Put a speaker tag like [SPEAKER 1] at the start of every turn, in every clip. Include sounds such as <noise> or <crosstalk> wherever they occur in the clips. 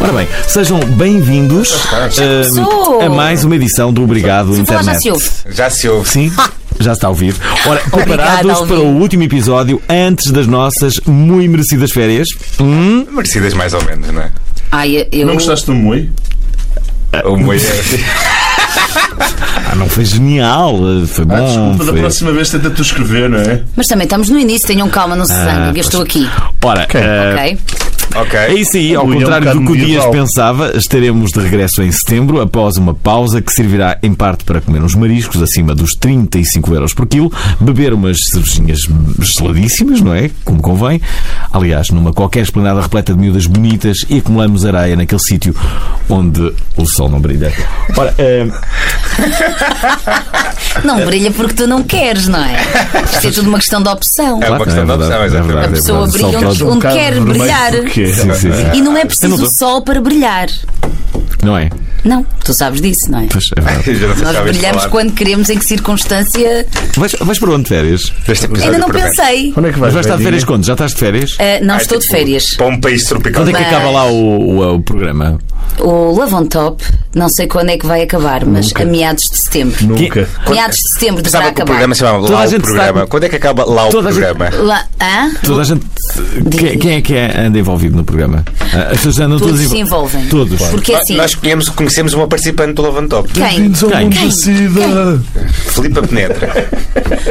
[SPEAKER 1] Ora bem, sejam bem-vindos hum,
[SPEAKER 2] começou!
[SPEAKER 1] a mais uma edição do Obrigado
[SPEAKER 2] Se falar,
[SPEAKER 1] Internet.
[SPEAKER 2] já se ouve.
[SPEAKER 3] Já se ouve.
[SPEAKER 1] Sim, já está a ouvir.
[SPEAKER 2] <laughs>
[SPEAKER 1] Ora, preparados
[SPEAKER 2] Alvin.
[SPEAKER 1] para o último episódio antes das nossas muito merecidas férias. Hum,
[SPEAKER 3] Merecidas mais ou menos, não é?
[SPEAKER 2] Ai, eu.
[SPEAKER 4] Não gostaste do Mui?
[SPEAKER 3] O Mois é assim.
[SPEAKER 1] ah, não foi genial, eh, foi bom.
[SPEAKER 4] Ah, desculpa, da
[SPEAKER 1] foi-
[SPEAKER 4] próxima vez tenta tu escrever, não é?
[SPEAKER 2] Mas também estamos no início, tenham calma, não se zanguem, eu estou aqui.
[SPEAKER 1] Ora, eh,
[SPEAKER 2] Ok?
[SPEAKER 1] É
[SPEAKER 3] <laughs> Ok.
[SPEAKER 1] isso aí, ao
[SPEAKER 4] Ui, é um
[SPEAKER 1] contrário
[SPEAKER 4] bocado
[SPEAKER 1] do que o Dias
[SPEAKER 4] medieval.
[SPEAKER 1] pensava, estaremos de regresso em setembro, após uma pausa que servirá em parte para comer uns mariscos acima dos 35 euros por quilo, beber umas cervejinhas geladíssimas, não é? Como convém. Aliás, numa qualquer esplanada repleta de miúdas bonitas e acumulamos areia naquele sítio onde o sol não brilha. Ora, eh,
[SPEAKER 2] Não brilha porque tu não queres, não é? Isto é tudo uma questão de opção.
[SPEAKER 3] É uma questão de opção,
[SPEAKER 1] verdade, é
[SPEAKER 3] exatamente.
[SPEAKER 1] verdade, é
[SPEAKER 2] pessoa
[SPEAKER 1] verdade. O sol
[SPEAKER 2] brilha
[SPEAKER 1] pode-
[SPEAKER 2] onde, onde
[SPEAKER 4] bocado
[SPEAKER 2] quer
[SPEAKER 4] vermelho
[SPEAKER 2] brilhar.
[SPEAKER 4] porque-
[SPEAKER 1] Sim, sim, sim.
[SPEAKER 2] E não é
[SPEAKER 1] Eu
[SPEAKER 2] preciso
[SPEAKER 1] não
[SPEAKER 2] o sol para brilhar.
[SPEAKER 1] Não é?
[SPEAKER 2] Não, tu sabes disso, não é?
[SPEAKER 1] Pois, é verdade.
[SPEAKER 3] Já não sei se já
[SPEAKER 2] Nós
[SPEAKER 3] ouviste
[SPEAKER 2] brilhamos
[SPEAKER 3] falar
[SPEAKER 2] quando queremos, em que circunstância.
[SPEAKER 1] Vais, vais para onde de férias?
[SPEAKER 3] deste episódio,
[SPEAKER 2] Ainda não
[SPEAKER 3] por acaso.
[SPEAKER 2] pensei.
[SPEAKER 4] Onde é que
[SPEAKER 1] Mas
[SPEAKER 4] vais?
[SPEAKER 1] vais estar de férias
[SPEAKER 4] Betinho?
[SPEAKER 1] quando? Já estás de férias?
[SPEAKER 2] Ah, não
[SPEAKER 3] Ah,
[SPEAKER 2] estou de
[SPEAKER 3] tipo,
[SPEAKER 2] férias.
[SPEAKER 3] Para um país tropical.
[SPEAKER 1] Quando é que
[SPEAKER 2] Mas-
[SPEAKER 1] acaba lá o- o- o programa?
[SPEAKER 2] O Love on Top, não sei quando é que vai acabar, mas a meados de setembro.
[SPEAKER 4] Nunca.
[SPEAKER 2] Meados de setembro deverá
[SPEAKER 3] Pensava é que o
[SPEAKER 2] acabar. É
[SPEAKER 3] programa se chamava
[SPEAKER 1] Toda a
[SPEAKER 3] Lá o
[SPEAKER 1] gente
[SPEAKER 3] Programa.
[SPEAKER 1] sabe-
[SPEAKER 3] Quando é que acaba lá o
[SPEAKER 1] Toda a gente-
[SPEAKER 3] programa?
[SPEAKER 2] Lá, hã?
[SPEAKER 1] Toda a gente. Quem, quem é que é- anda envolvido no programa? Ah, As pessoas andam
[SPEAKER 2] Todos
[SPEAKER 1] todas
[SPEAKER 2] se
[SPEAKER 1] envol-
[SPEAKER 2] envolvem.
[SPEAKER 1] Todos.
[SPEAKER 2] Porque
[SPEAKER 3] Nós-
[SPEAKER 2] assim.
[SPEAKER 3] Nós conhecemos, conhecemos uma participante do Love on Top,
[SPEAKER 2] Quem?
[SPEAKER 1] Quem?
[SPEAKER 4] cidade.
[SPEAKER 3] Filipa Penetra.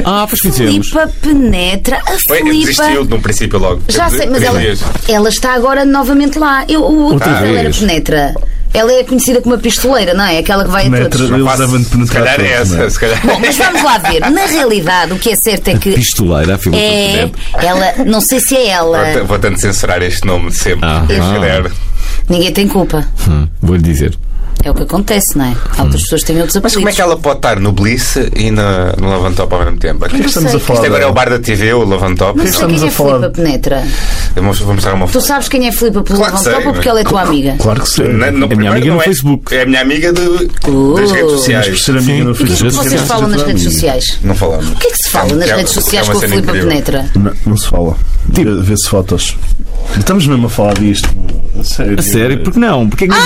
[SPEAKER 1] Ah, pois conhecemos.
[SPEAKER 2] Filipa penetra. A
[SPEAKER 3] Foi, desistiu
[SPEAKER 2] Filipa.
[SPEAKER 3] no princípio logo.
[SPEAKER 2] Já sei, mas ela,
[SPEAKER 3] Desistiu.
[SPEAKER 2] ela está agora novamente lá. Eu, o outro
[SPEAKER 1] Outra
[SPEAKER 2] ela era
[SPEAKER 1] vez.
[SPEAKER 2] penetra. Ela é conhecida como a pistoleira, não é? Aquela que vai a
[SPEAKER 4] Penetra,
[SPEAKER 2] todos.
[SPEAKER 4] eles
[SPEAKER 3] Faço-
[SPEAKER 4] devem
[SPEAKER 3] Se
[SPEAKER 4] penetrar.
[SPEAKER 3] calhar é
[SPEAKER 4] todos, não
[SPEAKER 3] essa, se calhar.
[SPEAKER 2] Bom, mas vamos lá ver. Na realidade, o que é certo é que.
[SPEAKER 1] Pistoleira, a figura
[SPEAKER 2] É.
[SPEAKER 1] do
[SPEAKER 2] Ela. Não sei se é
[SPEAKER 3] Vou ta-
[SPEAKER 2] ela.
[SPEAKER 3] Vou tanto censurar este nome de sempre.
[SPEAKER 1] Ah.
[SPEAKER 3] Se
[SPEAKER 1] Ah.
[SPEAKER 3] calhar.
[SPEAKER 2] Ninguém tem culpa.
[SPEAKER 1] Hum, Vou-lhe dizer.
[SPEAKER 2] É o que acontece, não é? Há outras pessoas que têm outros
[SPEAKER 3] Mas
[SPEAKER 2] apelidos.
[SPEAKER 3] como é que ela pode estar no Bliss e na- no Love on Top ao mesmo tempo?
[SPEAKER 4] é?
[SPEAKER 3] Isto
[SPEAKER 4] Estamos a falar.
[SPEAKER 3] agora é o
[SPEAKER 4] da-
[SPEAKER 3] bar da TV, o Love on Top.
[SPEAKER 2] Não
[SPEAKER 3] Não.
[SPEAKER 2] sei
[SPEAKER 4] Estamos
[SPEAKER 2] quem é
[SPEAKER 4] a falar-
[SPEAKER 2] Filipa Penetra.
[SPEAKER 3] Eu vou vou mostrar uma
[SPEAKER 2] Tu
[SPEAKER 3] foto.
[SPEAKER 2] sabes quem é Filipa
[SPEAKER 3] Claro que
[SPEAKER 2] Penetra
[SPEAKER 3] sei,
[SPEAKER 2] porque ela é tua amiga.
[SPEAKER 4] Claro que sim.
[SPEAKER 3] Na- no
[SPEAKER 1] minha
[SPEAKER 3] primeiro
[SPEAKER 1] amiga
[SPEAKER 3] não
[SPEAKER 1] no
[SPEAKER 3] é-
[SPEAKER 1] Facebook.
[SPEAKER 3] É a minha amiga do, das
[SPEAKER 2] Oh.
[SPEAKER 3] redes
[SPEAKER 4] Sim, mas por
[SPEAKER 3] sociais.
[SPEAKER 4] ser amiga
[SPEAKER 1] Sim.
[SPEAKER 4] no
[SPEAKER 2] E o que é que
[SPEAKER 4] Facebook,
[SPEAKER 2] vocês
[SPEAKER 4] quer
[SPEAKER 2] falam
[SPEAKER 4] dizer
[SPEAKER 2] nas
[SPEAKER 4] que é
[SPEAKER 2] redes
[SPEAKER 4] tua amiga.
[SPEAKER 2] sociais?
[SPEAKER 3] Não falamos.
[SPEAKER 2] O que é que se fala nas redes sociais com a Filipa Penetra?
[SPEAKER 4] Não, não se fala. Vê- Vê-se fotos. Estamos mesmo a falar disto. A sério.
[SPEAKER 1] A sério, porque não? Porque é que não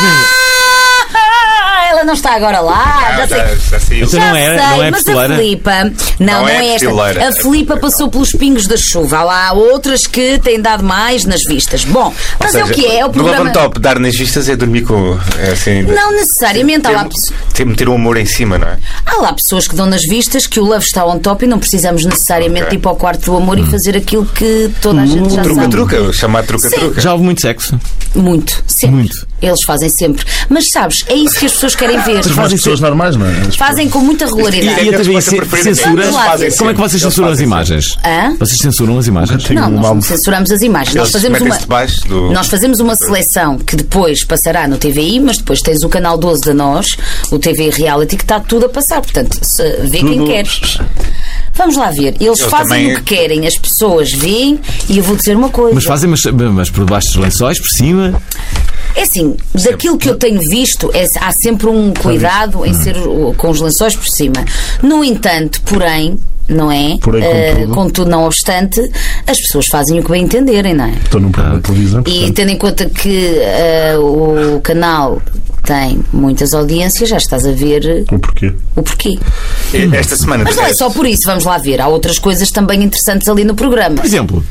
[SPEAKER 2] Ah, ela não está agora
[SPEAKER 3] Ah,
[SPEAKER 2] lá. Já sei.
[SPEAKER 1] Então
[SPEAKER 2] Já
[SPEAKER 1] não é-
[SPEAKER 2] sei,
[SPEAKER 1] não é
[SPEAKER 2] mas
[SPEAKER 1] pistoleira?
[SPEAKER 2] a Filipa. Não, não,
[SPEAKER 3] tá. Não é
[SPEAKER 2] é,
[SPEAKER 3] pistoleira.
[SPEAKER 2] esta. A Filipa passou pelos pingos da chuva. Há lá outras que têm dado mais nas vistas. Bom, mas é o que é? É o
[SPEAKER 3] No
[SPEAKER 2] programa.
[SPEAKER 3] Love on Top, dar nas vistas é dormir com. É assim,
[SPEAKER 2] Não necessariamente. Há lá,
[SPEAKER 3] tem,
[SPEAKER 2] pesso-
[SPEAKER 3] tem meter o humor em cima, não é?
[SPEAKER 2] há lá pessoas que dão nas vistas que o love está on top e não precisamos necessariamente
[SPEAKER 3] Ok.
[SPEAKER 2] ir para o quarto do amor e
[SPEAKER 1] Hum.
[SPEAKER 2] fazer aquilo que toda a gente já sabe.
[SPEAKER 3] Truca-truca, chamar truca-truca.
[SPEAKER 1] diz? Já houve muito sexo.
[SPEAKER 2] Muito, sempre.
[SPEAKER 1] Muito.
[SPEAKER 2] Eles fazem sempre. Mas sabes, é isso que as pessoas querem ver.
[SPEAKER 4] Mas fazem pessoas normais, não é? As
[SPEAKER 2] Fazem com muita
[SPEAKER 3] E-
[SPEAKER 1] E
[SPEAKER 2] regularidade.
[SPEAKER 1] a
[SPEAKER 3] a
[SPEAKER 1] TV
[SPEAKER 3] resposta preferida é
[SPEAKER 1] censura?
[SPEAKER 2] eles fazem
[SPEAKER 1] Como é que vocês
[SPEAKER 3] sempre.
[SPEAKER 1] censuram as
[SPEAKER 3] Eles fazem
[SPEAKER 1] imagens?
[SPEAKER 2] Hã?
[SPEAKER 1] Vocês censuram as imagens?
[SPEAKER 4] Tem
[SPEAKER 2] Não,
[SPEAKER 4] um
[SPEAKER 2] nós não
[SPEAKER 4] álbum.
[SPEAKER 2] censuramos as imagens. Nós
[SPEAKER 3] Eles
[SPEAKER 2] fazemos
[SPEAKER 3] metem-se
[SPEAKER 2] uma.
[SPEAKER 3] debaixo do-
[SPEAKER 2] Nós fazemos uma seleção que depois passará no TVI, mas depois tens o canal 12 da nós, o TV Reality, que está tudo a passar. Portanto, se- vê quem
[SPEAKER 4] Tudo.
[SPEAKER 2] quer. Vamos lá ver. Eles
[SPEAKER 3] Eu
[SPEAKER 2] fazem
[SPEAKER 3] também-
[SPEAKER 2] o que querem, as pessoas veem e eu vou dizer uma coisa.
[SPEAKER 1] Mas fazem, mas, mas por debaixo dos lençóis, por cima.
[SPEAKER 2] É assim, daquilo que eu tenho visto, é- há sempre um cuidado
[SPEAKER 4] Ah.
[SPEAKER 2] em ser o- com os lençóis por cima. No entanto, porém, não é?
[SPEAKER 4] Porém,
[SPEAKER 2] Eh,
[SPEAKER 4] contudo.
[SPEAKER 2] contudo, não obstante, as pessoas fazem o que bem entenderem, não é?
[SPEAKER 4] Estou num programa de televisão.
[SPEAKER 2] E tendo em conta que eh, o canal tem muitas audiências, já estás a ver eh,
[SPEAKER 4] O porquê?
[SPEAKER 2] o porquê.
[SPEAKER 3] E Esta semana.
[SPEAKER 2] é Mas não é só por isso, vamos lá ver. Há outras coisas também interessantes ali no programa.
[SPEAKER 1] Por exemplo,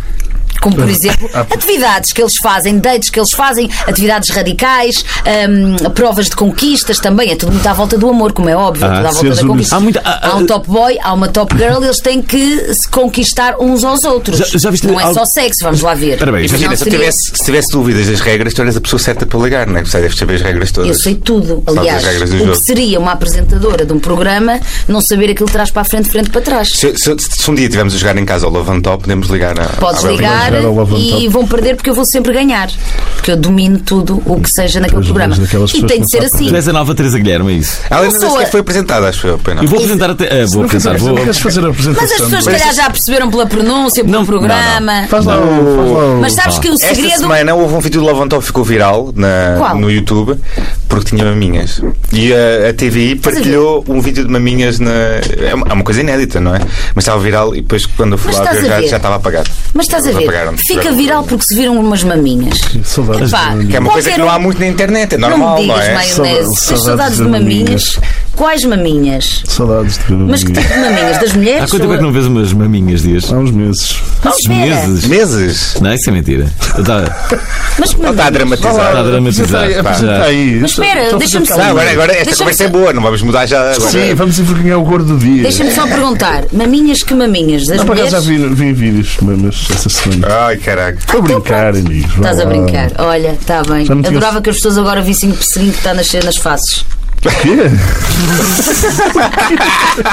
[SPEAKER 1] <laughs>
[SPEAKER 2] como por exemplo atividades que eles fazem, dates que eles fazem, atividades radicais, hum, provas de conquistas também, é tudo muito à volta do amor, como é óbvio,
[SPEAKER 4] Ah,
[SPEAKER 2] tudo à
[SPEAKER 4] se
[SPEAKER 2] volta
[SPEAKER 4] eles
[SPEAKER 2] da conquista.
[SPEAKER 1] Há muita- ah,
[SPEAKER 2] Há um
[SPEAKER 1] ah,
[SPEAKER 2] top boy, há uma top girl, eles têm que se conquistar uns aos outros.
[SPEAKER 1] Já- já viste
[SPEAKER 2] não é
[SPEAKER 1] algo-
[SPEAKER 2] só sexo, vamos lá ver.
[SPEAKER 1] Espera bem,
[SPEAKER 2] Afinal,
[SPEAKER 3] Imagina, se eu
[SPEAKER 2] seria-
[SPEAKER 3] tivesse, se tivesse dúvidas das regras, tu eras a pessoa certa para ligar, não é? Você deve saber as regras todas.
[SPEAKER 2] Eu sei tudo.
[SPEAKER 3] Sabes
[SPEAKER 2] Aliás,
[SPEAKER 3] as regras do
[SPEAKER 2] o
[SPEAKER 3] jogo.
[SPEAKER 2] que seria uma apresentadora de um programa não saber aquilo que traz para a frente, frente para trás.
[SPEAKER 3] Se, se- se um dia estivermos a jogar em casa ao Love Top, podemos ligar à.
[SPEAKER 2] Podes
[SPEAKER 3] à-
[SPEAKER 2] ligar
[SPEAKER 4] jogar ao levantar.
[SPEAKER 2] e vão perder porque eu vou sempre ganhar. Porque eu domino tudo o que seja naquele
[SPEAKER 4] Pois,
[SPEAKER 2] programa.
[SPEAKER 4] mas daquelas
[SPEAKER 2] E
[SPEAKER 4] pessoas
[SPEAKER 2] tem de
[SPEAKER 4] que
[SPEAKER 2] ser
[SPEAKER 4] não sabem
[SPEAKER 2] assim.
[SPEAKER 1] Tu és a nova Teresa Guilherme, é isso?
[SPEAKER 3] Ela ainda
[SPEAKER 2] Pessoa-
[SPEAKER 3] não sei se foi apresentada, acho eu, pena.
[SPEAKER 1] Eu vou apresentar até. ah, vou
[SPEAKER 4] Não queres
[SPEAKER 1] apresentar. Vou...
[SPEAKER 4] não queres fazer a
[SPEAKER 2] Mas as
[SPEAKER 4] apresentação?
[SPEAKER 2] pessoas, se calhar, já perceberam pela pronúncia, pelo
[SPEAKER 1] Não, não,
[SPEAKER 2] programa.
[SPEAKER 4] Faz um lá o. Faz lá o...
[SPEAKER 2] Mas sabes que o
[SPEAKER 3] Esta
[SPEAKER 2] segredo.
[SPEAKER 3] semana houve um vídeo do Love on Top que ficou viral na-
[SPEAKER 2] Qual?
[SPEAKER 3] no YouTube porque tinha maminhas. E a, a TVI
[SPEAKER 2] a ver?
[SPEAKER 3] partilhou um vídeo de maminhas na. É uma, é uma coisa inédita, não é? Mas estava viral e depois quando eu fui
[SPEAKER 2] Mas
[SPEAKER 3] lá
[SPEAKER 2] estás
[SPEAKER 3] ver
[SPEAKER 2] a
[SPEAKER 3] já,
[SPEAKER 2] ver?
[SPEAKER 3] já estava apagado.
[SPEAKER 2] Mas estás a
[SPEAKER 3] Eles
[SPEAKER 2] ver,
[SPEAKER 3] apagaram.
[SPEAKER 2] fica viral porque se viram umas maminhas.
[SPEAKER 4] Saudades.
[SPEAKER 2] Epá,
[SPEAKER 4] de-
[SPEAKER 3] Que é uma coisa
[SPEAKER 2] Qualquer
[SPEAKER 3] que não
[SPEAKER 2] um-
[SPEAKER 3] há muito na internet, é
[SPEAKER 2] não
[SPEAKER 3] normal,
[SPEAKER 2] me
[SPEAKER 3] não,
[SPEAKER 2] digas
[SPEAKER 3] é?
[SPEAKER 2] maionese.
[SPEAKER 4] Saudades-
[SPEAKER 2] Tens saudades de
[SPEAKER 4] maminhas.
[SPEAKER 2] maminhas? Quais maminhas?
[SPEAKER 4] Saudades de. um
[SPEAKER 2] Mas que tipo de maminhas? Das mulheres?
[SPEAKER 1] Há quanto tempo é que não vês umas maminhas, Dias?
[SPEAKER 4] Há uns meses.
[SPEAKER 2] Mas espera, Tá
[SPEAKER 1] Meses?
[SPEAKER 3] Meses.
[SPEAKER 1] Não, isso é mentira. Está
[SPEAKER 2] mas que
[SPEAKER 4] tá
[SPEAKER 3] Não está a
[SPEAKER 2] maminhas?
[SPEAKER 3] dramatizar.
[SPEAKER 1] a dramatizar.
[SPEAKER 4] Apresenta aí,
[SPEAKER 1] pá.
[SPEAKER 4] apresenta aí.
[SPEAKER 2] Mas espera,
[SPEAKER 4] Estou a
[SPEAKER 2] deixa-me
[SPEAKER 4] fazer
[SPEAKER 2] só-
[SPEAKER 3] Não, Ah, agora, agora esta
[SPEAKER 2] Deixa-me
[SPEAKER 3] conversa é
[SPEAKER 2] só-
[SPEAKER 3] boa, não vamos mudar já.
[SPEAKER 4] calma.
[SPEAKER 3] Agora.
[SPEAKER 4] Sim, vamos envergonhar o gordo do dia.
[SPEAKER 2] Deixa-me só perguntar, maminhas que maminhas? Das
[SPEAKER 4] Não, por acaso
[SPEAKER 2] mulheres?
[SPEAKER 4] já vi, vi vídeos, mas essa semana.
[SPEAKER 3] Ai, caraca.
[SPEAKER 4] Estou a brincar, amigos. vá
[SPEAKER 2] Estás a
[SPEAKER 4] lá.
[SPEAKER 2] brincar. Olha, está bem.
[SPEAKER 4] Já me tinha-
[SPEAKER 2] Adorava que as pessoas agora vissem o perseguindo que está a nascer nas faces.
[SPEAKER 4] Quê?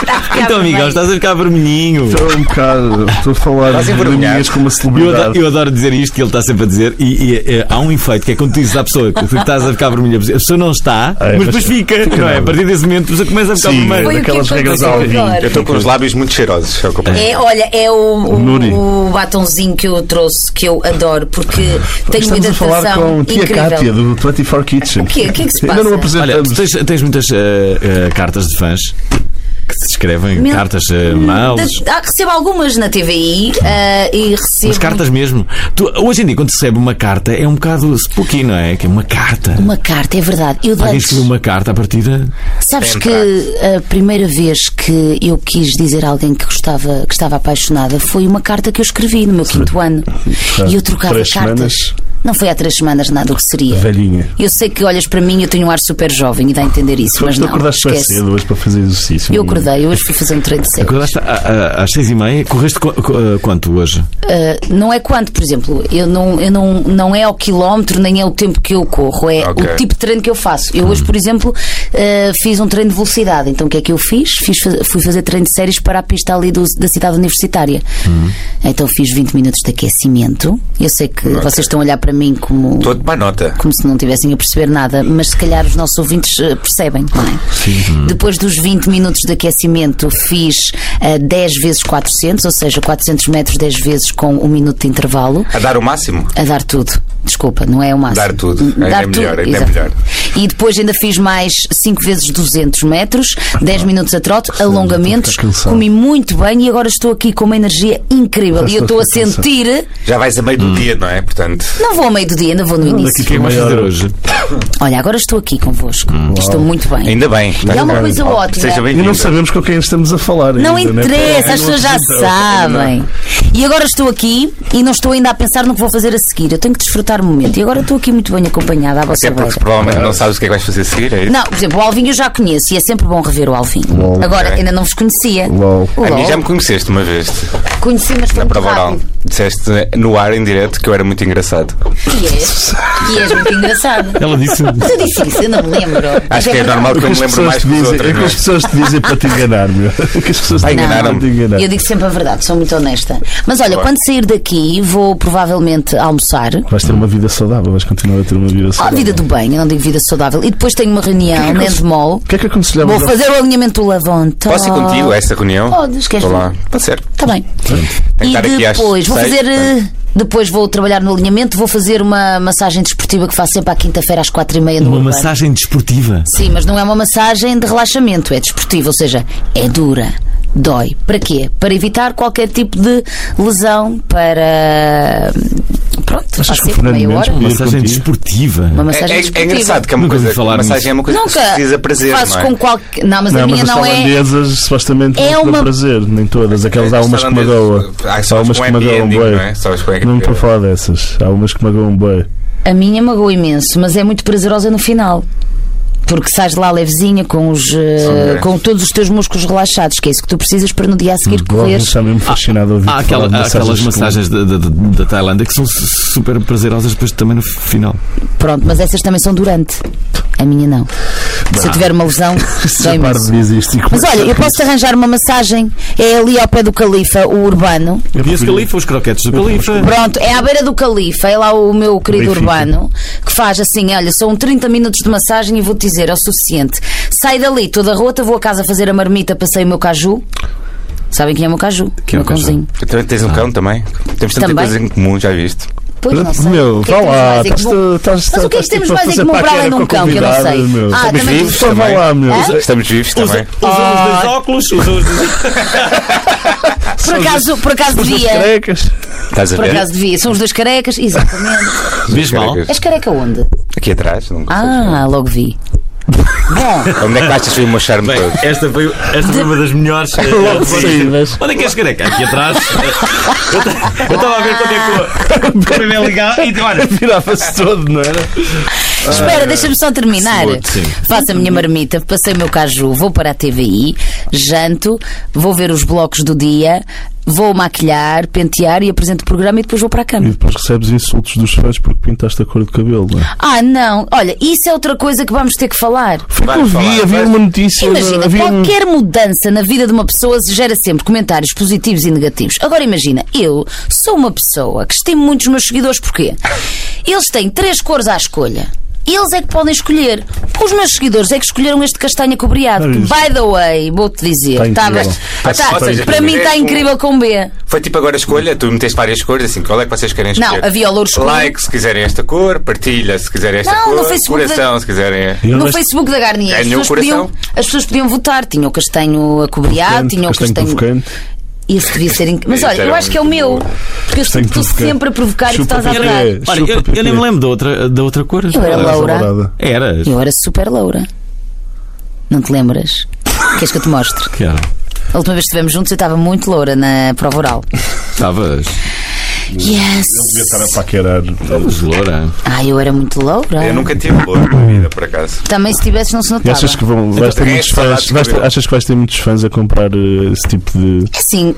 [SPEAKER 4] Ah,
[SPEAKER 1] Então, Miguel, estás a ficar vermelhinho.
[SPEAKER 4] Estou um bocado. Estou a falar
[SPEAKER 3] Estás
[SPEAKER 4] de
[SPEAKER 3] envergonhado.
[SPEAKER 4] minhas com uma
[SPEAKER 1] Eu adoro,
[SPEAKER 4] celebridade.
[SPEAKER 1] eu adoro dizer isto que ele está sempre a dizer, e, e, eh, há um efeito que é quando tu dizes à pessoa que tu estás a ficar vermelha, a pessoa não está,
[SPEAKER 4] É,
[SPEAKER 1] mas
[SPEAKER 4] mas-
[SPEAKER 1] depois fica, não é? A partir desse momento a pessoa começa a ficar
[SPEAKER 4] Sim,
[SPEAKER 2] Foi
[SPEAKER 1] vermelha.
[SPEAKER 2] o que
[SPEAKER 4] daquelas regras ao
[SPEAKER 2] aconteceu
[SPEAKER 4] vinho.
[SPEAKER 3] Eu
[SPEAKER 2] agora.
[SPEAKER 3] estou com os lábios muito cheirosos. É o que eu penso.
[SPEAKER 2] É, olha, é
[SPEAKER 4] O Nuri.
[SPEAKER 2] o, o batonzinho que eu trouxe, que eu adoro, porque tenho uma
[SPEAKER 4] Ah, Estamos a falar
[SPEAKER 2] hidratação
[SPEAKER 4] com a tia Cátia
[SPEAKER 2] incrível.
[SPEAKER 4] do 24 Kitchen.
[SPEAKER 2] O quê? O que é que se
[SPEAKER 4] Ainda não
[SPEAKER 2] passa?
[SPEAKER 1] Olha,
[SPEAKER 4] apresentamos.
[SPEAKER 1] tu tens, tens muitas eh, eh, cartas de fãs que te escrevem,
[SPEAKER 2] Meu-
[SPEAKER 1] cartas, eh, mails.
[SPEAKER 2] Da- ah, recebo algumas na TVI ah, e recebo.
[SPEAKER 1] Mas cartas mesmo. Tu, hoje em dia, quando se recebe uma carta, é um bocado spooky, não é? Que é uma carta.
[SPEAKER 2] Uma carta, é verdade. Eu
[SPEAKER 1] Alguém
[SPEAKER 2] antes-
[SPEAKER 1] escreveu uma carta à partida.
[SPEAKER 2] Sabes
[SPEAKER 3] Tem
[SPEAKER 2] que a primeira vez que eu quis dizer a alguém que gostava, que estava apaixonada foi uma carta que eu escrevi no meu quinto ano.
[SPEAKER 4] Há
[SPEAKER 2] E eu trocava
[SPEAKER 4] três
[SPEAKER 2] cartas.
[SPEAKER 4] semanas?
[SPEAKER 2] Não foi há três semanas nada o que seria.
[SPEAKER 4] Velhinha.
[SPEAKER 2] Eu sei que olhas para mim e eu tenho um ar super jovem e dá a entender isso, mas
[SPEAKER 4] Tu
[SPEAKER 2] não.
[SPEAKER 4] acordaste para
[SPEAKER 2] Esquece.
[SPEAKER 4] cedo hoje para fazer exercício.
[SPEAKER 2] Eu acordei, hoje fui fazer um treino de sexo.
[SPEAKER 1] Acordaste a- a- às seis e meia, correste qu- qu- eh, quanto hoje?
[SPEAKER 2] Ah, não é quanto, por exemplo, eu não, eu não, não é ao quilómetro nem é o tempo que eu corro, é
[SPEAKER 3] Ok.
[SPEAKER 2] o tipo de treino que eu faço. Eu hoje, por exemplo, ah, fiz um treino de velocidade. Então o que é que eu fiz? Fiz fa- fui fazer treino de séries para a pista ali do- da cidade universitária.
[SPEAKER 3] Uhum.
[SPEAKER 2] Então fiz 20 minutos de aquecimento. Eu sei que vocês estão a olhar para mim como.
[SPEAKER 3] Estou a tomar nota.
[SPEAKER 2] Como se não tivessem a perceber nada, mas se calhar os nossos ouvintes ah, percebem, não é? Depois dos 20 minutos de aquecimento, fiz ah, 10 vezes 400, ou seja, 400 metros 10 vezes com um minuto de intervalo.
[SPEAKER 3] A dar o máximo?
[SPEAKER 2] A dar tudo. Desculpa, não é o máximo.
[SPEAKER 3] Dar tudo. Ainda é melhor, ainda é
[SPEAKER 2] exato.
[SPEAKER 3] melhor.
[SPEAKER 2] E depois ainda fiz mais 5 vezes 200 metros, 10 minutos a trote, alongamentos,
[SPEAKER 4] estou a ficar cansado.
[SPEAKER 2] comi muito bem e agora estou aqui com uma energia incrível.
[SPEAKER 4] Já
[SPEAKER 2] E eu estou
[SPEAKER 4] estou a
[SPEAKER 2] a
[SPEAKER 4] ficar cansado.
[SPEAKER 2] sentir.
[SPEAKER 3] Já vais a meio
[SPEAKER 2] Hum.
[SPEAKER 3] do dia, não é? Portanto.
[SPEAKER 2] Não vou ao meio do dia, ainda vou no
[SPEAKER 1] O
[SPEAKER 2] início.
[SPEAKER 1] que é que vais fazer hoje?
[SPEAKER 2] Olha, agora estou aqui convosco. Estou muito bem.
[SPEAKER 3] Hum. Ainda bem.
[SPEAKER 2] E há uma coisa ótima.
[SPEAKER 3] Seja
[SPEAKER 4] E não
[SPEAKER 3] bem-vindo.
[SPEAKER 4] sabemos com quem estamos a falar.
[SPEAKER 2] Não
[SPEAKER 4] ainda, né?
[SPEAKER 2] interessa,
[SPEAKER 4] Não
[SPEAKER 2] as pessoas já
[SPEAKER 4] apresentam.
[SPEAKER 2] sabem. E agora estou aqui e não estou ainda a pensar no que vou fazer a seguir. Eu tenho que desfrutar o momento. E agora estou aqui muito bem acompanhada à
[SPEAKER 3] Até
[SPEAKER 2] vossa
[SPEAKER 3] É porque
[SPEAKER 2] beira.
[SPEAKER 3] provavelmente não sabes o que é que vais fazer a seguir, é isso?
[SPEAKER 2] Não, por exemplo, o Alvinho eu já conheço e é sempre bom rever o Alvinho.
[SPEAKER 4] Lol.
[SPEAKER 2] agora,
[SPEAKER 3] Ok.
[SPEAKER 2] ainda não vos conhecia.
[SPEAKER 4] Lol.
[SPEAKER 2] O
[SPEAKER 3] A mim
[SPEAKER 2] Lol.
[SPEAKER 3] já me conheceste uma vez,
[SPEAKER 2] Conheci, mas foi
[SPEAKER 3] na
[SPEAKER 2] muito
[SPEAKER 3] prova oral.
[SPEAKER 2] rápido.
[SPEAKER 3] Disseste no ar, em direto, que eu era muito engraçado.
[SPEAKER 2] E és, e és muito engraçado.
[SPEAKER 1] Ela <laughs> disse.
[SPEAKER 2] Mas eu disse isso, eu não me lembro. Mas
[SPEAKER 3] Acho que é
[SPEAKER 2] verdade.
[SPEAKER 3] normal
[SPEAKER 4] O
[SPEAKER 3] que
[SPEAKER 4] que
[SPEAKER 3] eu
[SPEAKER 4] as
[SPEAKER 3] me lembro
[SPEAKER 4] pessoas
[SPEAKER 3] mais
[SPEAKER 4] te
[SPEAKER 3] que os
[SPEAKER 4] dizem é
[SPEAKER 3] outros.
[SPEAKER 4] que as
[SPEAKER 3] mas-
[SPEAKER 4] pessoas te dizem para te enganar, meu. O que as pessoas te
[SPEAKER 3] Vai
[SPEAKER 4] dizem
[SPEAKER 3] enganaram-me.
[SPEAKER 4] para te enganar.
[SPEAKER 2] Eu digo sempre a verdade, sou muito honesta. Mas olha,
[SPEAKER 3] Claro.
[SPEAKER 2] quando sair daqui, vou provavelmente almoçar.
[SPEAKER 4] Vais ter uma vida saudável, vais continuar a ter uma vida
[SPEAKER 2] Ah,
[SPEAKER 4] saudável.
[SPEAKER 2] vida do bem, eu não digo vida saudável. E depois tenho uma reunião na Endemol.
[SPEAKER 4] O que é que aconselhamos
[SPEAKER 2] Vou fazer o alinhamento do lavonto.
[SPEAKER 3] Posso ir contigo a esta reunião?
[SPEAKER 2] Podes, queres
[SPEAKER 3] Estou
[SPEAKER 2] ver?
[SPEAKER 3] lá. Está certo.
[SPEAKER 2] Está Tá bem.
[SPEAKER 3] que
[SPEAKER 2] E
[SPEAKER 3] estar aqui às
[SPEAKER 2] depois vou
[SPEAKER 3] seis, tá.
[SPEAKER 2] fazer.
[SPEAKER 3] não
[SPEAKER 2] eh, Depois vou trabalhar no alinhamento, vou fazer uma massagem desportiva que faço sempre à quinta-feira às quatro e meia no
[SPEAKER 1] Uma
[SPEAKER 2] Urbano.
[SPEAKER 1] massagem desportiva.
[SPEAKER 2] Sim, mas não é uma massagem de relaxamento, é desportiva, ou seja, é dura. Dói. Para quê? Para evitar qualquer tipo de lesão, para, pronto,
[SPEAKER 4] Achas
[SPEAKER 2] faz
[SPEAKER 4] que o
[SPEAKER 2] sempre
[SPEAKER 4] Fernando
[SPEAKER 2] meia
[SPEAKER 4] Mendes
[SPEAKER 2] hora.
[SPEAKER 1] Uma
[SPEAKER 4] podia-
[SPEAKER 1] massagem
[SPEAKER 4] contigo.
[SPEAKER 1] desportiva.
[SPEAKER 2] Uma
[SPEAKER 3] É,
[SPEAKER 2] massagem
[SPEAKER 3] é- é
[SPEAKER 2] desportiva.
[SPEAKER 3] engraçado que é uma
[SPEAKER 1] Nunca ouvi
[SPEAKER 3] coisa.
[SPEAKER 1] falar
[SPEAKER 3] massagem
[SPEAKER 1] nisso.
[SPEAKER 3] é uma coisa que se
[SPEAKER 2] Nunca
[SPEAKER 3] precisa prazer.
[SPEAKER 2] fazes
[SPEAKER 3] não é?
[SPEAKER 2] com qualquer. Não, mas a
[SPEAKER 4] não,
[SPEAKER 2] minha
[SPEAKER 4] mas as
[SPEAKER 2] não é.
[SPEAKER 4] tailandesas supostamente
[SPEAKER 2] É
[SPEAKER 4] não te dão
[SPEAKER 2] uma-
[SPEAKER 4] prazer, nem
[SPEAKER 3] É,
[SPEAKER 4] todas. Aquelas há umas que magoam.
[SPEAKER 3] Há
[SPEAKER 4] Há umas que
[SPEAKER 3] com happy
[SPEAKER 4] magoam
[SPEAKER 3] ending, não
[SPEAKER 4] bem.
[SPEAKER 3] é? Sabes com
[SPEAKER 4] Não para falar dessas. Há umas que magoam bem.
[SPEAKER 2] A minha magoa imenso, mas é muito prazerosa no final. Porque sais de lá levezinha com, os, eh,
[SPEAKER 3] Ok.
[SPEAKER 2] com todos os teus músculos relaxados, que é isso que tu precisas para no dia
[SPEAKER 4] Hum,
[SPEAKER 2] a seguir
[SPEAKER 4] Logo
[SPEAKER 2] correres.
[SPEAKER 4] está mesmo fascinado a ouvir
[SPEAKER 1] Há, aquela- há aquelas massagens da, da- da- da Tailândia que são su- super prazerosas depois também no final.
[SPEAKER 2] Pronto, mas essas também são durante. A minha não. Se eu tiver uma
[SPEAKER 4] <laughs>
[SPEAKER 2] lesão, dói
[SPEAKER 4] Par de
[SPEAKER 2] imenso.
[SPEAKER 4] dias isto e
[SPEAKER 2] Mas
[SPEAKER 4] começa-
[SPEAKER 2] olha, eu posso te arranjar uma massagem. É ali ao pé do Califa, o urbano.
[SPEAKER 1] E
[SPEAKER 4] Eu
[SPEAKER 1] esse
[SPEAKER 4] prefiro-
[SPEAKER 1] califa, os croquetes do califa.
[SPEAKER 2] Pronto, é à beira do Califa, é lá o meu querido
[SPEAKER 4] Benfica.
[SPEAKER 2] urbano, que faz assim: olha, são 30 minutos de massagem e vou-te dizer, é o suficiente. Sai dali toda rota, vou a casa fazer a marmita, passei o meu caju. Sabem quem é o meu caju?
[SPEAKER 1] Quem é o
[SPEAKER 2] meu cãozinho.
[SPEAKER 3] Também tens um
[SPEAKER 1] Ah.
[SPEAKER 3] cão também? Temos tanta
[SPEAKER 2] Também. Ah,
[SPEAKER 3] coisa em comum, já viste?
[SPEAKER 2] Pois não sei.
[SPEAKER 4] Meu,
[SPEAKER 2] O que é
[SPEAKER 4] vá
[SPEAKER 2] que temos
[SPEAKER 4] lá. tá,
[SPEAKER 2] mais em
[SPEAKER 4] estás-
[SPEAKER 2] comum? Mas o
[SPEAKER 4] estás-
[SPEAKER 2] que é que
[SPEAKER 4] estás
[SPEAKER 2] temos
[SPEAKER 4] tipo a
[SPEAKER 2] mais em
[SPEAKER 4] fazer
[SPEAKER 2] comum para além de
[SPEAKER 4] paquera
[SPEAKER 2] um cão, que eu não sei?
[SPEAKER 4] convidadas, meu. Tipo,
[SPEAKER 2] Ah,
[SPEAKER 3] Estamos
[SPEAKER 2] também.
[SPEAKER 3] vivos
[SPEAKER 4] Só vá
[SPEAKER 3] também.
[SPEAKER 4] lá, meu.
[SPEAKER 2] Hã?
[SPEAKER 3] Estamos vivos também.
[SPEAKER 1] Usa os dois óculos, usa os dois
[SPEAKER 2] Por acaso, por acaso devia.
[SPEAKER 4] Carecas.
[SPEAKER 3] Estás a
[SPEAKER 2] Por
[SPEAKER 3] ver?
[SPEAKER 2] acaso devia. São os dois carecas, exatamente.
[SPEAKER 1] Vês mal?
[SPEAKER 3] Carecas.
[SPEAKER 2] És careca onde?
[SPEAKER 3] Aqui atrás? Não consegues ver.
[SPEAKER 2] Ah, logo vi. Bom,
[SPEAKER 3] Onde é que achas que foi o meu charme
[SPEAKER 1] Bem,
[SPEAKER 3] todo?
[SPEAKER 1] esta foi, esta foi uma das melhores. eh,
[SPEAKER 4] Logo
[SPEAKER 1] eh,
[SPEAKER 4] saídas.
[SPEAKER 1] Onde é que és careca? Aqui atrás. <laughs> Eu ta- Eu estava a ver quando é <laughs> que eu- quando eu ia ligar e olha.
[SPEAKER 4] Virava-se todo, não era?
[SPEAKER 2] espera, deixa-me só terminar.
[SPEAKER 1] Smooth, sim.
[SPEAKER 2] Faço a minha marmita, passei o meu caju, vou para a TVI, janto, vou ver os blocos do dia, vou maquilhar, pentear e apresento o programa e depois vou para a
[SPEAKER 4] E
[SPEAKER 2] cama.
[SPEAKER 4] depois recebes insultos dos fãs porque pintaste a cor do cabelo, não é?
[SPEAKER 2] Ah, não, olha, isso é outra coisa que vamos ter que falar.
[SPEAKER 4] Foi o que eu
[SPEAKER 3] Vamos
[SPEAKER 4] vi,
[SPEAKER 3] falar,
[SPEAKER 4] havia
[SPEAKER 3] vais-
[SPEAKER 4] uma notícia.
[SPEAKER 2] Imagina,
[SPEAKER 4] havia um-
[SPEAKER 2] qualquer mudança na vida de uma pessoa gera sempre comentários positivos e negativos. Agora imagina, eu sou uma pessoa que estimo muito os meus seguidores, porquê? Eles têm três cores à escolha. Eles é que podem escolher. Os meus seguidores é que escolheram este castanha cobreado. Que, by the way, vou-te dizer. tá
[SPEAKER 4] Está É incrível.
[SPEAKER 2] bem- tá-
[SPEAKER 3] Ou seja,
[SPEAKER 2] para mim está
[SPEAKER 3] é um-
[SPEAKER 2] incrível com B.
[SPEAKER 3] Foi tipo agora a escolha, tu meteste várias cores, assim, qual é que vocês querem
[SPEAKER 2] Não,
[SPEAKER 3] escolher?
[SPEAKER 2] havia o louro escuro.
[SPEAKER 3] Like se quiserem esta cor, partilha se quiserem esta
[SPEAKER 2] Não, no
[SPEAKER 3] cor,
[SPEAKER 2] Facebook
[SPEAKER 3] coração se quiserem.
[SPEAKER 4] Eu
[SPEAKER 2] No
[SPEAKER 4] gosto-
[SPEAKER 2] Facebook da Garnier, as
[SPEAKER 3] Ganhou
[SPEAKER 2] pessoas,
[SPEAKER 3] o coração.
[SPEAKER 2] podiam, as pessoas podiam votar. Tinha o castanho acobreado,
[SPEAKER 4] Provocante,
[SPEAKER 2] tinha o
[SPEAKER 4] castanho
[SPEAKER 2] castanho.
[SPEAKER 4] provocante.
[SPEAKER 2] Esse devia ser inc... Mas
[SPEAKER 3] Esse
[SPEAKER 2] olha,
[SPEAKER 3] era
[SPEAKER 2] eu acho que é o
[SPEAKER 3] muito
[SPEAKER 2] meu.
[SPEAKER 3] bom.
[SPEAKER 2] Porque eu
[SPEAKER 4] Castanho
[SPEAKER 2] estou
[SPEAKER 4] provocante.
[SPEAKER 2] sempre a provocar e tu
[SPEAKER 4] um Chupa
[SPEAKER 2] estás a
[SPEAKER 4] pipi.
[SPEAKER 2] dar.
[SPEAKER 4] É.
[SPEAKER 1] Olha, eu, eu nem me lembro da outra, da outra cor.
[SPEAKER 2] Eu era
[SPEAKER 4] Era
[SPEAKER 2] Laura.
[SPEAKER 4] namorada.
[SPEAKER 1] Era.
[SPEAKER 2] Eu era super loura. Não te lembras? Queres que eu te mostre?
[SPEAKER 1] Que era.
[SPEAKER 2] A última vez que estivemos juntos eu estava muito loura na prova oral.
[SPEAKER 1] Estavas.
[SPEAKER 4] Devia
[SPEAKER 2] Yes!
[SPEAKER 4] estar a paquerar.
[SPEAKER 1] Estavas loura.
[SPEAKER 2] Ah, eu era muito loura.
[SPEAKER 3] Eu nunca tive louro na vida, por acaso.
[SPEAKER 2] Também se tivesses não se
[SPEAKER 4] E
[SPEAKER 2] notava.
[SPEAKER 4] achas que, vão, vais ter
[SPEAKER 3] é
[SPEAKER 4] muitos
[SPEAKER 3] essa
[SPEAKER 4] fãs,
[SPEAKER 3] lógica,
[SPEAKER 4] vais ter-
[SPEAKER 3] meu.
[SPEAKER 4] achas que vais ter muitos fãs a comprar eh, esse tipo de.
[SPEAKER 2] É Assim,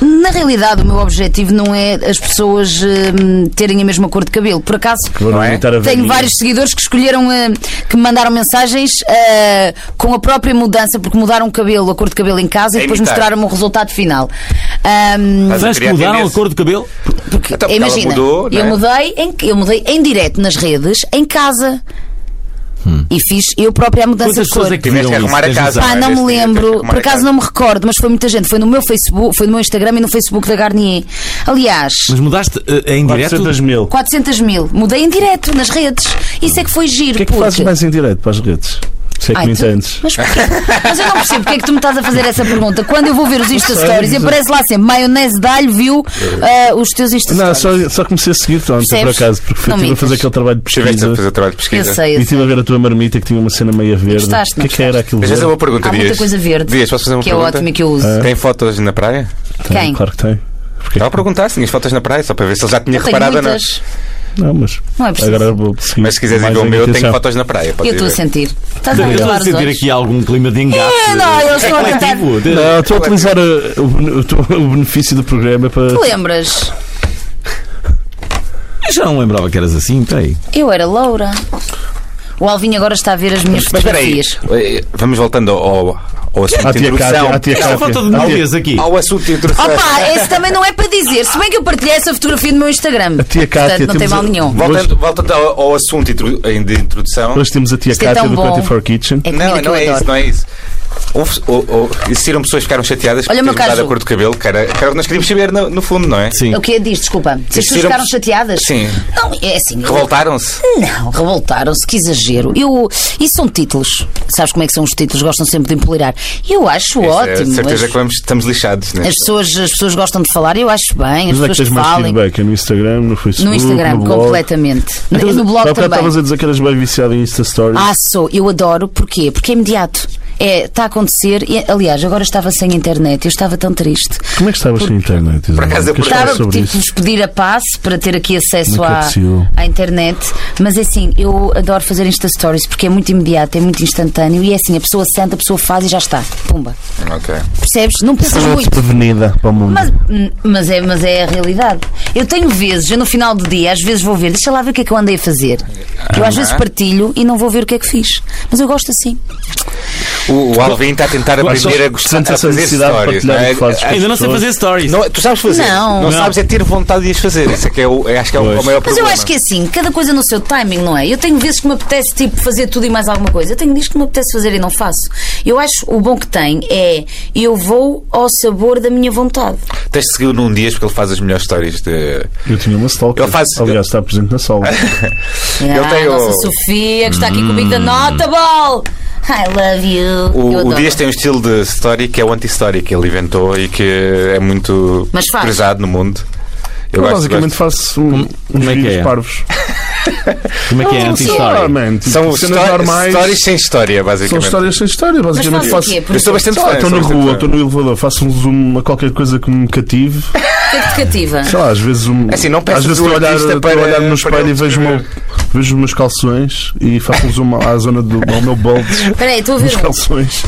[SPEAKER 2] na realidade o meu objetivo não é as pessoas hum, terem a mesma cor de cabelo. Por acaso,
[SPEAKER 4] que vão
[SPEAKER 3] Não é?
[SPEAKER 4] imitar a
[SPEAKER 2] Tenho
[SPEAKER 4] velhinha?
[SPEAKER 2] vários seguidores que escolheram, eh, que me mandaram mensagens eh, com a própria mudança, porque mudaram o cabelo, a cor de cabelo em casa e
[SPEAKER 3] É
[SPEAKER 2] depois
[SPEAKER 3] imitar.
[SPEAKER 2] mostraram-me o resultado final. Ahm,
[SPEAKER 3] Mas
[SPEAKER 1] Mas que
[SPEAKER 3] eu queria
[SPEAKER 1] mudaram a
[SPEAKER 3] atender-se.
[SPEAKER 1] cor do cabelo?
[SPEAKER 2] porque,
[SPEAKER 3] Então, porque ela
[SPEAKER 2] imagina,
[SPEAKER 3] mudou, não
[SPEAKER 2] eu,
[SPEAKER 3] é?
[SPEAKER 2] mudei em, eu mudei em direto nas redes, em casa.
[SPEAKER 3] Hum.
[SPEAKER 2] E fiz eu própria a mudança
[SPEAKER 1] Quantas
[SPEAKER 2] de cor.
[SPEAKER 1] pessoas é que
[SPEAKER 3] Tiveste
[SPEAKER 1] viram
[SPEAKER 3] que
[SPEAKER 1] isso?
[SPEAKER 3] arrumar a
[SPEAKER 1] Tens
[SPEAKER 3] casa.
[SPEAKER 1] noção?
[SPEAKER 2] Pá, não me
[SPEAKER 3] Tiveste que
[SPEAKER 2] lembro,
[SPEAKER 3] arrumar
[SPEAKER 2] por
[SPEAKER 3] a
[SPEAKER 2] acaso
[SPEAKER 3] casa.
[SPEAKER 2] não me recordo, mas foi muita gente. Foi no meu Facebook, foi no meu Instagram e no Facebook da Garnier. Aliás,
[SPEAKER 1] Mas mudaste eh, em direto?
[SPEAKER 4] 400 mil.
[SPEAKER 2] 400 mil. Mudei em direto nas redes. Isso é que foi giro.
[SPEAKER 4] O que é que
[SPEAKER 2] porque...
[SPEAKER 4] fazes mais em direto para as redes? Se é que
[SPEAKER 2] Ai,
[SPEAKER 4] me
[SPEAKER 2] tu-
[SPEAKER 4] entendes.
[SPEAKER 2] Mas, porquê? Mas eu não percebo porque é que tu me estás a fazer essa pergunta. Quando eu vou ver os Insta
[SPEAKER 4] sei,
[SPEAKER 2] Stories e
[SPEAKER 4] mas-
[SPEAKER 2] aparece lá sempre maionese de alho, viu ah, os teus Insta
[SPEAKER 4] Não,
[SPEAKER 2] Stories.
[SPEAKER 4] só, só comecei a seguir-te ontem, por
[SPEAKER 2] Percebes?
[SPEAKER 4] acaso, porque fui-
[SPEAKER 2] Não
[SPEAKER 4] estive a fazer
[SPEAKER 2] mintas.
[SPEAKER 4] aquele trabalho de
[SPEAKER 3] Estiveste a
[SPEAKER 4] pesquisa
[SPEAKER 3] fazer o trabalho de
[SPEAKER 2] Eu
[SPEAKER 3] pesquisa.
[SPEAKER 2] sei,
[SPEAKER 4] e
[SPEAKER 2] eu sei.
[SPEAKER 4] estive a ver a tua marmita que tinha uma cena meia verde.
[SPEAKER 2] Gostaste,
[SPEAKER 4] O que é que era aquilo?
[SPEAKER 3] Deixa eu fazer
[SPEAKER 4] verde?
[SPEAKER 3] uma pergunta,
[SPEAKER 2] Há
[SPEAKER 3] Dias.
[SPEAKER 2] muita coisa verde.
[SPEAKER 3] Dias, posso fazer uma
[SPEAKER 2] que é
[SPEAKER 3] pergunta? Ah.
[SPEAKER 2] ótimo e que eu uso.
[SPEAKER 3] Tem fotos na praia?
[SPEAKER 4] Tem,
[SPEAKER 2] Quem?
[SPEAKER 4] Claro que tem. Porque...
[SPEAKER 3] Estava a perguntar se tinhas fotos na praia, só para ver se ele já tinha
[SPEAKER 2] Eu tenho
[SPEAKER 3] reparado ou não.
[SPEAKER 2] muitas.
[SPEAKER 4] Não, mas
[SPEAKER 2] Não é preciso.
[SPEAKER 4] agora vou seguir.
[SPEAKER 3] Mas se quiseres ir
[SPEAKER 4] mais
[SPEAKER 3] ver o
[SPEAKER 4] em
[SPEAKER 3] meu, eu tenho
[SPEAKER 4] atenção.
[SPEAKER 3] fotos na praia. podes
[SPEAKER 2] Eu
[SPEAKER 3] ir
[SPEAKER 2] estou a
[SPEAKER 3] ver.
[SPEAKER 2] sentir. Estás a
[SPEAKER 1] Eu Estou
[SPEAKER 2] arregalar
[SPEAKER 1] a
[SPEAKER 2] os
[SPEAKER 1] sentir
[SPEAKER 2] olhos.
[SPEAKER 1] aqui algum clima de engate.
[SPEAKER 2] É, não, eles estão a tentar.
[SPEAKER 1] coletivo. de-
[SPEAKER 4] Não, estou a utilizar uh, o, ben- o teu- o benefício do programa para.
[SPEAKER 2] Tu lembras?
[SPEAKER 1] Eu já não lembrava que eras assim, peraí.
[SPEAKER 2] Eu era Laura. O Alvinho agora está a ver as minhas
[SPEAKER 3] Mas espera aí,
[SPEAKER 2] fotografias.
[SPEAKER 3] eh, vamos voltando ao, ao- ao assunto
[SPEAKER 4] À
[SPEAKER 3] de
[SPEAKER 4] tia Cátia, à
[SPEAKER 3] introdução.
[SPEAKER 4] tia
[SPEAKER 1] Esta
[SPEAKER 4] Cátia.
[SPEAKER 1] foto de nudez aqui.
[SPEAKER 3] Ao assunto de introdução. <laughs>
[SPEAKER 2] Opa, esse também não é para dizer. Se bem que eu partilhei essa fotografia no meu Instagram.
[SPEAKER 4] A tia Cátia,
[SPEAKER 2] Portanto, não tem
[SPEAKER 4] temos
[SPEAKER 2] mal
[SPEAKER 4] a-
[SPEAKER 2] nenhum.
[SPEAKER 3] Voltando, voltando ao, ao assunto intro- de introdução.
[SPEAKER 4] Hoje temos a tia
[SPEAKER 2] Isto é
[SPEAKER 4] Cátia
[SPEAKER 2] tão
[SPEAKER 4] do
[SPEAKER 2] bom.
[SPEAKER 4] 24 Kitchen.
[SPEAKER 2] É comida
[SPEAKER 3] Não,
[SPEAKER 2] que
[SPEAKER 3] não
[SPEAKER 2] eu
[SPEAKER 3] é
[SPEAKER 2] adoro.
[SPEAKER 3] isso, não é isso. Houve, ou, ou, existiram pessoas que ficaram chateadas
[SPEAKER 2] Olha,
[SPEAKER 3] por
[SPEAKER 2] meu
[SPEAKER 3] ter mudado
[SPEAKER 2] caju.
[SPEAKER 3] a cor do cabelo, que era, que era o que nós queríamos saber, no, no fundo, não é?
[SPEAKER 1] Sim.
[SPEAKER 2] O que é diz? Desculpa. Se as pessoas
[SPEAKER 3] Existiram-
[SPEAKER 2] ficaram chateadas?
[SPEAKER 3] Sim.
[SPEAKER 2] Não, é assim. eu-
[SPEAKER 3] Revoltaram-se.
[SPEAKER 2] Não, revoltaram-se, que exagero. Eu, isso são títulos. Sabes como é que são os títulos? Gostam sempre de empoleirar. Eu acho
[SPEAKER 3] Isso é
[SPEAKER 2] ótimo.
[SPEAKER 3] certeza
[SPEAKER 2] as,
[SPEAKER 3] que vamos, estamos lixados, né?
[SPEAKER 2] as pessoas, as pessoas gostam de falar, eu acho bem. As
[SPEAKER 4] Mas onde é que
[SPEAKER 2] pessoas
[SPEAKER 4] tens
[SPEAKER 2] que
[SPEAKER 4] mais
[SPEAKER 2] falem.
[SPEAKER 4] feedback? É no Instagram, no Facebook?
[SPEAKER 2] No Instagram,
[SPEAKER 4] no blog?
[SPEAKER 2] completamente.
[SPEAKER 4] Então,
[SPEAKER 2] no
[SPEAKER 4] há
[SPEAKER 2] blog
[SPEAKER 4] bocado
[SPEAKER 2] também.
[SPEAKER 4] Estavas a dizer que eras bem viciado em Insta Stories.
[SPEAKER 2] Ah, sou. Eu adoro. Porquê? Porque é imediato. É, está a acontecer. E, aliás, agora estava sem internet. Eu estava tão triste.
[SPEAKER 4] Como é que estavas sem internet? Isabel?
[SPEAKER 3] acaso eu
[SPEAKER 4] Queres
[SPEAKER 3] por-
[SPEAKER 2] Estava,
[SPEAKER 4] falar
[SPEAKER 2] tipo
[SPEAKER 4] sobre
[SPEAKER 2] tive
[SPEAKER 4] isso?
[SPEAKER 2] que vos pedir a passe para ter aqui acesso
[SPEAKER 4] Como é que é
[SPEAKER 2] à,
[SPEAKER 4] possível?
[SPEAKER 2] à internet. Mas assim, eu adoro fazer Insta Stories porque é muito imediato, é muito instantâneo e é assim, a pessoa senta, a pessoa faz e já está. Pumba.
[SPEAKER 3] Ok.
[SPEAKER 2] Percebes? Não pensas
[SPEAKER 4] Uma
[SPEAKER 2] muito.
[SPEAKER 4] desprevenida para o mundo.
[SPEAKER 2] Mas, mas, é, mas é a realidade. Eu tenho vezes, eu no final do dia, às vezes vou ver, deixa lá ver o que é que eu andei a fazer. Eu às
[SPEAKER 3] Ah.
[SPEAKER 2] vezes partilho e não vou ver o que é que fiz. Mas eu gosto assim.
[SPEAKER 3] O, o Alvin está a tentar
[SPEAKER 4] Mas
[SPEAKER 3] aprender
[SPEAKER 4] só
[SPEAKER 3] a gostar
[SPEAKER 4] sentes
[SPEAKER 3] a
[SPEAKER 4] essa
[SPEAKER 3] fazer
[SPEAKER 4] necessidade de
[SPEAKER 3] stories.
[SPEAKER 4] partilhar
[SPEAKER 3] não é?
[SPEAKER 4] o que fazes.
[SPEAKER 3] Ah,
[SPEAKER 4] Ai,
[SPEAKER 1] Ainda não sei
[SPEAKER 4] Pessoas-
[SPEAKER 1] fazer stories.
[SPEAKER 3] não, é- tu sabes fazer.
[SPEAKER 2] Não. Não.
[SPEAKER 3] sabes é ter vontade de as fazer. Isso é que é o, é- acho que é o,
[SPEAKER 4] Pois.
[SPEAKER 3] o maior
[SPEAKER 2] Mas
[SPEAKER 3] problema.
[SPEAKER 2] eu acho que é assim, cada coisa no seu timing, não é? Eu tenho vezes que me apetece tipo fazer tudo e mais alguma coisa. Eu tenho dias que me apetece fazer e não faço. Eu acho o bom que tem é eu vou ao sabor da minha vontade.
[SPEAKER 3] Tens de seguir num dia porque ele faz as melhores stories de.
[SPEAKER 4] Eu tinha uma stalker.
[SPEAKER 3] Eu faço-
[SPEAKER 4] Aliás, está presente
[SPEAKER 3] <laughs>
[SPEAKER 4] na sala.
[SPEAKER 2] ah,
[SPEAKER 3] tenho- Hum.
[SPEAKER 2] a nossa Sofia que está aqui comigo da Notable. I love you. Eu
[SPEAKER 3] O, o
[SPEAKER 2] adoro.
[SPEAKER 3] Dias tem um estilo de story que é o anti-story que ele inventou e que é muito
[SPEAKER 2] Mas faz.
[SPEAKER 3] prezado no mundo. Eu
[SPEAKER 4] Eu
[SPEAKER 3] gosto, gosto.
[SPEAKER 4] basicamente faço um, uns
[SPEAKER 1] como é que
[SPEAKER 4] vídeos
[SPEAKER 1] é?
[SPEAKER 4] parvos.
[SPEAKER 1] Como é que é anti-história?
[SPEAKER 3] São
[SPEAKER 4] São tipo, cenas
[SPEAKER 3] histó-
[SPEAKER 4] normais.
[SPEAKER 3] stories sem história,
[SPEAKER 4] São
[SPEAKER 3] basicamente.
[SPEAKER 4] histórias sem história, basicamente.
[SPEAKER 2] fazes o
[SPEAKER 4] faço-
[SPEAKER 2] quê? É Por
[SPEAKER 3] Eu sou bastante
[SPEAKER 4] Sei lá,
[SPEAKER 3] fã.
[SPEAKER 4] estou na
[SPEAKER 3] sou bastante
[SPEAKER 4] rua,
[SPEAKER 3] fã.
[SPEAKER 4] estou no elevador, faço um zoom a qualquer coisa que
[SPEAKER 3] <laughs>
[SPEAKER 4] me cative.
[SPEAKER 2] O que é que te cativa?
[SPEAKER 4] Sei lá, às vezes um.
[SPEAKER 3] Assim, não peças
[SPEAKER 4] às vezes
[SPEAKER 3] do
[SPEAKER 4] estou a olhar,
[SPEAKER 3] artista
[SPEAKER 4] estou a
[SPEAKER 3] para-
[SPEAKER 4] olhar no
[SPEAKER 3] para
[SPEAKER 4] espelho
[SPEAKER 3] ele
[SPEAKER 4] e vejo, o meu,
[SPEAKER 3] descrever.
[SPEAKER 4] vejo os meus calções e faço um zoom à zona do ao
[SPEAKER 2] <laughs>
[SPEAKER 4] meu bolso
[SPEAKER 2] Espera aí, estou a ouvir.
[SPEAKER 4] dos calções.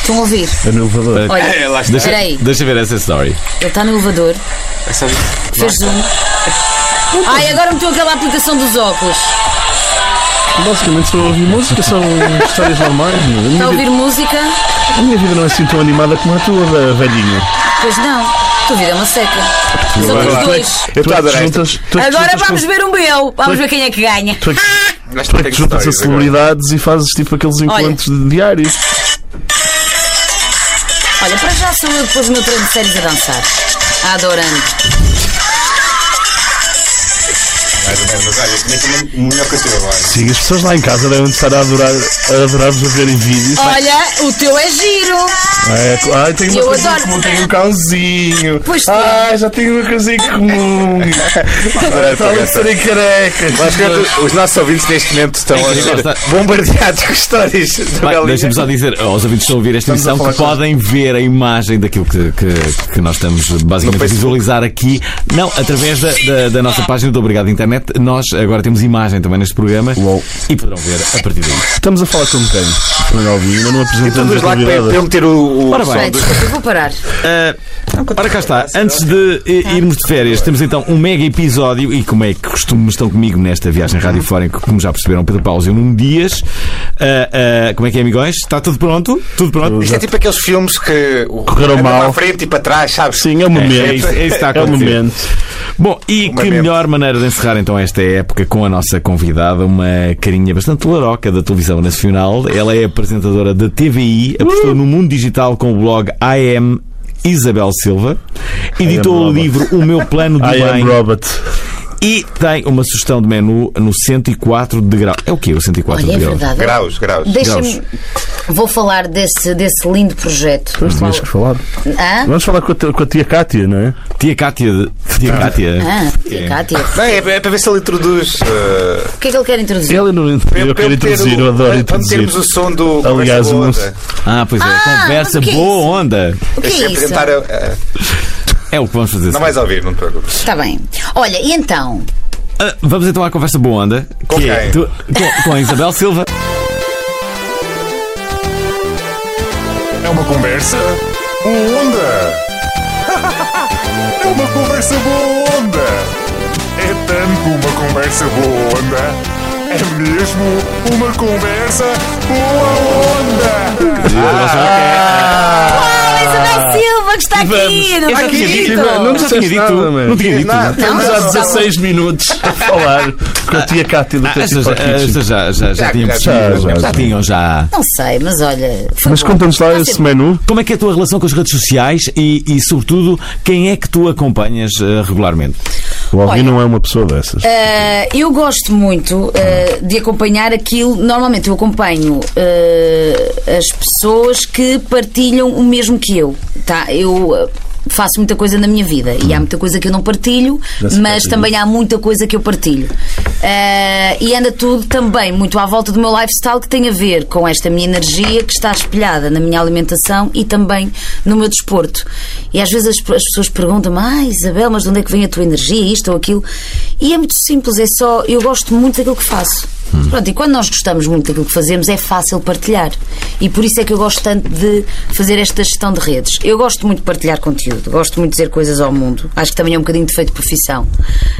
[SPEAKER 2] Estão a ouvir.
[SPEAKER 4] É no elevador.
[SPEAKER 2] Olha,
[SPEAKER 3] É, lá está.
[SPEAKER 2] espera aí.
[SPEAKER 1] Deixa ver essa story.
[SPEAKER 2] Ele está no elevador,
[SPEAKER 3] Sabes?
[SPEAKER 2] fez zoom. Ai, agora meteu aquela aplicação dos óculos.
[SPEAKER 4] Basicamente estou a ouvir música, são histórias normais. meu. A
[SPEAKER 2] Está a
[SPEAKER 4] minha,
[SPEAKER 2] ouvir
[SPEAKER 4] vida,
[SPEAKER 2] música?
[SPEAKER 4] a minha vida não é assim tão animada como a tua, da velhinha.
[SPEAKER 2] Pois não. Tua vida é uma seca.
[SPEAKER 3] Agora-
[SPEAKER 2] Somos
[SPEAKER 3] tu é que- Eu estou
[SPEAKER 2] dois.
[SPEAKER 3] a
[SPEAKER 4] Tu é que
[SPEAKER 3] adorar esta.
[SPEAKER 4] juntas- tu é que
[SPEAKER 2] Agora
[SPEAKER 4] juntas
[SPEAKER 2] vamos
[SPEAKER 4] com-
[SPEAKER 2] ver um meu. Vamos ver quem é que ganha.
[SPEAKER 4] Tu é que-
[SPEAKER 3] Mas
[SPEAKER 4] tu é
[SPEAKER 3] tem
[SPEAKER 4] que juntas a
[SPEAKER 3] stories agora.
[SPEAKER 4] celebridades e fazes tipo aqueles encontros diários.
[SPEAKER 2] Olha, para já sou eu que pus o meu treino de séries a dançar. Adorando.
[SPEAKER 3] Mais ou menos, mas olha, tinha aqui uma melhor coisa agora.
[SPEAKER 4] Sim, as pessoas lá em casa devem estar a adorar, a adorar-vos a verem vídeos.
[SPEAKER 2] Oh. Olha, o teu é giro.
[SPEAKER 4] É, co- ai, tenho uma
[SPEAKER 2] Eu
[SPEAKER 4] coisa
[SPEAKER 2] adoro.
[SPEAKER 4] em comum, tenho um cãozinho.
[SPEAKER 2] Pois tem.
[SPEAKER 4] Ai, já tenho uma coisa em <laughs> comum. Estava a serem carecas.
[SPEAKER 3] Mas portanto, os nossos ouvintes neste momento estão a
[SPEAKER 1] que
[SPEAKER 3] ser
[SPEAKER 1] gosta-
[SPEAKER 3] bombardeados com stories. da
[SPEAKER 1] Bem,
[SPEAKER 3] Belinha.
[SPEAKER 1] Deixa-me só dizer aos ouvintes que estão a ouvir esta
[SPEAKER 4] Estamos a
[SPEAKER 1] edição que
[SPEAKER 4] falar com-
[SPEAKER 1] podem ver a imagem daquilo que, que, que nós estamos basicamente a
[SPEAKER 3] Facebook.
[SPEAKER 1] visualizar aqui. Não, através da, da- da
[SPEAKER 4] Ah.
[SPEAKER 1] nossa página do Obrigado Internet. Nós agora temos imagem também neste programa
[SPEAKER 4] Uau.
[SPEAKER 1] e poderão ver a partir daí.
[SPEAKER 4] Estamos a falar com quem? Não ouvi, ainda não apresentamos
[SPEAKER 3] Todos
[SPEAKER 4] a
[SPEAKER 3] lá que para para eu
[SPEAKER 4] convidada.
[SPEAKER 3] meter o, o
[SPEAKER 1] Ora bem.
[SPEAKER 3] som
[SPEAKER 2] Bem,
[SPEAKER 3] dos-
[SPEAKER 2] desculpa, eu vou parar.
[SPEAKER 1] Ah, ora cá está, antes de eh, irmos de férias, temos então um mega episódio e como é que costumo, estão comigo nesta
[SPEAKER 4] Uhum.
[SPEAKER 1] viagem radiofónica, como já perceberam, Pedro Paulo e um Dias. Ah, ah, como é que é, amigões? Está tudo pronto? Tudo pronto?
[SPEAKER 3] Isto é tipo aqueles filmes que o-
[SPEAKER 4] Correram
[SPEAKER 3] andam
[SPEAKER 4] mal.
[SPEAKER 3] à frente e para trás, sabes?
[SPEAKER 4] Sim, é o momento.
[SPEAKER 1] é isso- é isso que está a
[SPEAKER 4] É o
[SPEAKER 1] acontecer.
[SPEAKER 4] momento.
[SPEAKER 1] Bom, e que
[SPEAKER 3] mente.
[SPEAKER 1] melhor maneira de encerrar então esta época com a nossa convidada, uma carinha bastante laroca da televisão nacional. Ela é apresentadora da TVI,
[SPEAKER 2] Uh!
[SPEAKER 1] apostou no mundo digital com o blog I Am Isabel Silva, editou o
[SPEAKER 4] Robert.
[SPEAKER 1] livro O Meu
[SPEAKER 2] <laughs>
[SPEAKER 1] Plano do
[SPEAKER 4] I am
[SPEAKER 1] Bem
[SPEAKER 4] Robert.
[SPEAKER 1] e tem uma sugestão de menu no 104 de grau. É o quê o 104
[SPEAKER 2] Olha, é
[SPEAKER 1] de grau?
[SPEAKER 2] verdade.
[SPEAKER 3] Graus, graus.
[SPEAKER 2] Deixa-me. Vou falar desse, desse lindo projeto.
[SPEAKER 4] Pois tinhas que falar.
[SPEAKER 2] Hã?
[SPEAKER 4] Vamos falar com a, tia- com a tia Cátia, não é?
[SPEAKER 1] Tia Cátia. de- Tia Cátia.
[SPEAKER 2] Hã? Ah. Tia Cátia.
[SPEAKER 3] Não, é, é para ver se ele introduz. eh,
[SPEAKER 2] O que é que ele quer introduzir?
[SPEAKER 4] Ela não Eu
[SPEAKER 3] para
[SPEAKER 4] quero
[SPEAKER 3] ter
[SPEAKER 4] introduzir,
[SPEAKER 3] o-
[SPEAKER 4] eu adoro
[SPEAKER 3] para- Para
[SPEAKER 4] introduzir.
[SPEAKER 3] termos o som do.
[SPEAKER 4] Aliás,
[SPEAKER 3] Conversa
[SPEAKER 4] um o
[SPEAKER 3] Boa
[SPEAKER 4] nosso-
[SPEAKER 3] Onda.
[SPEAKER 1] Ah, pois é.
[SPEAKER 2] Ah,
[SPEAKER 1] Conversa
[SPEAKER 2] o que é
[SPEAKER 1] boa
[SPEAKER 2] isso?
[SPEAKER 1] onda.
[SPEAKER 2] O que
[SPEAKER 3] Este
[SPEAKER 2] é
[SPEAKER 3] é
[SPEAKER 2] isso?
[SPEAKER 3] apresentar, eh,
[SPEAKER 1] É o que vamos fazer.
[SPEAKER 3] Não vais ouvir, não te preocupes.
[SPEAKER 2] Está bem. Olha, e então?
[SPEAKER 1] Ah, vamos então à conversa boa onda.
[SPEAKER 3] Com
[SPEAKER 1] que é
[SPEAKER 3] quem?
[SPEAKER 1] tu- com- com a Isabel Silva.
[SPEAKER 5] É uma conversa boa onda. É uma conversa boa onda. É tanto uma conversa boa onda. É mesmo uma conversa boa onda.
[SPEAKER 1] Ah,
[SPEAKER 2] Isabel Silva que está aqui! Não
[SPEAKER 1] Não tinha dito,
[SPEAKER 2] acredito!
[SPEAKER 1] não tinha
[SPEAKER 4] disseste
[SPEAKER 1] dito,
[SPEAKER 4] nada, man.
[SPEAKER 1] não tinha dito.
[SPEAKER 3] Nada.
[SPEAKER 4] Estamos há
[SPEAKER 2] Então, não, não.
[SPEAKER 4] 16 minutos a falar com a tia Cátia do
[SPEAKER 1] Ah,
[SPEAKER 4] Taxi
[SPEAKER 1] estas
[SPEAKER 4] para
[SPEAKER 1] já,
[SPEAKER 4] a Kitchen.
[SPEAKER 1] estas já, já, já
[SPEAKER 3] Já,
[SPEAKER 1] tinham
[SPEAKER 3] já,
[SPEAKER 1] percebido,
[SPEAKER 4] já,
[SPEAKER 1] já,
[SPEAKER 4] já.
[SPEAKER 1] tinham já.
[SPEAKER 2] Não sei, mas olha. foi
[SPEAKER 4] Mas
[SPEAKER 2] bom.
[SPEAKER 4] conta-nos lá
[SPEAKER 2] Está
[SPEAKER 4] esse
[SPEAKER 2] sempre-
[SPEAKER 4] menu.
[SPEAKER 1] Como é que é a tua relação com as redes sociais e, e, sobretudo, quem é que tu acompanhas eh, regularmente?
[SPEAKER 4] O Alvin
[SPEAKER 2] Olha.
[SPEAKER 4] não é uma pessoa dessas.
[SPEAKER 2] Ah, eu gosto muito ah, de acompanhar aquilo. Normalmente eu acompanho ah, as pessoas que partilham o mesmo que eu. Tá? Eu ah, faço muita coisa na minha vida e há muita coisa que eu não partilho,
[SPEAKER 4] Já se
[SPEAKER 2] mas
[SPEAKER 4] partilha.
[SPEAKER 2] também há muita coisa que eu partilho. Ah, e anda tudo também muito à volta do meu lifestyle que tem a ver com esta minha energia que está espelhada na minha alimentação e também no meu desporto. E às vezes as, as pessoas perguntam-me, ah Isabel, mas de onde é que vem a tua energia, isto ou aquilo? E é muito simples, é só, eu gosto muito daquilo que faço. Pronto, e quando nós gostamos muito daquilo que fazemos, é fácil partilhar. E por isso é que eu gosto tanto de fazer esta gestão de redes. Eu gosto muito de partilhar conteúdo, gosto muito de dizer coisas ao mundo. Acho que também é um bocadinho defeito de profissão.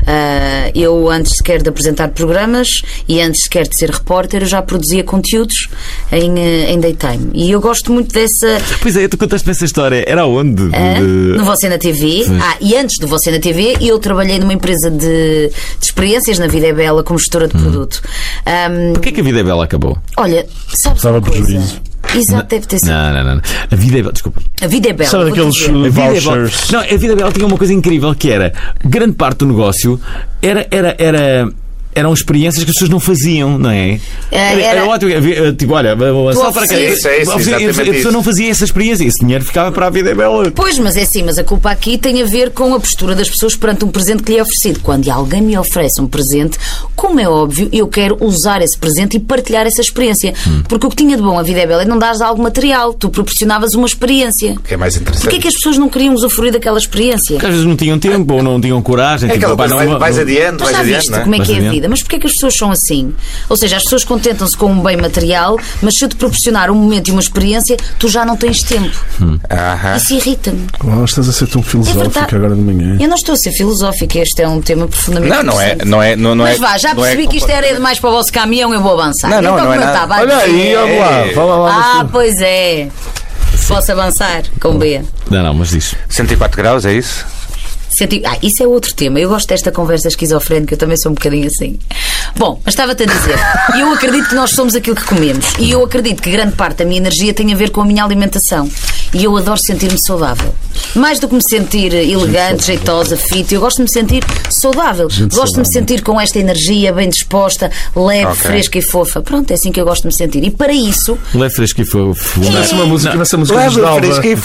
[SPEAKER 2] Ah, eu, antes sequer de apresentar programas e antes sequer de ser repórter, eu já produzia conteúdos em, eh, em daytime. E eu gosto muito dessa.
[SPEAKER 1] Pois é, tu contaste-me essa história. Era onde?
[SPEAKER 2] Ah,
[SPEAKER 1] De-
[SPEAKER 2] no Você na TV. Ah, e antes do Você na TV, eu trabalhei numa empresa de, de experiências na Vida é Bela como gestora de
[SPEAKER 1] Hum.
[SPEAKER 2] produto. Ahm,
[SPEAKER 1] Porquê que a vida é bela acabou?
[SPEAKER 2] Olha, sabes
[SPEAKER 4] Estava
[SPEAKER 2] uma coisa?
[SPEAKER 4] prejuízo.
[SPEAKER 2] Exato, deve ter sido.
[SPEAKER 1] Não, não, não. não. A vida é bela. Desculpa.
[SPEAKER 2] A vida é bela.
[SPEAKER 4] Sabe
[SPEAKER 2] vou
[SPEAKER 4] aqueles
[SPEAKER 2] dizer.
[SPEAKER 1] A
[SPEAKER 4] uh,
[SPEAKER 1] vida é bela.
[SPEAKER 4] vouchers?
[SPEAKER 1] Não, a vida é bela tinha uma coisa incrível que era grande parte do negócio era. era, era eram experiências que as pessoas não faziam, não é?
[SPEAKER 2] É, era-
[SPEAKER 1] ótimo. Havia, Tipo, olha, vou lançar para cá.
[SPEAKER 2] ofereces-
[SPEAKER 3] Isso, é isso,
[SPEAKER 1] Ofereces-
[SPEAKER 3] exatamente
[SPEAKER 1] a pessoa
[SPEAKER 3] isso.
[SPEAKER 1] não fazia essa experiência. Esse dinheiro ficava para a vida é bela.
[SPEAKER 2] Pois, mas é assim, mas a culpa aqui tem a ver com a postura das pessoas perante um presente que lhe é oferecido. Quando alguém me oferece um presente, como é óbvio, eu quero usar esse presente e partilhar essa experiência.
[SPEAKER 1] Hum.
[SPEAKER 2] Porque o que tinha de bom a vida é bela é não dares algo material, tu proporcionavas uma experiência.
[SPEAKER 3] Que é mais
[SPEAKER 2] Porquê
[SPEAKER 4] Tipo,
[SPEAKER 3] interessante.
[SPEAKER 2] é que as pessoas não queriam usufruir daquela experiência?
[SPEAKER 1] Porque às vezes não tinham tempo ou não tinham coragem.
[SPEAKER 3] É
[SPEAKER 1] tipo,
[SPEAKER 3] aquela
[SPEAKER 1] "Pá,
[SPEAKER 3] coisa,
[SPEAKER 1] não-
[SPEAKER 3] vais, vais
[SPEAKER 1] não-
[SPEAKER 3] adiante,
[SPEAKER 2] Tu
[SPEAKER 3] vais
[SPEAKER 2] já
[SPEAKER 3] adiante,
[SPEAKER 2] viste
[SPEAKER 3] não é?
[SPEAKER 2] como é que é a
[SPEAKER 1] Basicamente.
[SPEAKER 2] vida, mas porquê é que as pessoas são assim? Ou seja, as pessoas contentam-se com um bem material, mas se eu te proporcionar um momento e uma experiência, tu já não tens tempo.
[SPEAKER 3] Aham.
[SPEAKER 2] Isso irrita-me.
[SPEAKER 4] Oh, estás a ser tão filosófico
[SPEAKER 2] É verdade.
[SPEAKER 4] agora de manhã.
[SPEAKER 2] Eu não estou a ser filosófica, este é um tema profundamente
[SPEAKER 3] Não, não é.
[SPEAKER 2] interessante.
[SPEAKER 3] Não é não, não
[SPEAKER 2] Mas
[SPEAKER 3] é,
[SPEAKER 2] vá, já
[SPEAKER 3] não
[SPEAKER 2] percebi
[SPEAKER 3] é
[SPEAKER 2] que isto era demais para o vosso caminhão, eu vou avançar.
[SPEAKER 3] Não, não,
[SPEAKER 2] então,
[SPEAKER 3] não é
[SPEAKER 2] como eu
[SPEAKER 3] nada.
[SPEAKER 2] estava a
[SPEAKER 4] Olha aí,
[SPEAKER 2] dizer-
[SPEAKER 4] olha lá, fala lá.
[SPEAKER 2] Ah, pois é. Posso avançar com B.
[SPEAKER 1] Não, não, mas diz.
[SPEAKER 3] 104 graus, é isso?
[SPEAKER 2] Senti- Ah, isso é outro tema. Eu gosto desta conversa esquizofrénica, eu também sou um bocadinho assim. Bom, mas estava-te a dizer, eu acredito que nós somos aquilo que comemos. E eu acredito que grande parte da minha energia tem a ver com a minha alimentação. E eu adoro sentir-me saudável. Mais do que me sentir elegante, jeitosa, fit, eu gosto de me sentir saudável. gosto de me sentir com esta energia bem disposta, leve,
[SPEAKER 3] Ok.
[SPEAKER 2] fresca e fofa. Pronto, é assim que eu gosto de me sentir. E para isso,
[SPEAKER 1] Leve fresco e foi.
[SPEAKER 4] Parece uma música, parece a música dos
[SPEAKER 3] Leva
[SPEAKER 4] Dalva.
[SPEAKER 3] fresca e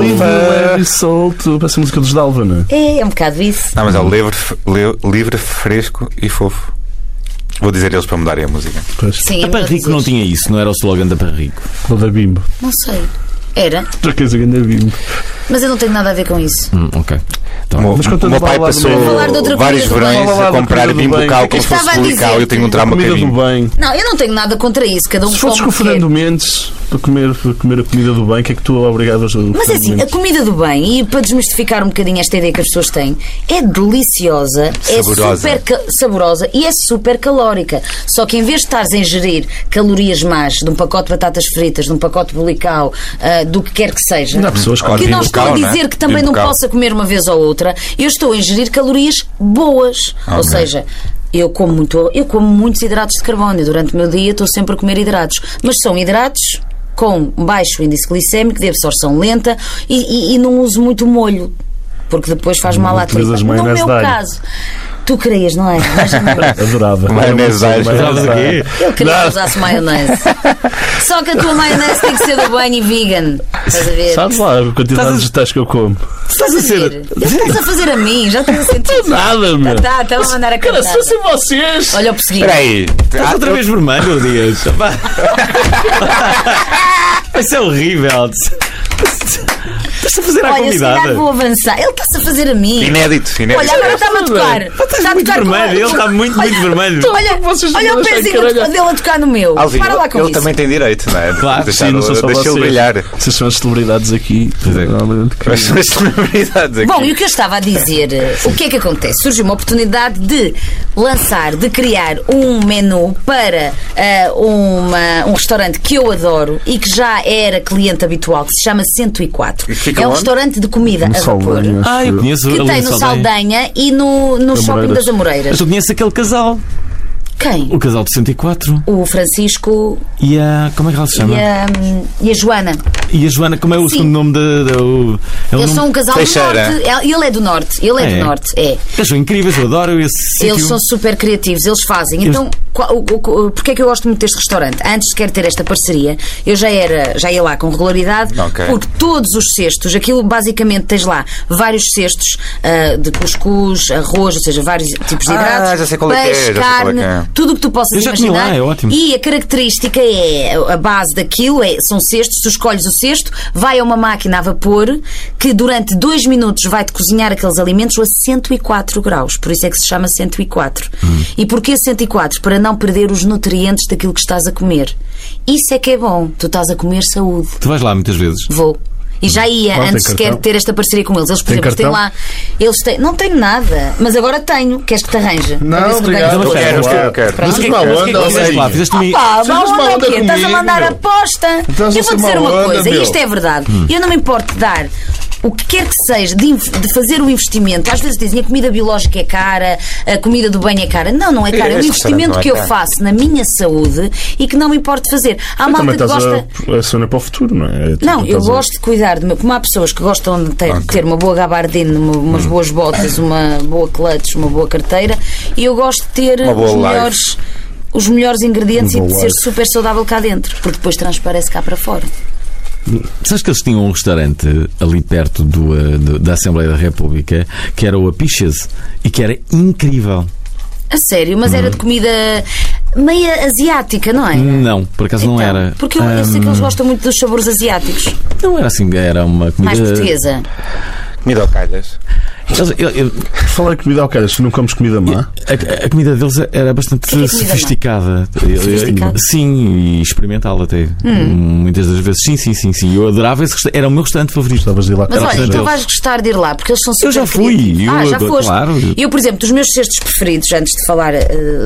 [SPEAKER 4] Livre,
[SPEAKER 3] fofa.
[SPEAKER 4] leve e solto. Parece a música dos Dalva, não é?
[SPEAKER 2] é, é um bocado isso.
[SPEAKER 3] Não, mas é o livre, f- le- livre, fresco e fofo. Vou dizer eles para mudarem a música.
[SPEAKER 4] Pois,
[SPEAKER 1] A
[SPEAKER 2] Sim, é melhor
[SPEAKER 1] Parrico não
[SPEAKER 2] dizer.
[SPEAKER 1] tinha isso, não era o slogan da Parrico.
[SPEAKER 4] ou da Bimbo.
[SPEAKER 2] Não sei. Era,
[SPEAKER 4] Outra coisa, grande Bimbo.
[SPEAKER 2] mas eu não tenho nada a ver com isso.
[SPEAKER 1] Hum, ok.
[SPEAKER 3] Tá O meu,
[SPEAKER 4] Mas conta-nos
[SPEAKER 3] meu
[SPEAKER 4] lá
[SPEAKER 3] pai
[SPEAKER 4] do lado
[SPEAKER 3] passou
[SPEAKER 4] do meio.
[SPEAKER 2] Falar de outra
[SPEAKER 3] vários
[SPEAKER 2] comida do bem.
[SPEAKER 3] verões
[SPEAKER 4] Fala lá
[SPEAKER 3] a
[SPEAKER 4] da
[SPEAKER 3] comprar
[SPEAKER 4] comida do
[SPEAKER 3] bimbo
[SPEAKER 4] bem.
[SPEAKER 3] cal
[SPEAKER 4] Eu
[SPEAKER 3] como se
[SPEAKER 2] estava
[SPEAKER 3] fosse
[SPEAKER 2] a
[SPEAKER 3] bulical.
[SPEAKER 2] dizer.
[SPEAKER 3] Eu tenho um trauma
[SPEAKER 4] Comida do
[SPEAKER 3] bimbo.
[SPEAKER 4] bem.
[SPEAKER 2] Não, eu não tenho nada contra isso, cada um
[SPEAKER 4] Se fosses
[SPEAKER 2] come
[SPEAKER 4] com o
[SPEAKER 2] o que
[SPEAKER 4] Fernando Mendes para comer, para comer a comida do bem, o que é que tu obrigavas ao
[SPEAKER 2] Mas
[SPEAKER 4] Fernando
[SPEAKER 2] assim, a
[SPEAKER 4] Mendes?
[SPEAKER 2] comida do bem, e para desmistificar um bocadinho esta ideia que as pessoas têm, é deliciosa, é
[SPEAKER 3] Saborosa.
[SPEAKER 2] super ca- saborosa e é super calórica. Só que em vez de estares a ingerir calorias más de um pacote de batatas fritas, de um pacote de bulical, ah, do que quer que seja,
[SPEAKER 4] Não há pessoas que
[SPEAKER 3] Olha,
[SPEAKER 2] que
[SPEAKER 4] comem
[SPEAKER 2] não estou a
[SPEAKER 3] bulical, não é?
[SPEAKER 2] dizer que também não
[SPEAKER 3] Bulical.
[SPEAKER 2] possa comer uma vez ou outra, eu estou a ingerir calorias boas. Ou
[SPEAKER 3] Ok.
[SPEAKER 2] seja, eu como, muito, eu como muitos hidratos de carbono. Eu, durante o meu dia estou sempre a comer hidratos. Mas são hidratos com baixo índice glicémico, de absorção lenta e, e- e não uso muito molho, porque depois faz mal à tripa.
[SPEAKER 4] utilizas
[SPEAKER 2] No
[SPEAKER 4] maionese
[SPEAKER 2] meu
[SPEAKER 4] de alho.
[SPEAKER 2] caso. Tu creias, não é? Mas
[SPEAKER 4] <laughs> Adorava.
[SPEAKER 3] Maionese de alho.
[SPEAKER 4] Maionese de alho.
[SPEAKER 2] eu queria que
[SPEAKER 4] Não.
[SPEAKER 2] usasse maionese. Só que a tua maionese tem que ser do banho e vegan. Estás a ver?
[SPEAKER 4] Sabes lá a quantidade de vegetais que eu como?
[SPEAKER 1] Estás a ser.
[SPEAKER 2] Já estás a fazer a mim, já estás a sentir.
[SPEAKER 4] Nada, meu.
[SPEAKER 2] Tá, tá, vou mandar a
[SPEAKER 4] Cara,
[SPEAKER 2] cantar.
[SPEAKER 4] se fossem vocês.
[SPEAKER 2] Olha o perseguido.
[SPEAKER 3] Espera aí.
[SPEAKER 1] Estás outra vez vermelho, Dias. Pá. Isso é horrível. Estás a fazer à
[SPEAKER 2] Olha, se calhar
[SPEAKER 1] convidada.
[SPEAKER 2] vou avançar. Ele está-se a fazer a mim.
[SPEAKER 3] Inédito, inédito.
[SPEAKER 2] Olha, agora tá- está-me a tocar.
[SPEAKER 1] Pá,
[SPEAKER 2] Está
[SPEAKER 1] Estás
[SPEAKER 2] a
[SPEAKER 1] muito
[SPEAKER 2] tocar com-
[SPEAKER 1] vermelho, ele está muito, muito vermelho.
[SPEAKER 2] Olha, olha o pezinho dele a tocar no meu.
[SPEAKER 3] Alvin,
[SPEAKER 2] Para lá
[SPEAKER 3] ele,
[SPEAKER 2] com
[SPEAKER 3] ele
[SPEAKER 2] isso.
[SPEAKER 3] também tem direito, não é?
[SPEAKER 1] Claro,
[SPEAKER 3] Deixar
[SPEAKER 4] não
[SPEAKER 3] o-
[SPEAKER 4] são só
[SPEAKER 3] Deixa-o
[SPEAKER 4] vocês.
[SPEAKER 3] brilhar.
[SPEAKER 4] Vocês são as celebridades aqui.
[SPEAKER 1] Pois é.
[SPEAKER 4] Realmente, que-
[SPEAKER 3] Mas são as celebridades aqui.
[SPEAKER 2] Bom, e o que eu estava a dizer, eh, o que é que acontece? Surge uma oportunidade de lançar, de criar um menu para eh, uma- um restaurante que eu adoro e que já era cliente habitual, que se chama 104.
[SPEAKER 3] E fica
[SPEAKER 2] É um
[SPEAKER 3] onde?
[SPEAKER 2] restaurante de comida a vapor.
[SPEAKER 4] Saldanha, um acho
[SPEAKER 1] Ah, eu
[SPEAKER 4] eu.
[SPEAKER 1] conheço
[SPEAKER 2] Que
[SPEAKER 1] ali
[SPEAKER 2] tem
[SPEAKER 1] na
[SPEAKER 2] no
[SPEAKER 1] Saldanha.
[SPEAKER 2] Saldanha e no, no shopping
[SPEAKER 4] Amoreiras.
[SPEAKER 2] das Amoreiras.
[SPEAKER 1] Mas eu conheço aquele casal,
[SPEAKER 2] Quem?
[SPEAKER 1] o casal de 104
[SPEAKER 2] O Francisco
[SPEAKER 1] e a. Como é que ela se chama?
[SPEAKER 2] e a, hum, e a Joana.
[SPEAKER 1] E a Joana, como é o
[SPEAKER 2] Sim.
[SPEAKER 1] segundo nome da. da- o- é o
[SPEAKER 2] Eles
[SPEAKER 1] nome-
[SPEAKER 2] são um casal
[SPEAKER 3] Teixeira.
[SPEAKER 2] do norte. Ele- Ele é do norte. Ele é,
[SPEAKER 1] É.
[SPEAKER 2] do norte, é.
[SPEAKER 1] Eles são incríveis, eu adoro esse
[SPEAKER 2] Eles
[SPEAKER 1] sítio.
[SPEAKER 2] são super criativos, eles fazem. Então, qual, o, o, o- porquê é que eu gosto muito deste restaurante? Antes de querer ter esta parceria, eu já era, já ia lá com regularidade,
[SPEAKER 3] Ok.
[SPEAKER 2] porque todos os cestos, aquilo basicamente tens lá vários cestos ah, de cuscuz, arroz, ou seja, vários tipos de
[SPEAKER 3] Ah,
[SPEAKER 2] hidratos,
[SPEAKER 3] já sei qual é que é, já
[SPEAKER 2] peixe,
[SPEAKER 3] sei qual é
[SPEAKER 2] carne,
[SPEAKER 3] que é.
[SPEAKER 2] tudo o que tu possas
[SPEAKER 1] Eu já comi lá,
[SPEAKER 2] imaginar.
[SPEAKER 1] é ótimo.
[SPEAKER 2] E a característica é, a base daquilo é, são cestos, tu escolhes o cesto, vai a uma máquina a vapor que durante dois minutos vai-te cozinhar aqueles alimentos a 104 graus. Por isso é que se chama 104. E porquê 104? Para não perder os nutrientes daquilo que estás a comer. Isso é que é bom. Tu estás a comer saúde.
[SPEAKER 1] Tu vais lá muitas vezes.
[SPEAKER 2] Vou. E já ia
[SPEAKER 4] Ah, tem
[SPEAKER 2] antes sequer
[SPEAKER 4] cartão?
[SPEAKER 2] de ter esta parceria com eles. Eles, por
[SPEAKER 4] Tem
[SPEAKER 2] exemplo, têm
[SPEAKER 4] cartão?
[SPEAKER 2] lá. Eles têm. Não tenho nada, mas agora tenho. Queres que te arranja? Para ver
[SPEAKER 4] Não,
[SPEAKER 2] se tu
[SPEAKER 4] obrigado.
[SPEAKER 2] ganhas.
[SPEAKER 1] Eu quero,
[SPEAKER 4] Vamos
[SPEAKER 3] eu quero.
[SPEAKER 4] lá.
[SPEAKER 1] o
[SPEAKER 4] Mas
[SPEAKER 1] que é
[SPEAKER 4] que
[SPEAKER 1] que- mas o que é
[SPEAKER 4] malandro,
[SPEAKER 1] que fizeste lá?
[SPEAKER 4] olha aí.
[SPEAKER 1] Fizeste-me.
[SPEAKER 2] Pá,
[SPEAKER 4] Sejas
[SPEAKER 2] mal
[SPEAKER 4] malandro
[SPEAKER 2] onda aqui,
[SPEAKER 4] comigo,
[SPEAKER 2] estás a mandar
[SPEAKER 4] meu.
[SPEAKER 2] aposta.
[SPEAKER 4] Estás a
[SPEAKER 2] Eu vou
[SPEAKER 4] ser
[SPEAKER 2] dizer uma
[SPEAKER 4] malandro,
[SPEAKER 2] coisa, e
[SPEAKER 4] meu.
[SPEAKER 2] isto é verdade. Eu não me importo de dar o que quer que seja, de, inv- de fazer o investimento. Às vezes dizem a comida biológica é cara, a comida do bem é cara. Não, não é cara. É o
[SPEAKER 3] Este
[SPEAKER 2] investimento
[SPEAKER 3] restaurante
[SPEAKER 2] que
[SPEAKER 3] não
[SPEAKER 2] eu
[SPEAKER 3] é caro.
[SPEAKER 2] faço na minha saúde e que não me importo de fazer. Há malta
[SPEAKER 4] Também
[SPEAKER 2] que
[SPEAKER 4] Então, estás
[SPEAKER 2] gosta.
[SPEAKER 4] a, é a sonhar para o futuro, não é? Tu
[SPEAKER 2] Não, eu
[SPEAKER 4] estás a-
[SPEAKER 2] gosto de cuidar do meu. Como há pessoas que gostam de ter, ter uma boa gabardina, uma- umas boas botas, uma boa clutch, uma boa carteira, e eu gosto de ter
[SPEAKER 3] Uma boa
[SPEAKER 2] os
[SPEAKER 3] life.
[SPEAKER 2] melhores. Os melhores ingredientes
[SPEAKER 4] Uma
[SPEAKER 2] e de
[SPEAKER 4] boa
[SPEAKER 2] ser
[SPEAKER 4] life.
[SPEAKER 2] super saudável cá dentro, porque depois transparece cá para fora.
[SPEAKER 1] Sabes que eles tinham um restaurante ali perto do, eh, do- da Assembleia da República que era o Apiches e que era incrível.
[SPEAKER 2] A sério, mas era de comida meia asiática, não é?
[SPEAKER 1] Não, por acaso Hum, não era. Hum.
[SPEAKER 2] Porque eu, eu sei que
[SPEAKER 1] Ahm,
[SPEAKER 2] eles gostam muito dos sabores asiáticos.
[SPEAKER 1] Não era assim, era uma comida. Eh,
[SPEAKER 2] Mais portuguesa.
[SPEAKER 3] Comida ao calhas.
[SPEAKER 1] Eles- eu- eu-
[SPEAKER 4] Por falar em comida ao calhas, tu não comes comida má?
[SPEAKER 1] a, a comida deles era bastante
[SPEAKER 2] que é comida,
[SPEAKER 1] sofisticada. Eu- eu-
[SPEAKER 2] Sofisticada? Hum.
[SPEAKER 1] Sim, e experimental até. Muitas das vezes. Sim, sim, sim, sim. Eu adorava esse restaurante. Era o meu restaurante favorito.
[SPEAKER 4] Estavas de ir lá
[SPEAKER 2] Mas
[SPEAKER 1] Era
[SPEAKER 2] olha,
[SPEAKER 1] o
[SPEAKER 2] então
[SPEAKER 1] deles.
[SPEAKER 2] vais gostar de ir lá, porque eles são super
[SPEAKER 1] Eu já fui,
[SPEAKER 2] criativos.
[SPEAKER 1] eu
[SPEAKER 2] ah, já
[SPEAKER 1] adoro,
[SPEAKER 2] foste.
[SPEAKER 1] claro.
[SPEAKER 2] Eu, por exemplo, dos meus cestos preferidos, antes de falar eh,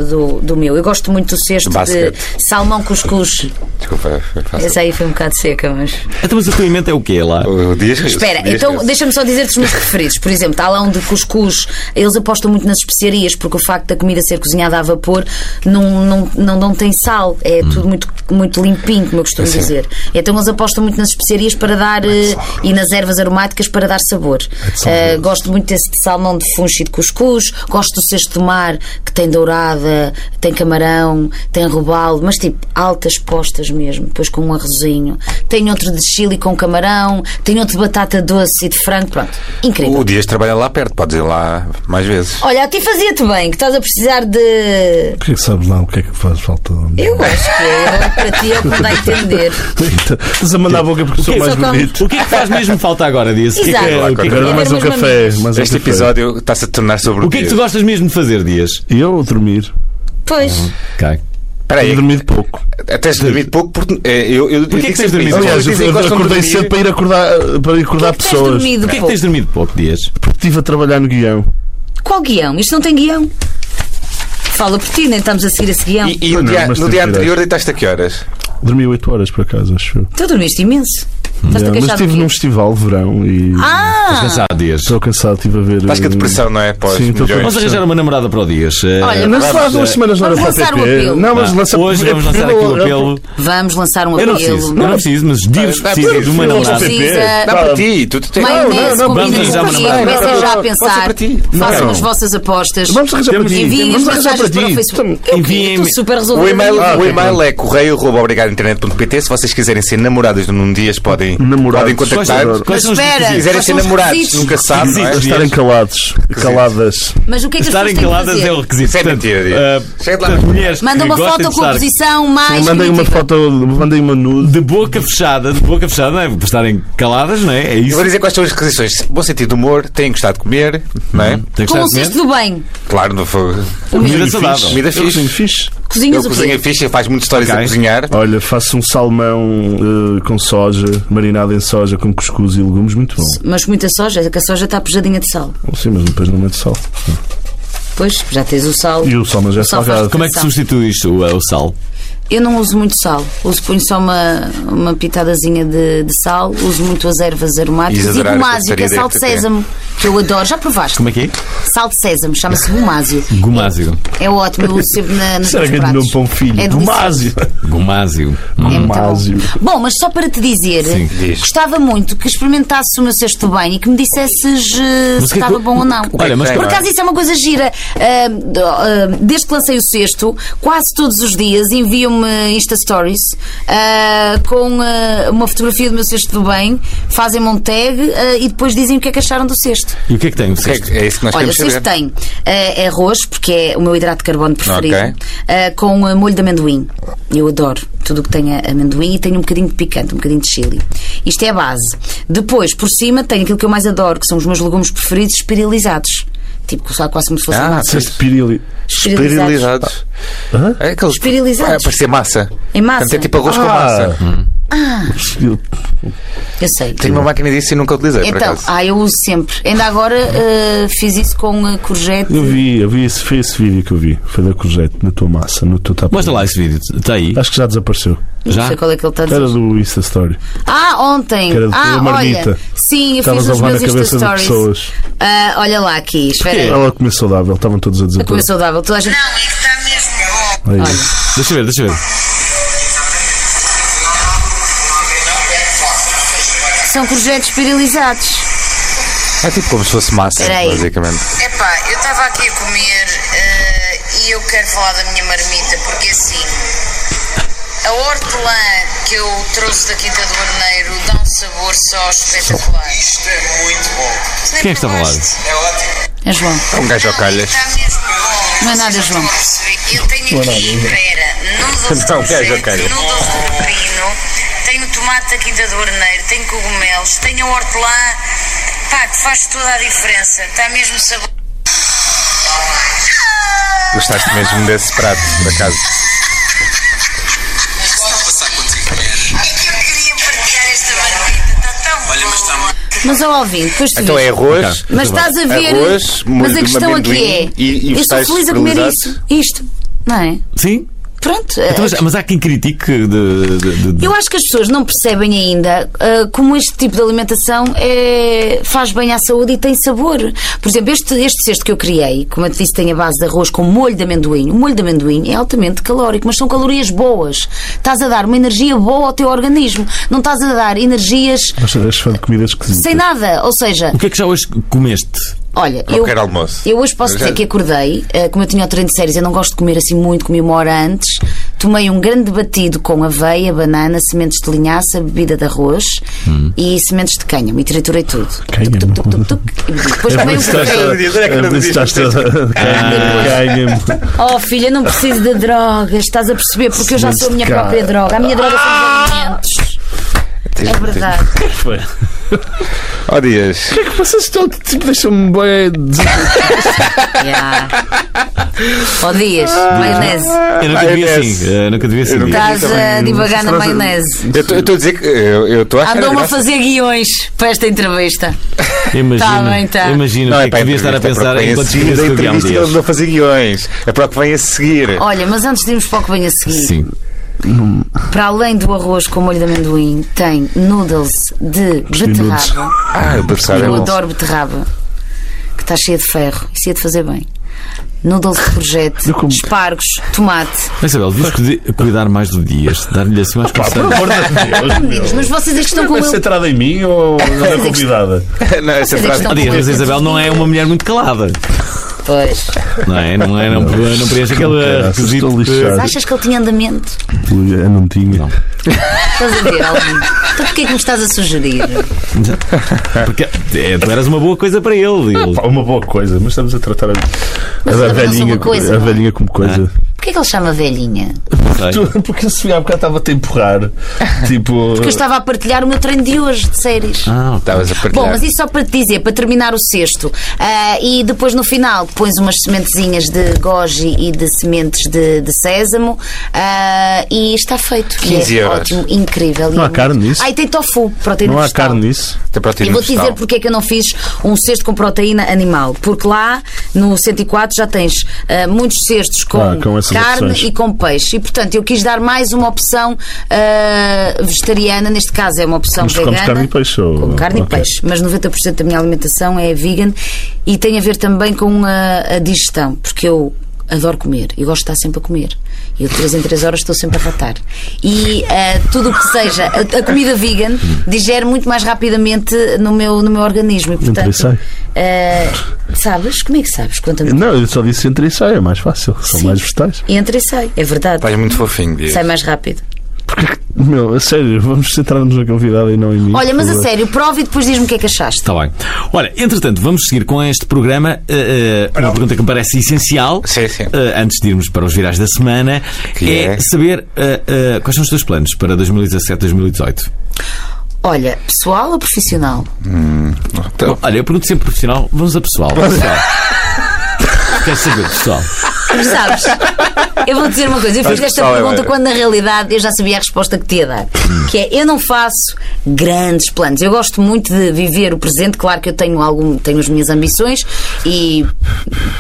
[SPEAKER 2] do, do meu, eu gosto muito do cesto
[SPEAKER 3] Basket.
[SPEAKER 2] de salmão cuscuz.
[SPEAKER 3] Desculpa, foi fácil.
[SPEAKER 2] Essa aí foi um bocado seca, mas.
[SPEAKER 1] Então, mas a tua mente é o quê lá?
[SPEAKER 3] O Dias riu-se,
[SPEAKER 2] Espera,
[SPEAKER 3] Dias
[SPEAKER 2] então
[SPEAKER 3] riu-se.
[SPEAKER 2] deixa-me só dizer-te os meus preferidos. Por exemplo, há lá um de cuscuz. Eles apostam muito nas especiarias, porque o facto da comida ser cozinhada a vapor não, não, não, não tem sal. É tudo muito, muito limpinho, como eu costumo
[SPEAKER 1] Assim.
[SPEAKER 3] Sim.
[SPEAKER 2] dizer. Então eles apostam muito nas especiarias para dar.
[SPEAKER 4] é
[SPEAKER 2] eh, e nas ervas aromáticas para dar sabor. Eh, gosto muito desse de salmão de funcho e de cuscuz. Gosto do cesto do mar, que tem dourada, tem camarão, tem robalo, mas tipo, altas postas mesmo, depois com um arrozinho. Tem outro de chili com camarão, tem outro de batata doce e de frango, pronto. Incrível.
[SPEAKER 3] O Dias trabalha lá perto, podes ir lá mais vezes.
[SPEAKER 2] Olha, a ti fazia-te bem, que estás a precisar de.
[SPEAKER 4] Porquê que sabes lá o que é que faz falta?
[SPEAKER 2] Eu acho que é, para ti é o que me dá a entender.
[SPEAKER 4] Hum. Estás a mandar a boca porque sou mais
[SPEAKER 2] Só come-
[SPEAKER 4] bonito.
[SPEAKER 1] O que é que faz mesmo falta agora disso? O que é que-
[SPEAKER 2] Exato.
[SPEAKER 1] o que é que-
[SPEAKER 4] Agora
[SPEAKER 2] Era
[SPEAKER 4] mais um
[SPEAKER 2] mesmo
[SPEAKER 4] café.
[SPEAKER 2] amigos.
[SPEAKER 4] mais um
[SPEAKER 3] Este
[SPEAKER 4] café.
[SPEAKER 3] episódio está-se a tornar sobre
[SPEAKER 1] o que é que tu gostas mesmo de fazer, Dias?
[SPEAKER 4] Eu dormir.
[SPEAKER 2] Pois.
[SPEAKER 4] Hum.
[SPEAKER 2] é
[SPEAKER 1] Cá.
[SPEAKER 3] Espera
[SPEAKER 4] Tenho
[SPEAKER 3] aí, eh,
[SPEAKER 4] dormido pouco.
[SPEAKER 3] até has dormido pouco porque. é, Eu, eu,
[SPEAKER 1] Porquê
[SPEAKER 3] eu
[SPEAKER 1] que
[SPEAKER 3] digo sempre
[SPEAKER 1] tens dormido?
[SPEAKER 3] isso.
[SPEAKER 4] Aliás,
[SPEAKER 3] Eles
[SPEAKER 4] eu,
[SPEAKER 3] dizem que gostam de
[SPEAKER 4] acordei
[SPEAKER 3] dormir.
[SPEAKER 4] cedo para ir acordar, para
[SPEAKER 2] Porquê
[SPEAKER 4] ir acordar
[SPEAKER 2] que tens
[SPEAKER 4] pessoas.
[SPEAKER 2] dormido
[SPEAKER 1] Porquê é que
[SPEAKER 2] pouco?
[SPEAKER 1] tens dormido pouco, Dias?
[SPEAKER 4] Estive a trabalhar no guião.
[SPEAKER 2] Qual guião? Isto não tem guião. Fala por ti, nem estamos a seguir esse guião.
[SPEAKER 3] E, e no
[SPEAKER 4] Não,
[SPEAKER 3] dia,
[SPEAKER 4] mas
[SPEAKER 3] no
[SPEAKER 4] tem
[SPEAKER 3] dia
[SPEAKER 4] que ir
[SPEAKER 3] anterior deitaste a que horas?
[SPEAKER 4] Dormi 8 horas por acaso, acho. eu.
[SPEAKER 2] Tu dormiste imenso. Estás-te a
[SPEAKER 4] Yeah, Mas
[SPEAKER 2] queixar do
[SPEAKER 4] estive
[SPEAKER 2] quê?
[SPEAKER 4] num festival de verão e
[SPEAKER 1] Estás
[SPEAKER 2] Ah!
[SPEAKER 1] cansado, Dias?
[SPEAKER 4] estou cansado, estive a ver.
[SPEAKER 3] Estás com a
[SPEAKER 4] eh,
[SPEAKER 3] depressão, não é? Pós
[SPEAKER 4] Sim, estou
[SPEAKER 3] milhões.
[SPEAKER 1] Vamos arranjar uma namorada para o Dias. Eh,
[SPEAKER 2] Olha,
[SPEAKER 4] Não se faz duas semanas na
[SPEAKER 2] vamos
[SPEAKER 4] hora
[SPEAKER 2] lançar o apelo.
[SPEAKER 4] Não, mas
[SPEAKER 1] pá,
[SPEAKER 4] lança é
[SPEAKER 1] hoje vamos lançar aqui o apelo.
[SPEAKER 2] Vamos lançar um
[SPEAKER 1] Eu não
[SPEAKER 2] apelo.
[SPEAKER 1] preciso, eu não preciso, mas Dias
[SPEAKER 3] Não,
[SPEAKER 1] precisa de uma
[SPEAKER 4] não
[SPEAKER 1] namorada.
[SPEAKER 4] preciso.
[SPEAKER 2] precisa.
[SPEAKER 3] Dá para ti, tu tu tens.
[SPEAKER 2] Maionese,
[SPEAKER 4] não, não,
[SPEAKER 2] combina
[SPEAKER 1] vamos já
[SPEAKER 2] com comigo.
[SPEAKER 1] mandar.
[SPEAKER 2] Comecem
[SPEAKER 4] Não,
[SPEAKER 2] já a
[SPEAKER 4] não,
[SPEAKER 3] pode ser
[SPEAKER 2] pensar.
[SPEAKER 3] para ti.
[SPEAKER 2] Façam
[SPEAKER 4] Não.
[SPEAKER 2] as vossas apostas.
[SPEAKER 4] Vamos arranjar para ti.
[SPEAKER 2] Enviem as
[SPEAKER 4] Vamos arranjar
[SPEAKER 2] mensagens
[SPEAKER 4] para
[SPEAKER 2] para o
[SPEAKER 4] ti. Então,
[SPEAKER 2] Facebook. Eu
[SPEAKER 1] Enviem-
[SPEAKER 2] queria, estou super resolvida.
[SPEAKER 3] O e-mail,
[SPEAKER 4] Ah,
[SPEAKER 2] na minha
[SPEAKER 3] o
[SPEAKER 2] vida.
[SPEAKER 3] e-mail é correio.obrigadointernet.pt Se vocês quiserem ser namoradas de um Dias, podem Sim.
[SPEAKER 4] Namorados.
[SPEAKER 3] Podem contactar.
[SPEAKER 4] Quais-
[SPEAKER 1] quais são os
[SPEAKER 2] Espera,
[SPEAKER 3] Se quiserem
[SPEAKER 2] quais
[SPEAKER 3] ser
[SPEAKER 2] são os
[SPEAKER 3] namorados,
[SPEAKER 2] requisitos?
[SPEAKER 3] nunca se sabe, não é?
[SPEAKER 4] Estarem Estarem calados. Caladas.
[SPEAKER 2] Mas o que é que
[SPEAKER 1] Estarem
[SPEAKER 2] as pessoas têm que
[SPEAKER 1] caladas
[SPEAKER 2] fazer?
[SPEAKER 1] é o requisito.
[SPEAKER 3] Isso é mentira, digo.
[SPEAKER 1] Portanto,
[SPEAKER 3] Chega lá.
[SPEAKER 1] ah, as mulheres
[SPEAKER 2] Manda
[SPEAKER 1] que
[SPEAKER 2] uma
[SPEAKER 1] gostem
[SPEAKER 2] foto
[SPEAKER 1] de
[SPEAKER 2] com a
[SPEAKER 1] estar
[SPEAKER 2] posição mais
[SPEAKER 4] Mandem uma
[SPEAKER 2] primitiva.
[SPEAKER 4] foto, mandem uma nude.
[SPEAKER 1] de boca fechada, de boca fechada, não é? Por estarem caladas, não é? É
[SPEAKER 3] Eu
[SPEAKER 1] isso.
[SPEAKER 3] vou dizer quais são as requisições. Bom sentido de humor, têm gostado de comer, não
[SPEAKER 4] Uhum.
[SPEAKER 3] é?
[SPEAKER 1] Tem que
[SPEAKER 2] Com
[SPEAKER 1] estar
[SPEAKER 2] um
[SPEAKER 1] a comer.
[SPEAKER 2] cesto do bem.
[SPEAKER 3] Claro, não foi.
[SPEAKER 1] Comida saudável.
[SPEAKER 3] Comida
[SPEAKER 4] Eu tenho
[SPEAKER 3] fixe.
[SPEAKER 4] fixe.
[SPEAKER 2] Cozinhas
[SPEAKER 3] Eu
[SPEAKER 2] o quê?
[SPEAKER 3] cozinho fixe, eu faço muitas histórias
[SPEAKER 1] Ok.
[SPEAKER 3] a cozinhar.
[SPEAKER 4] Olha, faço um salmão eh, com soja, marinado em soja, com cuscuz e legumes, muito bom.
[SPEAKER 2] Mas com muita soja, é que a soja está pejadinha de sal.
[SPEAKER 4] Bom, Sim, mas depois não mete sal.
[SPEAKER 2] Pois, já tens o sal.
[SPEAKER 4] E o salmão já
[SPEAKER 2] O
[SPEAKER 4] é
[SPEAKER 2] sal faz
[SPEAKER 4] salgado.
[SPEAKER 1] Como é que
[SPEAKER 2] Sal.
[SPEAKER 1] substituís o, o sal?
[SPEAKER 2] Eu não uso muito sal. Uso, ponho só uma, uma pitadazinha de, de sal. Uso muito as ervas
[SPEAKER 3] Isso
[SPEAKER 2] aromáticas e
[SPEAKER 3] adorar esta
[SPEAKER 2] gomásio, que é
[SPEAKER 3] série
[SPEAKER 2] sal de
[SPEAKER 3] desta,
[SPEAKER 2] sésamo, que eu adoro. Já provaste?
[SPEAKER 1] Como é que é?
[SPEAKER 2] Sal de sésamo, chama-se gomásio.
[SPEAKER 1] Gomásio.
[SPEAKER 2] É ótimo, eu uso sempre na, nos
[SPEAKER 4] Será
[SPEAKER 2] meus
[SPEAKER 4] que é de
[SPEAKER 2] pratos.
[SPEAKER 4] meu pão filho?
[SPEAKER 2] É delicioso.
[SPEAKER 4] Gomásio!
[SPEAKER 1] Gomásio. Hum.
[SPEAKER 2] É muito
[SPEAKER 4] Gomásio.
[SPEAKER 2] bom. Bom, mas só para te dizer,
[SPEAKER 1] Sim,
[SPEAKER 3] diz.
[SPEAKER 2] gostava muito que experimentasses o meu cesto bem e que me dissesses eh,
[SPEAKER 1] Mas o
[SPEAKER 2] se
[SPEAKER 1] que é que-
[SPEAKER 2] estava bom ou não.
[SPEAKER 1] Olha, mas
[SPEAKER 3] tem?
[SPEAKER 2] Por
[SPEAKER 1] para
[SPEAKER 2] acaso isso é uma coisa gira. Ah, d- ah, desde que lancei o sexto, quase todos os dias enviam-me Insta Stories ah, com ah, uma fotografia do meu sexto do bem, fazem-me um tag ah, e depois dizem o que é que acharam do sexto.
[SPEAKER 1] E o que é que tem o
[SPEAKER 3] É,
[SPEAKER 1] cesto?
[SPEAKER 3] é isso que nós
[SPEAKER 2] Olha, o
[SPEAKER 3] queremos
[SPEAKER 2] sexto
[SPEAKER 3] saber.
[SPEAKER 2] tem ah, arroz, porque é o meu hidrato de carbono preferido,
[SPEAKER 3] Ok.
[SPEAKER 2] ah, com ah, molho de amendoim. Eu adoro tudo o que tenha amendoim e tenho um bocadinho de picante, um bocadinho de chili. Isto é a base. Depois, por cima, tenho aquilo que eu mais adoro, que são os meus legumes preferidos, espiralizados. Tipo, sei lá, quase como se fosse
[SPEAKER 3] Ah,
[SPEAKER 2] massa.
[SPEAKER 4] Disseste pirili.
[SPEAKER 2] Espiralizados.
[SPEAKER 3] Esterilizados. É aqueles.
[SPEAKER 2] Esterilizados.
[SPEAKER 3] É, parecia massa.
[SPEAKER 2] Em massa.
[SPEAKER 3] Portanto, é tipo arroz com
[SPEAKER 4] Ah.
[SPEAKER 3] massa.
[SPEAKER 2] Eu sei.
[SPEAKER 3] Tenho
[SPEAKER 4] Uhum.
[SPEAKER 3] uma máquina disso e nunca utilizei, por
[SPEAKER 2] Então,
[SPEAKER 3] acaso.
[SPEAKER 2] ah, eu uso sempre. Ainda agora ah, fiz isso com a courgette.
[SPEAKER 4] Eu vi, eu vi esse, foi esse vídeo que eu vi. Foi da Courgette, na tua massa, no teu tapa.
[SPEAKER 1] Mostra lá esse vídeo. Está aí.
[SPEAKER 4] Acho que já desapareceu.
[SPEAKER 2] Não
[SPEAKER 1] Já?
[SPEAKER 2] sei qual é que ele está a dizer.
[SPEAKER 4] Era do Insta Story.
[SPEAKER 2] Ah, ontem.
[SPEAKER 4] Que era de ter
[SPEAKER 2] ah,
[SPEAKER 4] a marmita.
[SPEAKER 2] olha. Sim, eu
[SPEAKER 4] Estavas
[SPEAKER 2] fiz
[SPEAKER 4] a
[SPEAKER 2] os
[SPEAKER 4] levar
[SPEAKER 2] meus
[SPEAKER 4] na
[SPEAKER 2] Insta
[SPEAKER 4] cabeça de
[SPEAKER 2] Stories.
[SPEAKER 4] pessoas.
[SPEAKER 2] Ah, olha lá aqui, espera aí.
[SPEAKER 4] Ela comeu saudável, estavam todos a É
[SPEAKER 2] A comer
[SPEAKER 4] desaparecer.
[SPEAKER 2] saudável. Toda a gente.
[SPEAKER 4] Aí.
[SPEAKER 1] Deixa eu ver, deixa eu ver.
[SPEAKER 2] São courgettes espiralizados.
[SPEAKER 3] É tipo como se fosse massa,
[SPEAKER 2] Espera aí.
[SPEAKER 3] basicamente.
[SPEAKER 6] Epá, eu estava aqui a comer eh, e eu quero falar da minha marmita, porque assim, a hortelã que eu trouxe da Quinta do Arneiro dá um sabor só espetacular.
[SPEAKER 7] Isto é muito bom.
[SPEAKER 6] Nem
[SPEAKER 1] Quem é que está a falar?
[SPEAKER 6] provaste?
[SPEAKER 7] É ótimo.
[SPEAKER 2] É João.
[SPEAKER 3] É um gajo ao calhas.
[SPEAKER 6] Está mesmo bom.
[SPEAKER 2] Não é nada,
[SPEAKER 6] Vocês
[SPEAKER 2] João.
[SPEAKER 6] estão a perceber. Eu tenho aqui, pera, noodles
[SPEAKER 3] Não,
[SPEAKER 6] de
[SPEAKER 3] gajo,
[SPEAKER 6] courgette,
[SPEAKER 3] ok.
[SPEAKER 6] noodles de pepino, tenho tomate da Quinta do Arneiro, tenho cogumelos, tenho a hortelã, pá, que faz toda a diferença. Está mesmo sabor.
[SPEAKER 3] Gostaste mesmo desse prato, por acaso.
[SPEAKER 7] Isto está a passar contigo, man.
[SPEAKER 6] É que eu queria partilhar esta marmita, está tão boa.
[SPEAKER 7] Olha, mas está muito.
[SPEAKER 2] Mas ao ouvinte, depois tu
[SPEAKER 3] Então é
[SPEAKER 2] vês.
[SPEAKER 3] arroz.
[SPEAKER 2] Mas estás a ver.
[SPEAKER 3] Arroz, molho
[SPEAKER 2] mas a
[SPEAKER 3] de
[SPEAKER 2] questão aqui
[SPEAKER 3] amendoim
[SPEAKER 2] é.
[SPEAKER 3] e- e
[SPEAKER 2] eu estou
[SPEAKER 3] vegetais
[SPEAKER 2] feliz a comer
[SPEAKER 3] espiralizados.
[SPEAKER 2] isto. Isto. Não é?
[SPEAKER 1] Sim?
[SPEAKER 2] Pronto.
[SPEAKER 1] Então, mas, mas há quem critique de. de- de- de-
[SPEAKER 2] Eu acho que as pessoas não percebem ainda ah, como este tipo de alimentação eh, faz bem à saúde e tem sabor. Por exemplo, este, este cesto que eu criei, como eu te disse, tem a base de arroz com molho de amendoim. O molho de amendoim é altamente calórico, mas são calorias boas. Estás a dar uma energia boa ao teu organismo. Não estás a dar energias
[SPEAKER 4] Nossa, és fã de comida esquisita.
[SPEAKER 2] sem nada. Ou seja,
[SPEAKER 1] O que é que já hoje comeste?
[SPEAKER 2] olha,
[SPEAKER 3] Ao
[SPEAKER 2] eu,
[SPEAKER 3] pequeno almoço.
[SPEAKER 2] eu hoje posso
[SPEAKER 3] Já-
[SPEAKER 2] dizer que acordei, eh, como eu tinha o treino de séries, eu não gosto de comer assim muito, comi uma hora antes. Tomei um grande batido com aveia, banana, sementes de linhaça, bebida de arroz e sementes de cânhamo e triturei tudo.
[SPEAKER 4] Cânhamo?
[SPEAKER 2] Tuc, tuc, tuc, tuc, tuc. E depois
[SPEAKER 4] É por
[SPEAKER 2] tomei um
[SPEAKER 4] isso que estás
[SPEAKER 2] café.
[SPEAKER 4] toda- é por isso que estás toda- Ganha-me.
[SPEAKER 2] Oh filha, não preciso de drogas, estás a perceber? Porque eu já sou a minha
[SPEAKER 4] Cara.
[SPEAKER 2] própria droga. A minha droga são os alimentos. É verdade.
[SPEAKER 3] Ó <laughs> Dias,
[SPEAKER 4] É que vocês estão tipo, deixam-me bem.
[SPEAKER 2] <laughs> Yeah. Oh Dias, maionese.
[SPEAKER 1] Eu nunca devia
[SPEAKER 3] Maionese.
[SPEAKER 1] assim. eh, nunca devia assim.
[SPEAKER 3] nunca-
[SPEAKER 2] Estás a um divagar na maionese.
[SPEAKER 3] eu estou a dizer que eu eu estou a achar.
[SPEAKER 2] Andou-me a
[SPEAKER 3] graça.
[SPEAKER 2] fazer guiões para esta entrevista. Tá bem,
[SPEAKER 1] Imagina.
[SPEAKER 2] tá.
[SPEAKER 1] Imagina o que é que
[SPEAKER 3] para a
[SPEAKER 1] devia estar a
[SPEAKER 3] entrevista, é para o
[SPEAKER 1] pensar
[SPEAKER 3] que vem
[SPEAKER 1] enquanto
[SPEAKER 3] a seguir
[SPEAKER 1] escrevias
[SPEAKER 3] da
[SPEAKER 1] o teu guião
[SPEAKER 3] entrevista eles
[SPEAKER 1] Dias.
[SPEAKER 3] não fazem guiões. É para o que vem a seguir.
[SPEAKER 2] Olha, mas antes de irmos para o que vem a seguir,
[SPEAKER 1] Sim.
[SPEAKER 2] para além do arroz com molho de amendoim, tem noodles de beterraba.
[SPEAKER 3] Ah, eu pensava.
[SPEAKER 2] Eu adoro beterraba, que está cheia de ferro. Isso ia de fazer bem. Noodles de projeto,
[SPEAKER 4] Eu como-
[SPEAKER 2] espargos, tomate.
[SPEAKER 1] Mas, Isabel, devias cuide- cuidar mais do Dias, dar-lhe assim mais conselhos.
[SPEAKER 2] Meninos, mas vocês é que estão com
[SPEAKER 4] Vai ser
[SPEAKER 2] eu.
[SPEAKER 4] entrada em mim ou na convidada?
[SPEAKER 3] <laughs> Não, essa
[SPEAKER 2] Vocês é que
[SPEAKER 3] frase.
[SPEAKER 1] Ah,
[SPEAKER 2] estão com
[SPEAKER 1] Dias, mas a
[SPEAKER 2] eu.
[SPEAKER 1] Isabel não é uma mulher muito calada.
[SPEAKER 2] Pois.
[SPEAKER 1] Não é? Não, é, não, não, preenche aquele
[SPEAKER 4] Caraças,
[SPEAKER 1] requisito.
[SPEAKER 4] estou
[SPEAKER 1] de-
[SPEAKER 2] Mas
[SPEAKER 4] lixado.
[SPEAKER 2] achas que ele tinha andamento?
[SPEAKER 4] Eu não tinha.
[SPEAKER 1] Não.
[SPEAKER 2] Estás a ver, Alvin? Então porquê é que me estás a sugerir?
[SPEAKER 1] Porque é, tu eras uma boa coisa para ele. ele
[SPEAKER 4] Pá, uma boa coisa, mas estamos a tratar a,
[SPEAKER 2] eu
[SPEAKER 4] a,
[SPEAKER 2] não sou
[SPEAKER 4] velhinha,
[SPEAKER 2] uma coisa,
[SPEAKER 4] a
[SPEAKER 2] não é?
[SPEAKER 4] velhinha como coisa.
[SPEAKER 2] Porquê é que ele chama velhinha?
[SPEAKER 1] sei.
[SPEAKER 4] Tu- Porque a Sofia há bocado estava-te
[SPEAKER 2] <laughs>
[SPEAKER 4] a empurrar. Tipo.
[SPEAKER 2] Porque eu estava a partilhar o meu treino de hoje, de séries.
[SPEAKER 1] Ah, ok.
[SPEAKER 3] Estavas a partilhar.
[SPEAKER 2] Bom, mas isso só para te dizer, para terminar o sexto. Ah, e depois no final pões umas sementezinhas de goji e de sementes de, de sésamo. Ah, e está feito. E
[SPEAKER 3] 15
[SPEAKER 2] é
[SPEAKER 3] euros.
[SPEAKER 2] ótimo, incrível.
[SPEAKER 4] Não
[SPEAKER 2] E
[SPEAKER 4] há
[SPEAKER 2] é
[SPEAKER 4] carne
[SPEAKER 2] muito-
[SPEAKER 4] nisso?
[SPEAKER 2] Ah, e tem tofu, proteína
[SPEAKER 4] Não há
[SPEAKER 2] vegetal.
[SPEAKER 4] carne nisso.
[SPEAKER 3] Tem proteína
[SPEAKER 2] E vou-te dizer
[SPEAKER 3] vegetal.
[SPEAKER 2] porque é que eu não fiz um cesto com proteína animal. Porque lá no 104 já tens ah, muitos cestos com,
[SPEAKER 4] Ah, com essas
[SPEAKER 2] carne
[SPEAKER 4] opções.
[SPEAKER 2] e com peixe. E portanto eu quis dar mais uma opção ah, vegetariana, neste caso é uma opção
[SPEAKER 4] Mas tu
[SPEAKER 2] vegana.
[SPEAKER 4] comes carne e peixe, ou-
[SPEAKER 2] Como carne
[SPEAKER 4] ok.
[SPEAKER 2] e peixe, mas 90% da minha alimentação é vegan e tem a ver também com a, a digestão, porque eu adoro comer e gosto de estar sempre a comer. E eu, de 3 em 3 horas, estou sempre a ratar. E ah, tudo o que seja a, a comida vegan digere muito mais rapidamente no meu, no meu organismo. E, portanto,
[SPEAKER 4] interessei.
[SPEAKER 2] ah, sabes? Como é que sabes? Conta-me.
[SPEAKER 4] Não, eu só disse entre e sai, é mais fácil. São
[SPEAKER 2] Sim.
[SPEAKER 4] mais vegetais.
[SPEAKER 2] Entra e sai, é verdade.
[SPEAKER 3] Estás muito fofinho, Dias.
[SPEAKER 2] Sai mais rápido.
[SPEAKER 4] Meu, a sério, vamos centrar-nos na convidada e não em mim.
[SPEAKER 2] Olha,
[SPEAKER 4] por
[SPEAKER 2] mas a
[SPEAKER 4] favor.
[SPEAKER 2] sério, prova e depois diz-me o que é que achaste.
[SPEAKER 1] Está Tá bem. Olha, entretanto, vamos seguir com este programa. eh, eh, uma pergunta que me parece essencial,
[SPEAKER 3] Sim, sim.
[SPEAKER 1] eh, antes de irmos para os virais da semana,
[SPEAKER 3] Que
[SPEAKER 1] é,
[SPEAKER 3] é?
[SPEAKER 1] saber eh, eh, quais são os teus planos para 2017, 2018.
[SPEAKER 2] Olha, pessoal ou profissional?
[SPEAKER 3] Então,
[SPEAKER 1] Olha, eu pergunto sempre profissional, vamos a pessoal. <laughs> Queres saber, pessoal?
[SPEAKER 2] Mas sabes, eu vou dizer uma coisa. Eu fiz
[SPEAKER 3] que
[SPEAKER 2] esta
[SPEAKER 3] sabe,
[SPEAKER 2] pergunta
[SPEAKER 3] é.
[SPEAKER 2] quando na realidade eu já sabia a resposta que te ia dar. Que é, eu não faço grandes planos. Eu gosto muito de viver o presente. Claro que eu tenho, algum, tenho as minhas ambições e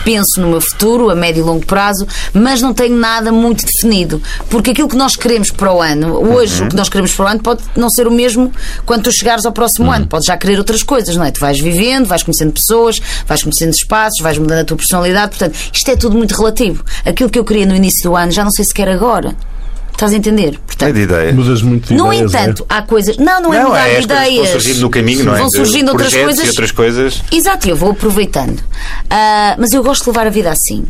[SPEAKER 2] penso no meu futuro, a médio e longo prazo, mas não tenho nada muito definido. Porque aquilo que nós queremos para o ano, hoje
[SPEAKER 3] Uhum.
[SPEAKER 2] o que nós queremos para o ano pode não ser o mesmo quando tu chegares ao próximo
[SPEAKER 3] Uhum.
[SPEAKER 2] ano. Podes já querer outras coisas, não é? Tu vais vivendo, vais conhecendo pessoas, vais conhecendo espaços, vais mudando a tua personalidade. Portanto, isto é tudo muito relativo. Aquilo que eu queria no início do ano, já não sei se quer agora. Estás a entender?
[SPEAKER 3] é
[SPEAKER 2] Portanto,
[SPEAKER 3] de ideia.
[SPEAKER 4] Mudas muito de
[SPEAKER 2] no
[SPEAKER 4] ideias,
[SPEAKER 2] entanto, há coisas. Não, não é
[SPEAKER 3] Não,
[SPEAKER 2] mudar
[SPEAKER 3] é
[SPEAKER 2] de
[SPEAKER 3] as coisas que vão
[SPEAKER 2] ideias.
[SPEAKER 3] surgindo no caminho, não é?
[SPEAKER 2] Vão
[SPEAKER 3] De
[SPEAKER 2] surgindo outras
[SPEAKER 3] projetos
[SPEAKER 2] coisas.
[SPEAKER 3] E outras coisas.
[SPEAKER 2] Exato, eu vou aproveitando. Ah, mas eu gosto de levar a vida assim.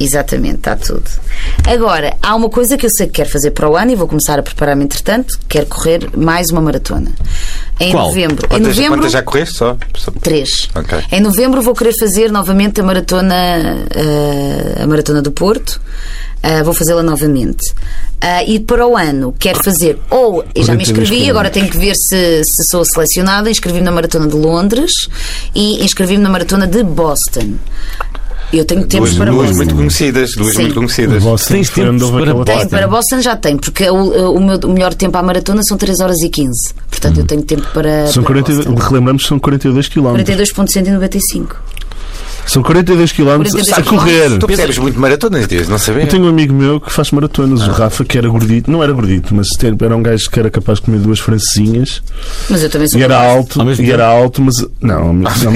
[SPEAKER 2] Exatamente, está tudo. Agora, há uma coisa que eu sei que quero fazer para o ano e vou começar a preparar-me entretanto. Quero correr mais uma maratona. Em
[SPEAKER 1] Qual?
[SPEAKER 2] novembro. em
[SPEAKER 3] Quantas,
[SPEAKER 2] novembro.
[SPEAKER 3] quantas já correste só? Só-
[SPEAKER 2] Três.
[SPEAKER 3] Ok.
[SPEAKER 2] Em novembro vou querer fazer novamente a maratona, eh, a maratona do Porto. Eh, vou fazê-la novamente. Ah, e para o ano quero fazer ou eu já me
[SPEAKER 4] 42
[SPEAKER 2] inscrevi,
[SPEAKER 4] quilómetros.
[SPEAKER 2] agora tenho que ver se, se sou selecionada. Inscrevi-me na maratona de Londres e inscrevi-me na maratona de Boston. Eu tenho tempo
[SPEAKER 3] Duas,
[SPEAKER 2] para
[SPEAKER 3] duas
[SPEAKER 2] Boston.
[SPEAKER 3] muito conhecidas. Duas
[SPEAKER 2] Sim.
[SPEAKER 3] muito
[SPEAKER 4] não é?
[SPEAKER 3] conhecidas.
[SPEAKER 4] Você
[SPEAKER 1] Tens
[SPEAKER 4] foi
[SPEAKER 1] tempo
[SPEAKER 4] onde houve
[SPEAKER 1] para-
[SPEAKER 4] aquela
[SPEAKER 1] Tem
[SPEAKER 2] Tem,
[SPEAKER 4] parte.
[SPEAKER 2] para Boston já tem, porque o, o meu melhor tempo à maratona são 3 horas e 15. Portanto,
[SPEAKER 3] Hum.
[SPEAKER 2] eu tenho tempo para.
[SPEAKER 4] São
[SPEAKER 2] para
[SPEAKER 4] 42,
[SPEAKER 3] um-
[SPEAKER 2] Boston.
[SPEAKER 4] relembramos que são 42 km.
[SPEAKER 2] 42,195.
[SPEAKER 4] São 42 km
[SPEAKER 2] 42
[SPEAKER 4] a correr.
[SPEAKER 3] Tu percebes muito maratonas, Dias, não sabia? <laughs>
[SPEAKER 4] Eu tenho um amigo meu que faz maratonas,
[SPEAKER 2] Ah.
[SPEAKER 4] o Rafa, que era gordito, não era gordito, mas te- era um gajo que era capaz de comer duas francesinhas
[SPEAKER 2] Mas eu também sou.
[SPEAKER 4] e era alto,
[SPEAKER 1] Ao mesmo
[SPEAKER 4] e
[SPEAKER 1] tempo?
[SPEAKER 4] era alto, mas não, mas- não,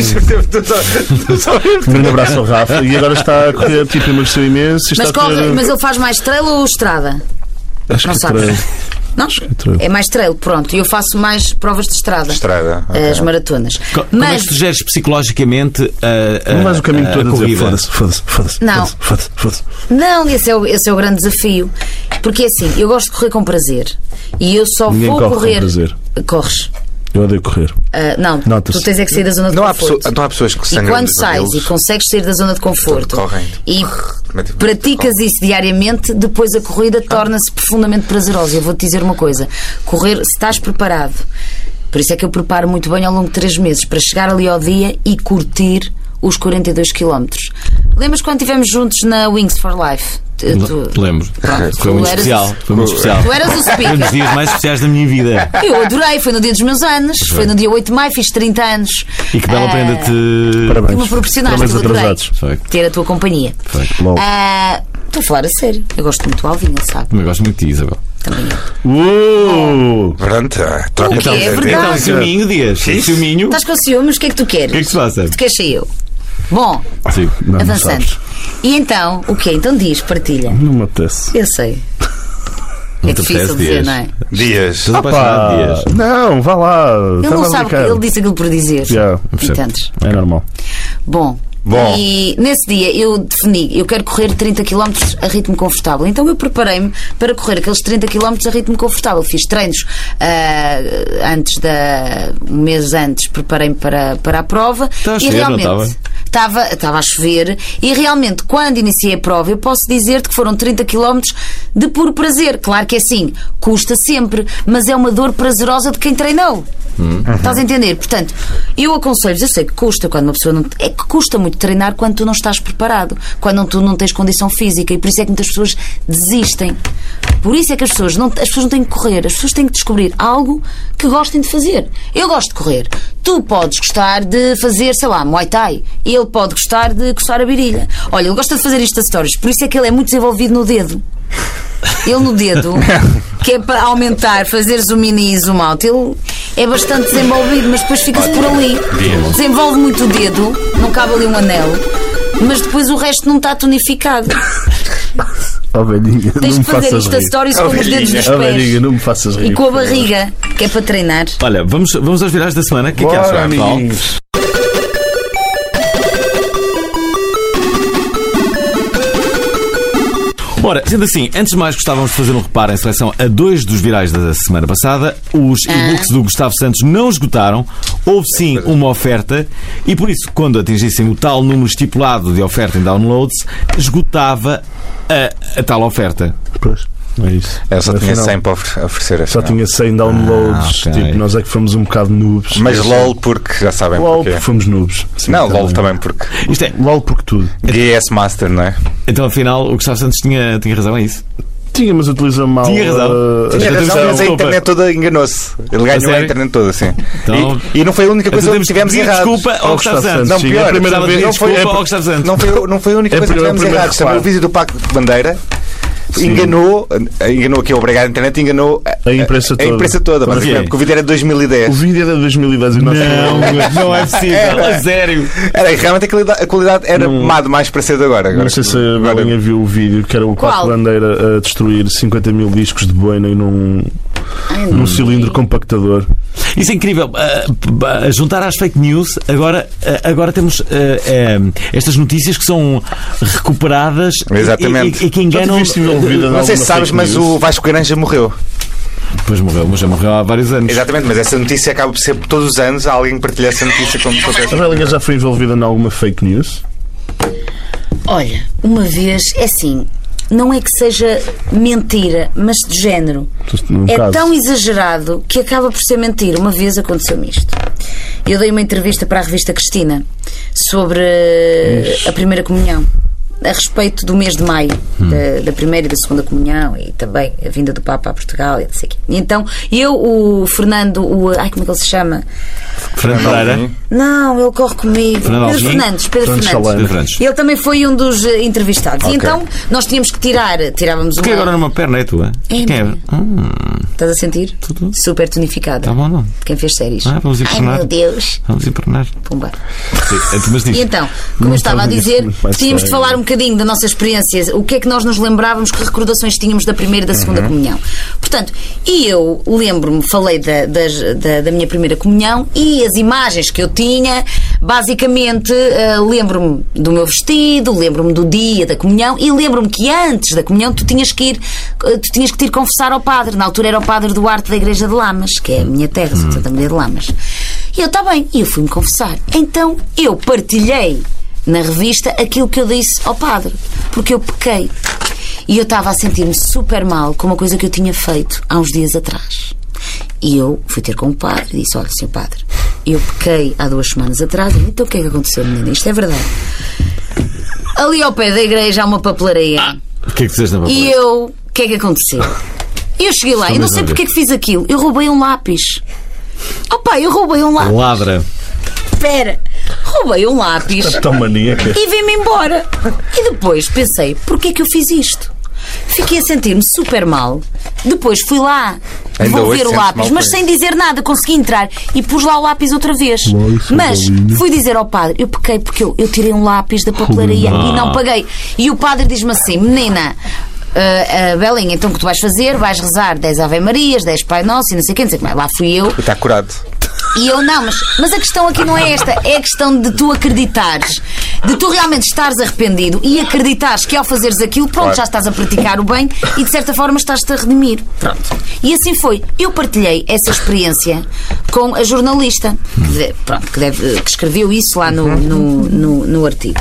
[SPEAKER 4] um grande abraço ao Rafa e agora está a correr, tipo, emagreceu imenso e está
[SPEAKER 2] Mas,
[SPEAKER 4] a
[SPEAKER 2] corre,
[SPEAKER 4] correr.
[SPEAKER 2] mas ele faz mais trail ou estrada?
[SPEAKER 4] Acho
[SPEAKER 2] não
[SPEAKER 4] que
[SPEAKER 2] sabes.
[SPEAKER 4] para-
[SPEAKER 2] Não?
[SPEAKER 4] trail.
[SPEAKER 2] É mais trail, pronto. E eu faço mais provas de estrada. Eh,
[SPEAKER 3] Estrada,
[SPEAKER 2] As
[SPEAKER 3] ok.
[SPEAKER 2] maratonas.
[SPEAKER 1] Co- Como é
[SPEAKER 2] Mas.
[SPEAKER 1] que sugeres psicologicamente a, a,
[SPEAKER 4] Não vais o caminho
[SPEAKER 1] a-
[SPEAKER 4] todo
[SPEAKER 1] a
[SPEAKER 4] a dizer
[SPEAKER 1] corrida?
[SPEAKER 4] foda-se, foda-se, foda-se,
[SPEAKER 2] É, Não.
[SPEAKER 4] foda-se, foda-se, foda-se.
[SPEAKER 2] Não, esse é, o, esse é o grande desafio. Porque é assim, eu gosto de correr com prazer. E eu só
[SPEAKER 4] Ninguém
[SPEAKER 2] vou
[SPEAKER 4] corre com
[SPEAKER 2] correr.
[SPEAKER 4] prazer.
[SPEAKER 2] Corres.
[SPEAKER 4] Eu odeio correr.
[SPEAKER 2] Ah, não,
[SPEAKER 4] Nota-se.
[SPEAKER 2] tu tens é que sair da zona de
[SPEAKER 3] Não há,
[SPEAKER 2] conforto.
[SPEAKER 3] pessoa- não há pessoas que
[SPEAKER 2] E
[SPEAKER 3] sangram
[SPEAKER 2] quando
[SPEAKER 3] dos
[SPEAKER 2] sais e
[SPEAKER 3] mamilos?
[SPEAKER 2] consegues sair da zona de conforto
[SPEAKER 3] Correm.
[SPEAKER 2] e
[SPEAKER 3] Mas-
[SPEAKER 2] praticas isso diariamente, depois a corrida
[SPEAKER 3] Ah.
[SPEAKER 2] torna-se profundamente prazerosa. Eu vou-te dizer uma coisa: correr, se estás preparado, por isso é que eu preparo muito bem ao longo de três meses, para chegar ali ao dia e curtir os 42 km. Lembras quando estivemos juntos na Wings for Life? Tu- tu-
[SPEAKER 1] Lembro.
[SPEAKER 2] Pronto,
[SPEAKER 1] Foi muito
[SPEAKER 2] tu eras-
[SPEAKER 1] especial. Foi muito especial.
[SPEAKER 2] tu eras o
[SPEAKER 1] Foi um dos
[SPEAKER 2] speaker.
[SPEAKER 1] dias mais especiais da minha vida.
[SPEAKER 2] Eu adorei, foi no dia dos meus anos, foi no dia 8 de maio, fiz 30 anos.
[SPEAKER 1] E que bela
[SPEAKER 2] Ah,
[SPEAKER 1] prenda te.
[SPEAKER 4] Parabéns.
[SPEAKER 2] Tu me proporcionaste,
[SPEAKER 4] Parabéns
[SPEAKER 2] eu adorei.
[SPEAKER 4] atrasados.
[SPEAKER 1] Foi.
[SPEAKER 2] ter a tua companhia.
[SPEAKER 4] Lol.
[SPEAKER 2] Ah, Estou a falar a sério. Eu gosto muito do Alvin, ele sabe.
[SPEAKER 1] Também gosto muito de ti, Isabel.
[SPEAKER 2] Também eu.
[SPEAKER 4] Uh!
[SPEAKER 3] Pronto, ah, troca
[SPEAKER 2] O quê? É verdade.
[SPEAKER 1] Então, ciúminho, Dias. Ciúminho.
[SPEAKER 2] Estás com ciúmes, o que é que tu queres?
[SPEAKER 1] O que é que se passa?
[SPEAKER 2] Tu queres ser eu? Bom,
[SPEAKER 1] Sim.
[SPEAKER 4] Não, não
[SPEAKER 2] avançando.
[SPEAKER 4] sabes.
[SPEAKER 2] e então, o quê? Então diz, partilha.
[SPEAKER 4] Não me apetece.
[SPEAKER 2] Eu sei. É
[SPEAKER 1] te
[SPEAKER 2] difícil
[SPEAKER 1] apetece,
[SPEAKER 2] dizer,
[SPEAKER 1] Dias?
[SPEAKER 2] não é?
[SPEAKER 3] Dias.
[SPEAKER 1] Estás apaixonado,
[SPEAKER 4] Pá,
[SPEAKER 1] Dias.
[SPEAKER 4] Não, vá lá. tá
[SPEAKER 2] Ele não sabe, ele disse aquilo por dizer.
[SPEAKER 4] Yeah.
[SPEAKER 2] Entendes?
[SPEAKER 4] É normal.
[SPEAKER 2] Bom,
[SPEAKER 3] Bom.
[SPEAKER 2] E nesse dia eu defini, eu quero correr 30 km a ritmo confortável. Então eu preparei-me para correr aqueles 30 km a ritmo confortável. Fiz treinos ah, antes da. um mês antes, preparei-me para, para a prova.
[SPEAKER 1] Estava Tá a
[SPEAKER 2] e
[SPEAKER 1] chover, não
[SPEAKER 2] realmente.
[SPEAKER 1] estava?
[SPEAKER 2] Estava, estava a chover e realmente quando iniciei a prova eu posso dizer-te que foram 30 km de puro prazer. Claro que é assim, custa sempre, mas é uma dor prazerosa de quem treinou.
[SPEAKER 1] Hum.
[SPEAKER 2] Estás a entender? Portanto, eu aconselho-vos, eu sei que custa quando uma pessoa não. É que custa muito treinar quando tu não estás preparado, quando não- tu não tens condição física e por isso é que muitas pessoas desistem. Por isso é que as pessoas não, as pessoas não têm que correr, as pessoas têm que descobrir algo que gostem de fazer. Eu gosto de correr. Tu podes gostar de fazer, sei lá, Muay Thai. Ele pode gostar de coçar a virilha. Olha, ele gosta de fazer Insta Stories, por isso é que ele é muito desenvolvido no dedo. Ele no
[SPEAKER 4] <laughs>
[SPEAKER 2] dedo, que é para aumentar, fazer zoom in e zoom out, ele é bastante desenvolvido, mas depois fica-se por ali. Desenvolve muito o dedo, não cabe ali um anel, mas depois o resto não está tonificado.
[SPEAKER 4] <laughs> Oh, velhinha,
[SPEAKER 2] Tens
[SPEAKER 4] não me
[SPEAKER 2] que fazer
[SPEAKER 4] faças
[SPEAKER 2] Insta
[SPEAKER 4] rir.
[SPEAKER 2] stories com os dedos dos
[SPEAKER 4] Oh, velhinha,
[SPEAKER 2] pés
[SPEAKER 4] não me faças rir.
[SPEAKER 2] e com a
[SPEAKER 4] por favor.
[SPEAKER 2] barriga, que é para treinar.
[SPEAKER 1] Olha, vamos, vamos às virais da semana. O que é que achas,
[SPEAKER 4] Bora,
[SPEAKER 1] pessoal?
[SPEAKER 4] amiguinhos.
[SPEAKER 1] Ora, sendo assim, antes de mais gostávamos de fazer um reparo em seleção a dois dos virais da semana passada. Os
[SPEAKER 2] Ah.
[SPEAKER 1] e-books do Gustavo Santos não esgotaram. Houve
[SPEAKER 4] É
[SPEAKER 1] sim uma oferta e por isso, quando atingissem o tal número estipulado de oferta em downloads, esgotava a, a tal oferta.
[SPEAKER 4] Pois, é isso.
[SPEAKER 3] Eu só tinha
[SPEAKER 4] Afinal,
[SPEAKER 3] 100 para ofer- oferecer.
[SPEAKER 4] Só
[SPEAKER 3] afinal.
[SPEAKER 4] tinha 100 downloads.
[SPEAKER 1] Ah, ok.
[SPEAKER 4] Tipo, nós é que fomos um bocado noobs.
[SPEAKER 3] Mas LOL porque já sabem
[SPEAKER 4] LOL,
[SPEAKER 3] porquê.
[SPEAKER 4] porque fomos noobs. Sim,
[SPEAKER 3] Não, LOL também porque.
[SPEAKER 1] Isto é,
[SPEAKER 4] LOL porque tudo.
[SPEAKER 3] GS Master, não é?
[SPEAKER 1] então afinal, o Gustavo Santos tinha, tinha razão, é isso?
[SPEAKER 4] Tinha, mas utiliza mal.
[SPEAKER 1] Tinha razão.
[SPEAKER 4] uh,
[SPEAKER 1] Tinha
[SPEAKER 4] as
[SPEAKER 1] razão,
[SPEAKER 4] redes-
[SPEAKER 3] mas a
[SPEAKER 1] desculpa.
[SPEAKER 3] internet toda enganou-se. Ele ganhou a
[SPEAKER 1] sério?
[SPEAKER 3] internet toda, sim.
[SPEAKER 1] Então-
[SPEAKER 3] E, e não foi a única coisa
[SPEAKER 1] Então temos
[SPEAKER 3] que
[SPEAKER 1] que
[SPEAKER 3] tivemos
[SPEAKER 1] pedir
[SPEAKER 3] errado.
[SPEAKER 1] desculpa ao Gustavo Santos.
[SPEAKER 3] Não,
[SPEAKER 4] Sim, é a
[SPEAKER 3] pior,
[SPEAKER 4] primeira
[SPEAKER 3] estava a
[SPEAKER 4] vez.
[SPEAKER 3] dizer, não foi, é
[SPEAKER 1] Desculpa ao Gustavo Santos.
[SPEAKER 3] Não foi, não foi a única
[SPEAKER 4] É a
[SPEAKER 3] coisa que
[SPEAKER 4] primeira-
[SPEAKER 3] tivemos
[SPEAKER 4] primeira
[SPEAKER 3] errado. Também o
[SPEAKER 4] reparo.
[SPEAKER 3] vídeo do Paco de Bandeira enganou, enganou aqui a obrigar a internet, enganou
[SPEAKER 4] A imprensa
[SPEAKER 3] A imprensa toda,
[SPEAKER 4] toda.
[SPEAKER 1] Mas
[SPEAKER 3] basicamente,
[SPEAKER 1] quê?
[SPEAKER 3] porque o vídeo era de
[SPEAKER 4] O
[SPEAKER 3] 2010.
[SPEAKER 4] vídeo era de 2010 e nós. <laughs>
[SPEAKER 1] não <laughs> é possível, a sério.
[SPEAKER 3] Era, e realmente a qualidade, a qualidade era má demais para ser de agora. agora
[SPEAKER 4] Não sei
[SPEAKER 3] que-
[SPEAKER 4] se a
[SPEAKER 3] agora-
[SPEAKER 4] Belinha viu o vídeo que era o
[SPEAKER 2] Qual?
[SPEAKER 4] Paco Bandeira a destruir 50 mil discos de boina e num,
[SPEAKER 2] Ai,
[SPEAKER 4] num
[SPEAKER 2] não.
[SPEAKER 4] cilindro compactador.
[SPEAKER 1] Isso é incrível. Ah, p- a juntar às fake news, agora, ah, agora temos ah, eh, estas notícias que são recuperadas e-
[SPEAKER 3] Exatamente.
[SPEAKER 1] E, e que
[SPEAKER 4] Já
[SPEAKER 1] enganam.
[SPEAKER 4] tiveste envolvida em
[SPEAKER 3] Não sei se
[SPEAKER 4] alguma
[SPEAKER 3] sabes,
[SPEAKER 4] fake
[SPEAKER 3] mas
[SPEAKER 4] news?
[SPEAKER 3] o Vasco Granja morreu.
[SPEAKER 1] Ah, Pois morreu, mas já morreu há vários anos.
[SPEAKER 3] Exatamente, mas essa notícia acaba por ser todos os anos há alguém que partilha essa notícia como
[SPEAKER 4] A
[SPEAKER 3] qualquer
[SPEAKER 4] Belinha já foi envolvida em alguma fake news?
[SPEAKER 2] Olha, uma vez, é assim, não é que seja mentira, mas de género.
[SPEAKER 4] Num
[SPEAKER 2] é
[SPEAKER 4] caso.
[SPEAKER 2] tão exagerado que acaba por ser mentira. Uma vez aconteceu-me isto. Eu dei uma entrevista para a revista Cristina sobre eh, a primeira comunhão. A respeito do mês de maio, da, da primeira e da segunda comunhão, e também a vinda do Papa a Portugal, e não sei o quê. E Então, eu, o Fernando, o. Ai, como é que ele se chama?
[SPEAKER 1] Fernando Pereira.
[SPEAKER 2] Não, ele corre comigo.
[SPEAKER 1] Fernando
[SPEAKER 2] Pedro
[SPEAKER 1] Alvim?
[SPEAKER 2] Fernandes, Pedro
[SPEAKER 4] Fernando
[SPEAKER 2] Fernandes.
[SPEAKER 4] Chalana.
[SPEAKER 1] Pedro Fernandes.
[SPEAKER 2] Ele também foi um dos eh, entrevistados. E então nós tínhamos que tirar, tirávamos
[SPEAKER 1] Porque
[SPEAKER 2] uma.
[SPEAKER 1] agora numa perna é tua.
[SPEAKER 2] É,
[SPEAKER 1] Quem é?
[SPEAKER 2] minha.
[SPEAKER 1] Hum,
[SPEAKER 2] Estás a sentir? Super tonificada.
[SPEAKER 1] tá bom, não.
[SPEAKER 2] De Quem fez séries.
[SPEAKER 1] Ah, vamos
[SPEAKER 2] Ai
[SPEAKER 1] impressionar.
[SPEAKER 2] meu Deus.
[SPEAKER 1] Vamos impregnar.
[SPEAKER 2] Pumba.
[SPEAKER 1] Sim, é tu, Mas diz.
[SPEAKER 2] E então, como eu estava a
[SPEAKER 4] estava
[SPEAKER 2] dizer,
[SPEAKER 4] nisso, mas
[SPEAKER 2] tínhamos de
[SPEAKER 4] sei.
[SPEAKER 2] falar um bocadinho da nossa experiência, o que é que nós nos lembrávamos, que recordações tínhamos da primeira e da segunda comunhão. Portanto, e eu lembro-me, falei da, das- da, da minha primeira comunhão e as imagens que eu tinha, basicamente, ah, lembro-me do meu vestido, lembro-me do dia da comunhão e lembro-me que antes da comunhão tu tinhas que ir, ah, tu tinhas que te ir confessar ao padre. Na altura era o padre Duarte da Igreja de Lamas, que é a minha terra, sou de Santa Maria de Lamas. E eu, está bem, e eu fui-me confessar. Então, eu partilhei na revista aquilo que eu disse ao padre, porque eu pequei. E eu estava a sentir-me super mal com uma coisa que eu tinha feito há uns dias atrás. E eu fui ter com o padre e disse: Olha, senhor padre, eu pequei há duas semanas atrás, então o que é que aconteceu, menina? Isto é verdade. Ali ao pé da igreja há uma papelaria.
[SPEAKER 1] O que é que fizeste na
[SPEAKER 2] E
[SPEAKER 1] papelaria?
[SPEAKER 2] eu, o que é que aconteceu? Eu cheguei lá, eu não
[SPEAKER 1] mesmo
[SPEAKER 2] sei
[SPEAKER 1] a ver.
[SPEAKER 2] porque é que fiz aquilo. Eu roubei um lápis. Opa, eu roubei um lápis.
[SPEAKER 1] Ladra.
[SPEAKER 2] Espera, roubei um lápis
[SPEAKER 4] Tão maníaca.
[SPEAKER 2] e vim-me embora. E depois pensei, porquê que eu fiz isto? Fiquei a sentir-me super mal. Depois fui lá
[SPEAKER 3] Ainda hoje
[SPEAKER 2] devolver o
[SPEAKER 3] sentes mal
[SPEAKER 2] lápis,
[SPEAKER 3] por
[SPEAKER 2] mas
[SPEAKER 3] isso.
[SPEAKER 2] sem dizer nada, consegui entrar e pus lá o lápis outra vez.
[SPEAKER 3] é
[SPEAKER 2] mas fui dizer ao padre, eu pequei porque eu, eu tirei um lápis da papelaria e
[SPEAKER 3] Ah.
[SPEAKER 2] não paguei. E o padre diz-me assim, menina. ah, ah, Belinha, então o que tu vais fazer? Vais rezar 10 Ave Marias, 10 Pai Nosso e não sei o que, não sei o que mais. Lá fui eu
[SPEAKER 3] Está curado.
[SPEAKER 2] e eu não, mas, mas a questão aqui não é esta, é a questão de tu acreditares de tu realmente estares arrependido e acreditares que ao fazeres aquilo, pronto, já estás a praticar o bem e de certa forma estás-te a redimir. E assim foi. Eu partilhei essa experiência com a jornalista que, de- pronto, que, deve- que escreveu isso lá no- no- no, no artigo.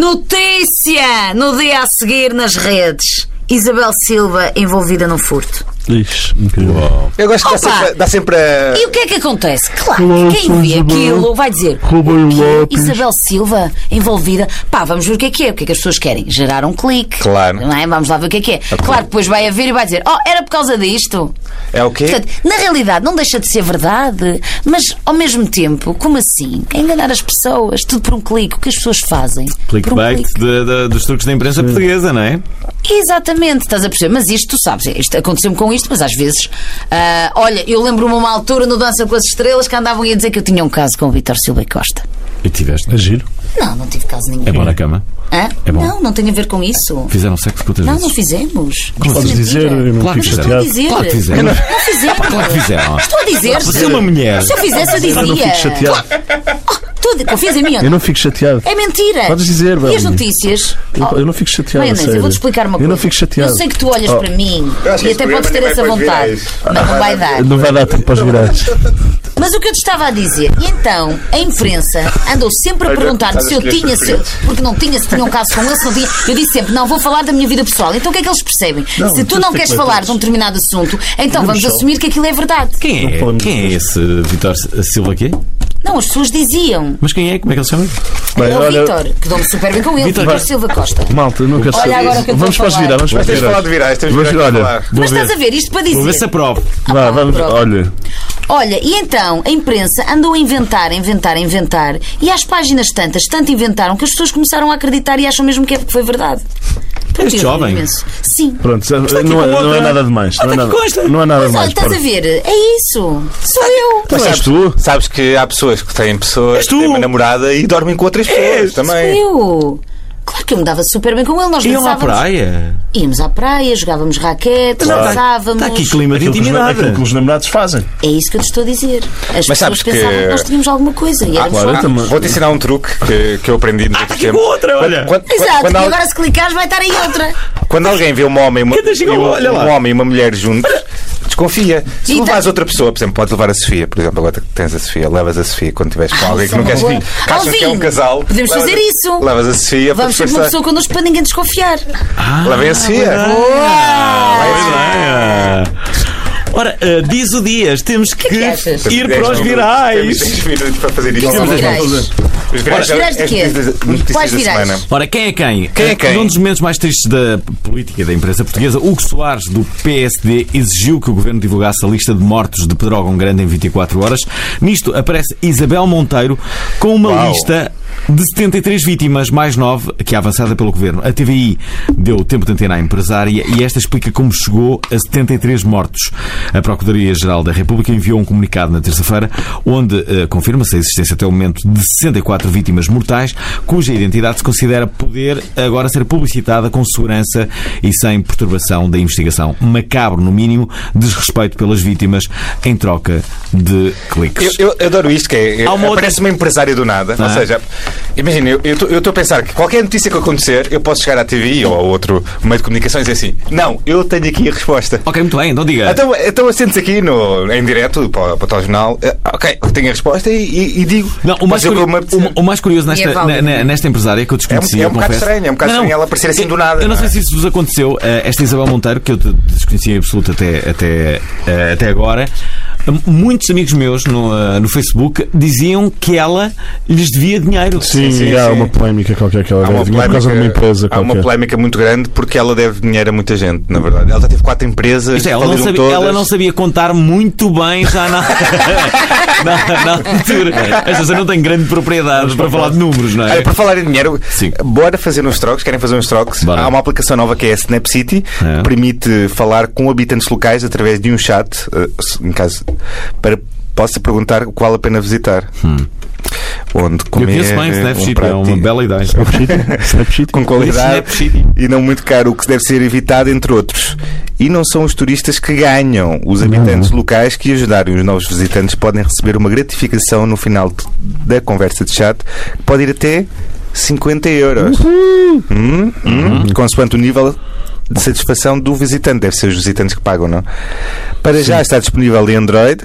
[SPEAKER 2] Notícia! No dia a seguir nas redes. Isabel Silva envolvida num furto.
[SPEAKER 4] Ixi, incrível.
[SPEAKER 8] Eu gosto que dá
[SPEAKER 2] Opa!
[SPEAKER 8] sempre, dá sempre a.
[SPEAKER 2] E o que é que acontece? Claro, quem vê aquilo vai dizer
[SPEAKER 4] Roubei o
[SPEAKER 2] "O quê?
[SPEAKER 4] lápis."
[SPEAKER 2] Isabel Silva envolvida. Pá, vamos ver o que é que é. O que é que as pessoas querem? Gerar um clique.
[SPEAKER 3] Claro.
[SPEAKER 2] Não é? Vamos lá ver o que é que é. Claro, depois vai haver e vai dizer, oh, era por causa disto.
[SPEAKER 3] É o quê?
[SPEAKER 2] Portanto, na realidade, não deixa de ser verdade, mas ao mesmo tempo, como assim? É enganar as pessoas, tudo por um clique. O que as pessoas fazem? por um
[SPEAKER 1] Clickbait
[SPEAKER 2] clique.
[SPEAKER 1] de- de- dos truques da imprensa portuguesa, não é?
[SPEAKER 2] Exatamente, estás a perceber. Mas isto, tu sabes, isto, aconteceu-me com isto, mas às vezes. ah, olha, eu lembro-me uma altura no Dança com as Estrelas que andavam a dizer que eu tinha um caso com o Vítor Silva e Costa.
[SPEAKER 1] E tiveste.
[SPEAKER 4] É giro.
[SPEAKER 2] Não, não tive caso nenhum.
[SPEAKER 1] É bom na cama.
[SPEAKER 2] Hã?
[SPEAKER 1] é bom.
[SPEAKER 2] Não, não tem a ver com isso.
[SPEAKER 1] Fizeram sexo quantas
[SPEAKER 2] Não,
[SPEAKER 1] vezes?
[SPEAKER 2] não fizemos.
[SPEAKER 1] assim?
[SPEAKER 2] Isso é
[SPEAKER 4] Podes
[SPEAKER 2] mentira.
[SPEAKER 4] dizer, eu não
[SPEAKER 1] Claro que fizeram.
[SPEAKER 2] Estou a
[SPEAKER 4] fico chateado.
[SPEAKER 2] dizer.
[SPEAKER 1] Claro que fizeram.
[SPEAKER 2] Não fizeram.
[SPEAKER 1] Claro que fizeram.
[SPEAKER 2] Estou a dizer.
[SPEAKER 1] Você é uma mulher.
[SPEAKER 2] Se eu fizesse, eu dizia.
[SPEAKER 4] Eu não fico chateado.
[SPEAKER 2] Estou a dizer- Confias em mim? ou
[SPEAKER 4] Eu
[SPEAKER 2] não?
[SPEAKER 4] não fico chateado.
[SPEAKER 2] É mentira.
[SPEAKER 4] Podes dizer,
[SPEAKER 2] E as
[SPEAKER 4] Belmi.
[SPEAKER 2] notícias?
[SPEAKER 4] Eu- eu não fico chateado, a
[SPEAKER 2] Maionese, eu
[SPEAKER 4] sério.
[SPEAKER 2] vou-te explicar uma
[SPEAKER 4] Eu
[SPEAKER 2] coisa.
[SPEAKER 4] não fico chateado.
[SPEAKER 2] Eu sei que tu olhas
[SPEAKER 4] Oh.
[SPEAKER 2] para mim
[SPEAKER 8] acho que
[SPEAKER 2] e
[SPEAKER 8] este
[SPEAKER 2] até
[SPEAKER 8] programa
[SPEAKER 2] podes ter
[SPEAKER 8] nem
[SPEAKER 2] essa
[SPEAKER 8] vai para os
[SPEAKER 2] vontade.
[SPEAKER 8] virais.
[SPEAKER 2] Mas não vai
[SPEAKER 4] <laughs>
[SPEAKER 2] dar.
[SPEAKER 4] Não vai dar tempo para os virais.
[SPEAKER 2] Mas o que eu te estava a dizer, e então a imprensa andou sempre a perguntar-me se eu
[SPEAKER 8] é
[SPEAKER 2] tinha, se, porque não tinha, se tinha um caso com ele, se não tinha. Eu disse sempre, não, vou falar da minha vida pessoal. Então o que é que eles percebem?
[SPEAKER 4] Não,
[SPEAKER 2] se tu
[SPEAKER 4] tu
[SPEAKER 2] não
[SPEAKER 4] tem
[SPEAKER 2] queres
[SPEAKER 4] que ler
[SPEAKER 2] falar
[SPEAKER 4] todos.
[SPEAKER 2] de um determinado assunto, então vamos
[SPEAKER 4] Michel.
[SPEAKER 2] assumir que aquilo é verdade.
[SPEAKER 1] Quem
[SPEAKER 4] Não
[SPEAKER 1] é,
[SPEAKER 4] falamos
[SPEAKER 1] quem é esse Vitor Silva aqui?
[SPEAKER 2] Não, as pessoas diziam.
[SPEAKER 1] Mas quem é? Como é que ele se chama?
[SPEAKER 4] Bem,
[SPEAKER 2] é o
[SPEAKER 4] olha-
[SPEAKER 2] Vítor, que dou-me super bem com ele,
[SPEAKER 1] Vítor,
[SPEAKER 2] Vítor Silva Costa.
[SPEAKER 4] Malta, não quero
[SPEAKER 2] Olha
[SPEAKER 4] saber.
[SPEAKER 2] agora o que eu
[SPEAKER 4] vamos
[SPEAKER 2] estou a
[SPEAKER 4] para os
[SPEAKER 2] falar.
[SPEAKER 4] virais, vamos para
[SPEAKER 8] Mas
[SPEAKER 4] os
[SPEAKER 8] tens de falar de virais,
[SPEAKER 4] virais.
[SPEAKER 8] temos
[SPEAKER 4] Vamos
[SPEAKER 8] de
[SPEAKER 4] olha.
[SPEAKER 8] falar.
[SPEAKER 1] Vou
[SPEAKER 2] Mas
[SPEAKER 1] ver.
[SPEAKER 2] estás a ver isto para
[SPEAKER 1] Vou ver
[SPEAKER 2] dizer.
[SPEAKER 4] é
[SPEAKER 1] se aprove.
[SPEAKER 4] Vá, vamos,
[SPEAKER 2] pronto.
[SPEAKER 4] olha.
[SPEAKER 2] Olha, e então a imprensa andou a inventar, a inventar, a inventar, e às páginas tantas, tanto inventaram que as pessoas começaram a acreditar e acham mesmo que é porque foi verdade. Pronto,
[SPEAKER 1] Este
[SPEAKER 2] eu
[SPEAKER 1] jovem.
[SPEAKER 2] imenso. Sim.
[SPEAKER 4] Pronto, não é, não é nada demais. Não é nada, não é nada
[SPEAKER 2] Mas olha,
[SPEAKER 4] demais.
[SPEAKER 2] estás a
[SPEAKER 4] pronto.
[SPEAKER 2] ver? É isso. Sou eu.
[SPEAKER 4] Mas sabes tu?
[SPEAKER 3] Sabes que há pessoas que têm pessoas, que têm uma namorada e dormem com outras pessoas
[SPEAKER 2] Sou
[SPEAKER 3] também.
[SPEAKER 2] eu. Claro que eu me dava super bem com ele. Nós
[SPEAKER 1] Iam é à
[SPEAKER 2] dançávamos.
[SPEAKER 1] praia.
[SPEAKER 2] Íamos à praia, jogávamos raquete, dançávamos.
[SPEAKER 1] Está aqui clima de
[SPEAKER 4] Aquilo que os na-
[SPEAKER 1] intimidade.
[SPEAKER 4] aquilo que os namorados fazem.
[SPEAKER 2] É isso que eu te estou a dizer. As
[SPEAKER 3] Mas
[SPEAKER 2] pessoas
[SPEAKER 3] sabes que- Ah,
[SPEAKER 2] pensavam que nós tínhamos alguma coisa. E éramos
[SPEAKER 4] claro,
[SPEAKER 2] só-
[SPEAKER 4] eu também.
[SPEAKER 3] Vou-te ensinar um truque que, que eu aprendi no outro tempo.
[SPEAKER 1] Ah, outra, olha.
[SPEAKER 3] Quando, quando-
[SPEAKER 2] Exato,
[SPEAKER 3] quando
[SPEAKER 2] e
[SPEAKER 3] al-
[SPEAKER 2] agora se clicares vai estar aí outra.
[SPEAKER 3] quando alguém vê um homem e uma,
[SPEAKER 1] Cadê? Chegou,
[SPEAKER 3] e um,
[SPEAKER 1] olha lá.
[SPEAKER 3] um homem e uma mulher juntos, desconfia. Se
[SPEAKER 2] E
[SPEAKER 3] levas
[SPEAKER 2] dá-
[SPEAKER 3] outra pessoa, por exemplo, podes levar a Sofia, por exemplo, agora que tens a Sofia, levas a Sofia quando estiveres com
[SPEAKER 2] Ah,
[SPEAKER 3] alguém que
[SPEAKER 2] isso
[SPEAKER 3] não
[SPEAKER 2] é
[SPEAKER 3] queres
[SPEAKER 2] uma
[SPEAKER 3] filho.
[SPEAKER 2] boa.
[SPEAKER 3] Achas que é um
[SPEAKER 2] Alvin,
[SPEAKER 3] casal.
[SPEAKER 2] podemos
[SPEAKER 3] levas-
[SPEAKER 2] fazer isso.
[SPEAKER 3] Levas a Sofia para
[SPEAKER 2] Vamos ter uma
[SPEAKER 3] disfarçar.
[SPEAKER 2] pessoa connosco para ninguém desconfiar.
[SPEAKER 3] Levem a Sofia.
[SPEAKER 1] Ah, Ora, ah, diz o Dias, temos que,
[SPEAKER 2] que achas?
[SPEAKER 1] ir
[SPEAKER 3] Dez
[SPEAKER 1] para os
[SPEAKER 3] minutos. Temos
[SPEAKER 1] virais.
[SPEAKER 3] 10 minutos para fazer isto.
[SPEAKER 2] Que são virais.
[SPEAKER 3] Os virais,
[SPEAKER 2] Ora, virais de
[SPEAKER 3] é- é
[SPEAKER 2] quê?
[SPEAKER 3] notícias- notícias
[SPEAKER 2] Quais
[SPEAKER 3] da
[SPEAKER 2] virais?
[SPEAKER 3] semana.
[SPEAKER 1] Ora, quem é quem?
[SPEAKER 3] Quem é quem?
[SPEAKER 1] Num dos momentos mais tristes da política da imprensa portuguesa, Hugo Soares, do PSD, exigiu que o governo divulgasse a lista de mortos de Pedrógão Grande em 24 horas. Nisto aparece Isabel Monteiro com uma
[SPEAKER 3] Uau.
[SPEAKER 1] lista de 73 vítimas, mais 9 que é avançada pelo governo. A TVI deu tempo de antena à empresária e esta explica como chegou a 73 mortos. A Procuradoria-Geral da República enviou um comunicado na terça-feira onde eh, confirma-se a existência até o momento de 64 vítimas mortais, cuja identidade se considera poder agora ser publicitada com segurança e sem perturbação da investigação. Macabro, no mínimo, desrespeito pelas vítimas em troca de cliques.
[SPEAKER 3] Eu, eu- eu adoro isto, que é.
[SPEAKER 1] Há uma outra-
[SPEAKER 3] Parece uma empresária do nada.
[SPEAKER 1] Ah.
[SPEAKER 3] Ou seja, imagina, eu estou a pensar que qualquer notícia que acontecer, eu posso chegar à TV ou a outro meio de comunicação e dizer assim: não, eu tenho aqui a resposta.
[SPEAKER 1] Ok, muito bem, então diga.
[SPEAKER 3] Então, então assentes aqui no, em direto para, para o telejornal. Eh, Ok, eu tenho a resposta e, e- e digo.
[SPEAKER 1] Não, o, mais
[SPEAKER 3] Mas é eu
[SPEAKER 1] curio-
[SPEAKER 3] como me apetecer.
[SPEAKER 1] o- o mais curioso nesta,
[SPEAKER 2] E é válido.
[SPEAKER 1] ne- ne- nesta empresária que eu desconhecia.
[SPEAKER 3] É um- é um bocado
[SPEAKER 1] confesso-
[SPEAKER 3] estranho, é um bocado
[SPEAKER 1] Não, não.
[SPEAKER 3] estranho ela aparecer assim
[SPEAKER 1] Eu-
[SPEAKER 3] do nada,
[SPEAKER 1] Eu não
[SPEAKER 3] não
[SPEAKER 1] sei
[SPEAKER 3] é?
[SPEAKER 1] se isso vos aconteceu. eh, Esta Isabel Monteiro, que eu de- desconhecia em absoluto até, até, eh, até agora, m- muitos amigos meus no, eh, no Facebook diziam que ela lhes devia dinheiro.
[SPEAKER 4] Sim,
[SPEAKER 3] sim,
[SPEAKER 4] há
[SPEAKER 3] sim.
[SPEAKER 4] uma polémica qualquer que ela
[SPEAKER 3] Há uma,
[SPEAKER 4] deve dinheiro por
[SPEAKER 3] polémica,
[SPEAKER 4] causa de uma empresa
[SPEAKER 3] há uma
[SPEAKER 4] qualquer.
[SPEAKER 3] polémica muito grande porque ela deve dinheiro a muita gente, na verdade. Ela já teve quatro empresas,
[SPEAKER 1] Isto é, ela, não
[SPEAKER 3] faliram
[SPEAKER 1] sabia,
[SPEAKER 3] todas.
[SPEAKER 1] ela não sabia contar muito bem já na, <laughs> na, na altura. Esta pessoa não tem grande propriedade para falar de números, não
[SPEAKER 3] Olha,
[SPEAKER 1] é?
[SPEAKER 3] para falar em dinheiro,
[SPEAKER 1] Sim.
[SPEAKER 3] bora fazer uns trocos. Querem fazer uns trocos?
[SPEAKER 1] Bora.
[SPEAKER 3] Há uma aplicação nova que é a Snap City,
[SPEAKER 1] É.
[SPEAKER 3] que permite falar com habitantes locais através de um chat, eh, se- em caso, para possa perguntar qual a pena visitar. Onde
[SPEAKER 1] Hum. Eu
[SPEAKER 3] comer
[SPEAKER 1] conheço bem
[SPEAKER 3] eh, um
[SPEAKER 1] Snapchat, é
[SPEAKER 3] prato É
[SPEAKER 1] uma bela ideia.
[SPEAKER 3] <laughs>
[SPEAKER 4] Snapchat? Snapchat?
[SPEAKER 3] com qualidade
[SPEAKER 1] Snapchat.
[SPEAKER 3] e não muito caro, o que deve ser evitado, entre outros. E não são os turistas que ganham. Os habitantes locais que ajudarem os novos visitantes podem receber uma gratificação no final de- da conversa de chat, que pode ir até 50 euros. Hum, hum, Consoante o nível de satisfação do visitante. Deve ser os visitantes que pagam, não? Para já está disponível em Android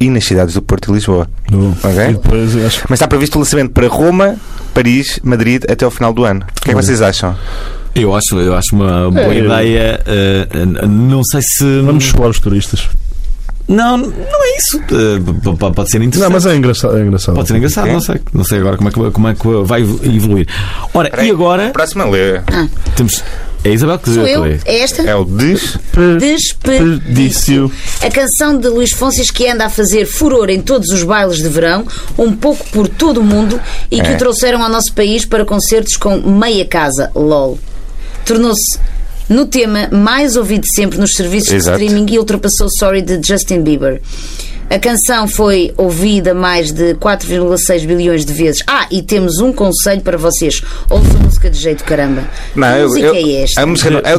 [SPEAKER 3] e nas cidades do Porto e Lisboa. Ok?
[SPEAKER 4] E depois eu acho que
[SPEAKER 3] Mas está previsto o lançamento para Roma, Paris, Madrid até ao final do ano. O que é que vocês acham?
[SPEAKER 1] Eu acho, eu acho uma boa
[SPEAKER 4] É.
[SPEAKER 1] ideia. eh, eh, não sei se.
[SPEAKER 4] vamos
[SPEAKER 3] Hum.
[SPEAKER 4] chorar os turistas.
[SPEAKER 1] Não, não é isso. Eh, p- p- pode ser interessante.
[SPEAKER 4] Não, mas é engraçado. É engraçado.
[SPEAKER 1] Pode ser engraçado,
[SPEAKER 3] Ok.
[SPEAKER 1] não sei. Não sei agora como é que, como é que vai evoluir. Ora, e agora
[SPEAKER 3] Próxima lê.
[SPEAKER 2] Ah.
[SPEAKER 1] temos. É a Isabel que
[SPEAKER 2] Sou eu,
[SPEAKER 1] lê.
[SPEAKER 2] é esta?
[SPEAKER 3] É o des.
[SPEAKER 2] Desperdício.
[SPEAKER 4] Desperdício.
[SPEAKER 2] A canção de Luís Fonsias que anda a fazer furor em todos os bailes de verão, um pouco por todo o mundo, e que
[SPEAKER 3] É.
[SPEAKER 2] o trouxeram ao nosso país para concertos com meia casa, LOL. Tornou-se no tema mais ouvido sempre nos serviços
[SPEAKER 3] Exato.
[SPEAKER 2] de streaming e ultrapassou Sorry de Justin Bieber. A canção foi ouvida mais de 4,6 bilhões de vezes. Ah, e temos um conselho para vocês. Ouçam música de jeito caramba. que música é esta?
[SPEAKER 3] A música não, é o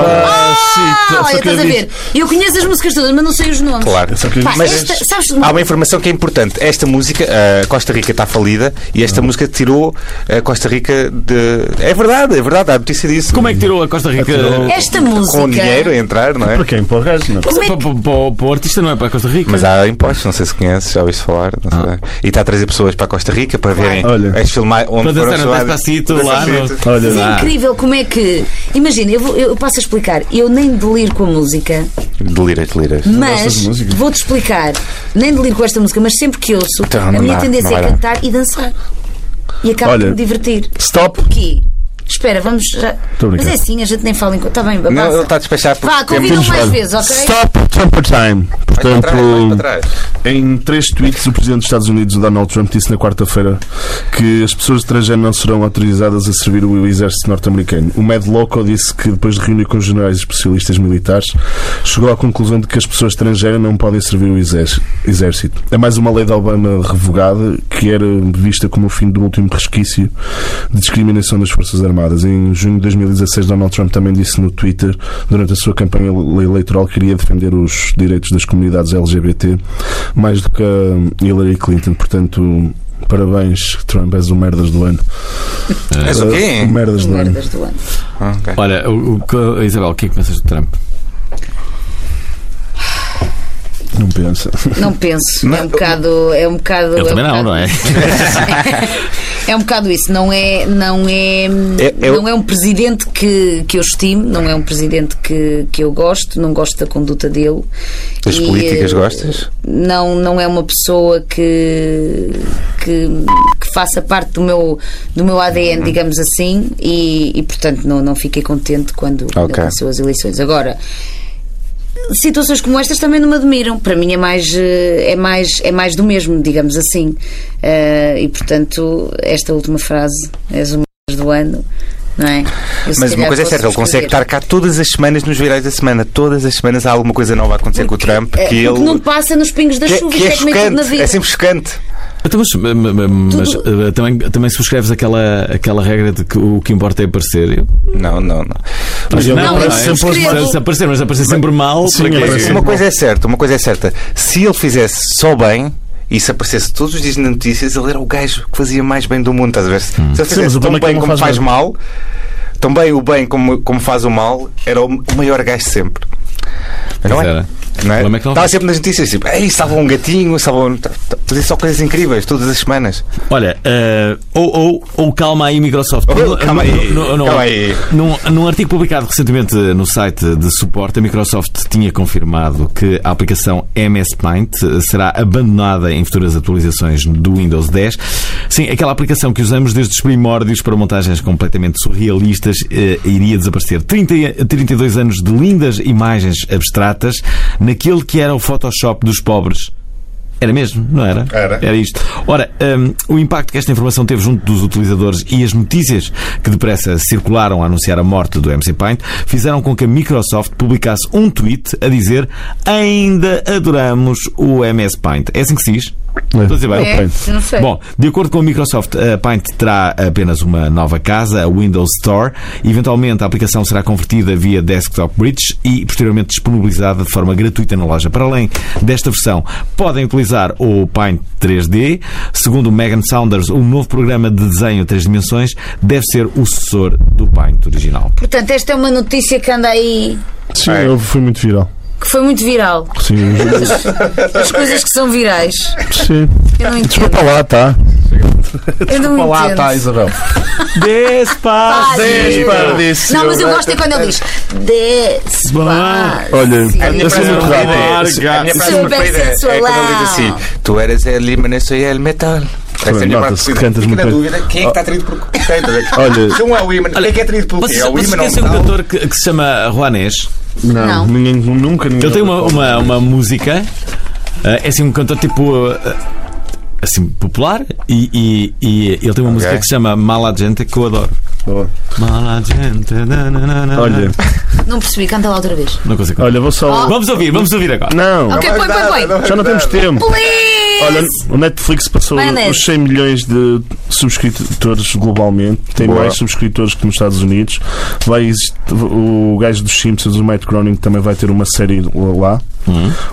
[SPEAKER 1] Despacito.
[SPEAKER 2] Ah, olha,
[SPEAKER 4] Só que eu
[SPEAKER 2] estás a
[SPEAKER 4] vi-
[SPEAKER 2] ver? Eu conheço as músicas todas, mas não sei os nomes.
[SPEAKER 3] Claro.
[SPEAKER 4] Só que-
[SPEAKER 2] Pá,
[SPEAKER 3] Mas
[SPEAKER 2] esta, sabes,
[SPEAKER 3] há uma informação que é importante. Esta música, a Costa Rica está falida e
[SPEAKER 1] Ah.
[SPEAKER 3] esta música tirou a Costa Rica de. É verdade, é verdade, há notícia disso.
[SPEAKER 1] Como é que tirou a Costa Rica?
[SPEAKER 2] esta
[SPEAKER 3] Com o
[SPEAKER 2] música.
[SPEAKER 3] dinheiro a entrar, não é?
[SPEAKER 4] Para quem? Para o gajo, não.
[SPEAKER 2] Como é
[SPEAKER 1] Para,
[SPEAKER 2] que-
[SPEAKER 1] o artista não é para a Costa Rica.
[SPEAKER 3] Mas há impostos, não sei se conheces, já ouviste falar. não
[SPEAKER 1] Ah.
[SPEAKER 3] sei. E está a trazer pessoas para a Costa Rica para verem
[SPEAKER 4] Olha.
[SPEAKER 3] as filmagens
[SPEAKER 1] para
[SPEAKER 3] onde foram
[SPEAKER 1] dançar no
[SPEAKER 3] filmadas.
[SPEAKER 1] Despacito lá. no-
[SPEAKER 3] Despacito.
[SPEAKER 4] Olha
[SPEAKER 2] Mas é
[SPEAKER 4] lá.
[SPEAKER 2] incrível como é que. Imagina, eu, vou- eu passo a explicar. Eu nem deliro com a música,
[SPEAKER 3] Deliras, deliras.
[SPEAKER 4] gostas
[SPEAKER 2] mas
[SPEAKER 4] de música?
[SPEAKER 2] vou-te explicar. Nem deliro com esta música, mas sempre que ouço,
[SPEAKER 3] Então,
[SPEAKER 2] a
[SPEAKER 3] não
[SPEAKER 2] minha
[SPEAKER 3] dá,
[SPEAKER 2] tendência
[SPEAKER 3] não
[SPEAKER 2] é
[SPEAKER 3] vai dar.
[SPEAKER 2] cantar e dançar. E acabo
[SPEAKER 4] Olha.
[SPEAKER 2] por me divertir.
[SPEAKER 4] Stop.
[SPEAKER 2] Porquê? Espera, vamos já.
[SPEAKER 4] a brincar.
[SPEAKER 2] Mas é assim, a gente nem fala em. Está bem,
[SPEAKER 3] Não,
[SPEAKER 2] passa.
[SPEAKER 3] ele tá está a despachar porque
[SPEAKER 2] Vá, convidam
[SPEAKER 3] temos-
[SPEAKER 2] mais
[SPEAKER 4] Olha,
[SPEAKER 2] vezes, ok?
[SPEAKER 4] Stop Trumper Time.
[SPEAKER 3] Vai para trás, vai
[SPEAKER 4] Portanto,
[SPEAKER 3] para trás.
[SPEAKER 4] em três tweets, o Presidente dos Estados Unidos, o Donald Trump, disse na quarta-feira que as pessoas de transgênero não serão autorizadas a servir o exército norte-americano. O Mad Loco disse que, depois de reunir com generais e especialistas militares, chegou à conclusão de que as pessoas de transgênero não podem servir o exer- exército. É mais uma lei da Obama revogada que era vista como o fim do último resquício de discriminação das Forças Armadas. Em junho de 2016, Donald Trump também disse no Twitter, durante a sua campanha ele- eleitoral, que queria defender os direitos das comunidades LGBT mais do que a Hillary Clinton. Portanto, parabéns, Trump, és o merdas do ano.
[SPEAKER 3] És o quê?
[SPEAKER 4] O merdas do ano.
[SPEAKER 2] Merdas do ano.
[SPEAKER 3] Ah, ok.
[SPEAKER 1] Olha, o, o, que- Isabel, o que é que pensas do Trump?
[SPEAKER 4] Não pensa.
[SPEAKER 2] Não
[SPEAKER 3] <laughs>
[SPEAKER 2] penso. é um bocado. É um bocado
[SPEAKER 1] Eu
[SPEAKER 2] é
[SPEAKER 1] também
[SPEAKER 2] um
[SPEAKER 1] não,
[SPEAKER 2] bocado
[SPEAKER 1] não
[SPEAKER 2] <laughs>
[SPEAKER 1] é?
[SPEAKER 2] É um bocado isso, não é, não é,
[SPEAKER 3] É- é o-
[SPEAKER 2] não é um presidente que, que eu estimo, não é um presidente que, que eu gosto, não gosto da conduta dele.
[SPEAKER 3] Das
[SPEAKER 2] E,
[SPEAKER 3] políticas
[SPEAKER 2] eh,
[SPEAKER 3] gostas?
[SPEAKER 2] Não, não é uma pessoa que, que, que faça parte do meu, do meu
[SPEAKER 3] Uhum.
[SPEAKER 2] ADN, digamos assim, e, e, portanto não, não fiquei contente quando
[SPEAKER 3] Ok.
[SPEAKER 2] aconteceu as eleições. Agora, situações como estas também não me admiram. Para mim é mais, eh, é mais, é mais do mesmo, digamos assim. Eh, e portanto, esta última frase, és o mais do ano, não é? Eu, se
[SPEAKER 3] Mas
[SPEAKER 2] calhar,
[SPEAKER 3] uma coisa é
[SPEAKER 2] vou
[SPEAKER 3] certa, ele consegue estar
[SPEAKER 2] subscrever.
[SPEAKER 3] cá todas as semanas nos virais da semana. Todas as semanas há alguma coisa nova a acontecer com o Trump
[SPEAKER 2] Eh,
[SPEAKER 3] que
[SPEAKER 2] o que
[SPEAKER 3] ele.
[SPEAKER 2] não passa nos pingos da
[SPEAKER 3] que,
[SPEAKER 2] chuva,
[SPEAKER 3] que é
[SPEAKER 2] isto é como é tudo na
[SPEAKER 3] chocante.
[SPEAKER 2] vida.
[SPEAKER 3] É sempre chocante.
[SPEAKER 1] Então, mas mas- mas, eh, também, também subscreves aquela, aquela regra de que o que importa é aparecer. Eu-
[SPEAKER 3] Não, não, não.
[SPEAKER 4] Mas ele
[SPEAKER 2] não,
[SPEAKER 4] aparece
[SPEAKER 2] eu
[SPEAKER 4] sempre aos
[SPEAKER 2] subscrevo.
[SPEAKER 4] maus.
[SPEAKER 1] se aparecer, mas aparecer sempre mal.
[SPEAKER 4] Sim,
[SPEAKER 1] para quê?
[SPEAKER 4] aparece
[SPEAKER 3] Mas
[SPEAKER 4] sempre
[SPEAKER 3] uma
[SPEAKER 4] mal.
[SPEAKER 3] coisa é certa, uma coisa é certa. Se ele fizesse só bem. E se aparecesse todos os dias nas notícias, ele era o gajo que fazia mais bem do mundo, estás a ver? Se ele
[SPEAKER 4] mas
[SPEAKER 3] fizesse
[SPEAKER 4] o
[SPEAKER 3] tão
[SPEAKER 4] problema é que
[SPEAKER 3] bem
[SPEAKER 4] ele não
[SPEAKER 3] como
[SPEAKER 4] faz
[SPEAKER 3] faz mal, tão bem o bem como, como faz o mal, era o maior gajo sempre. Mas não
[SPEAKER 1] Pois
[SPEAKER 3] é?
[SPEAKER 1] era.
[SPEAKER 3] Não
[SPEAKER 1] O
[SPEAKER 3] é?
[SPEAKER 1] problema é que não
[SPEAKER 3] Estava
[SPEAKER 1] faz.
[SPEAKER 3] sempre nas notícias, tipo, ei, salvam um gatinho, salvam. Fazia só coisas incríveis todas as semanas.
[SPEAKER 1] Olha, eh, ou, ou, ou calma aí, Microsoft.
[SPEAKER 3] Oh,
[SPEAKER 1] No-
[SPEAKER 3] calma aí,
[SPEAKER 1] no- no-
[SPEAKER 3] calma aí.
[SPEAKER 1] Num, num artigo publicado recentemente no site de suporte, a Microsoft tinha confirmado que a aplicação MS Paint eh, será abandonada em futuras atualizações do Windows 10. Sim, aquela aplicação que usamos desde os primórdios para montagens completamente surrealistas eh, iria desaparecer. 30, e- 32 anos de lindas imagens abstratas naquele que era o Photoshop dos pobres. Era mesmo, não era?
[SPEAKER 3] Era.
[SPEAKER 1] isto. Ora, hum, o impacto que esta informação teve junto dos utilizadores e as notícias que depressa circularam a anunciar a morte do MC Paint fizeram com que a Microsoft publicasse um tweet a dizer ainda adoramos o MS Paint. É assim que se diz? Estou a dizer bem?
[SPEAKER 8] É? Não sei.
[SPEAKER 1] Bom, de acordo com a Microsoft, a Paint terá apenas uma nova casa, a Windows Store. Eventualmente, a aplicação será convertida via Desktop Bridge e posteriormente disponibilizada de forma gratuita na loja. Para além desta versão, podem utilizar o Paint 3D. Segundo Megan Saunders, o novo programa de desenho 3 dimensões deve ser o sucessor do Paint original.
[SPEAKER 8] Portanto, esta é uma notícia que anda aí,
[SPEAKER 4] Sim,
[SPEAKER 3] É.
[SPEAKER 4] eu foi muito viral.
[SPEAKER 8] que foi muito viral.
[SPEAKER 4] Sim,
[SPEAKER 8] As coisas que são virais.
[SPEAKER 4] sim.
[SPEAKER 8] Eu não entendo.
[SPEAKER 4] Desculpa lá, tá?
[SPEAKER 8] Eu não entendo.
[SPEAKER 2] tá,
[SPEAKER 4] Isabel.
[SPEAKER 8] Despacito. Não, mas eu gosto é quando ele diz Despacito.
[SPEAKER 4] Olha, eu sou
[SPEAKER 3] frase
[SPEAKER 4] muito
[SPEAKER 3] preferida
[SPEAKER 4] rápido.
[SPEAKER 3] é- a minha frase
[SPEAKER 8] Super
[SPEAKER 3] preferida é
[SPEAKER 8] sensual.
[SPEAKER 3] quando ele diz assim: Tu eres el lima, eu soy el metal. Essa é a minha frase
[SPEAKER 4] nota-se que
[SPEAKER 3] preferida.
[SPEAKER 4] cantas
[SPEAKER 3] Fico
[SPEAKER 4] muito
[SPEAKER 3] na
[SPEAKER 4] bem. Ah,
[SPEAKER 3] dúvida: quem é que está atraído por quem? Estás a ver?
[SPEAKER 4] <laughs> Olha-
[SPEAKER 3] Se um é o imã, quem é que é atraído por quê?
[SPEAKER 1] Vocês,
[SPEAKER 3] É o
[SPEAKER 1] vocês
[SPEAKER 3] imã, não
[SPEAKER 1] conhecem um
[SPEAKER 3] metal?
[SPEAKER 1] cantor que, que se chama Juanes?
[SPEAKER 8] Não.
[SPEAKER 4] Não,
[SPEAKER 3] é
[SPEAKER 4] ninguém, nunca ninguém.
[SPEAKER 1] Ele tem uma, uma, uma música, eh, é assim um cantor tipo. eh, Assim, popular e, e, e ele tem uma música que se chama Mala Gente que eu adoro. Mala Gente. na, na, na, na.
[SPEAKER 4] Olha,
[SPEAKER 8] Não percebi, canta lá outra vez.
[SPEAKER 1] Não consigo.
[SPEAKER 4] olha, vou só.
[SPEAKER 1] Vamos ouvir, vamos ouvir agora.
[SPEAKER 4] Não,
[SPEAKER 8] Ok, põe, põe, põe.
[SPEAKER 4] já não temos tempo.
[SPEAKER 8] Please!
[SPEAKER 4] Olha, o Netflix passou
[SPEAKER 8] Vai, Ned.
[SPEAKER 4] os 100 milhões de subscritores globalmente, tem
[SPEAKER 3] Boa.
[SPEAKER 4] mais subscritores que nos Estados Unidos. Vai exist- o gajo dos Simpsons, o Matt Groening, também vai ter uma série lá.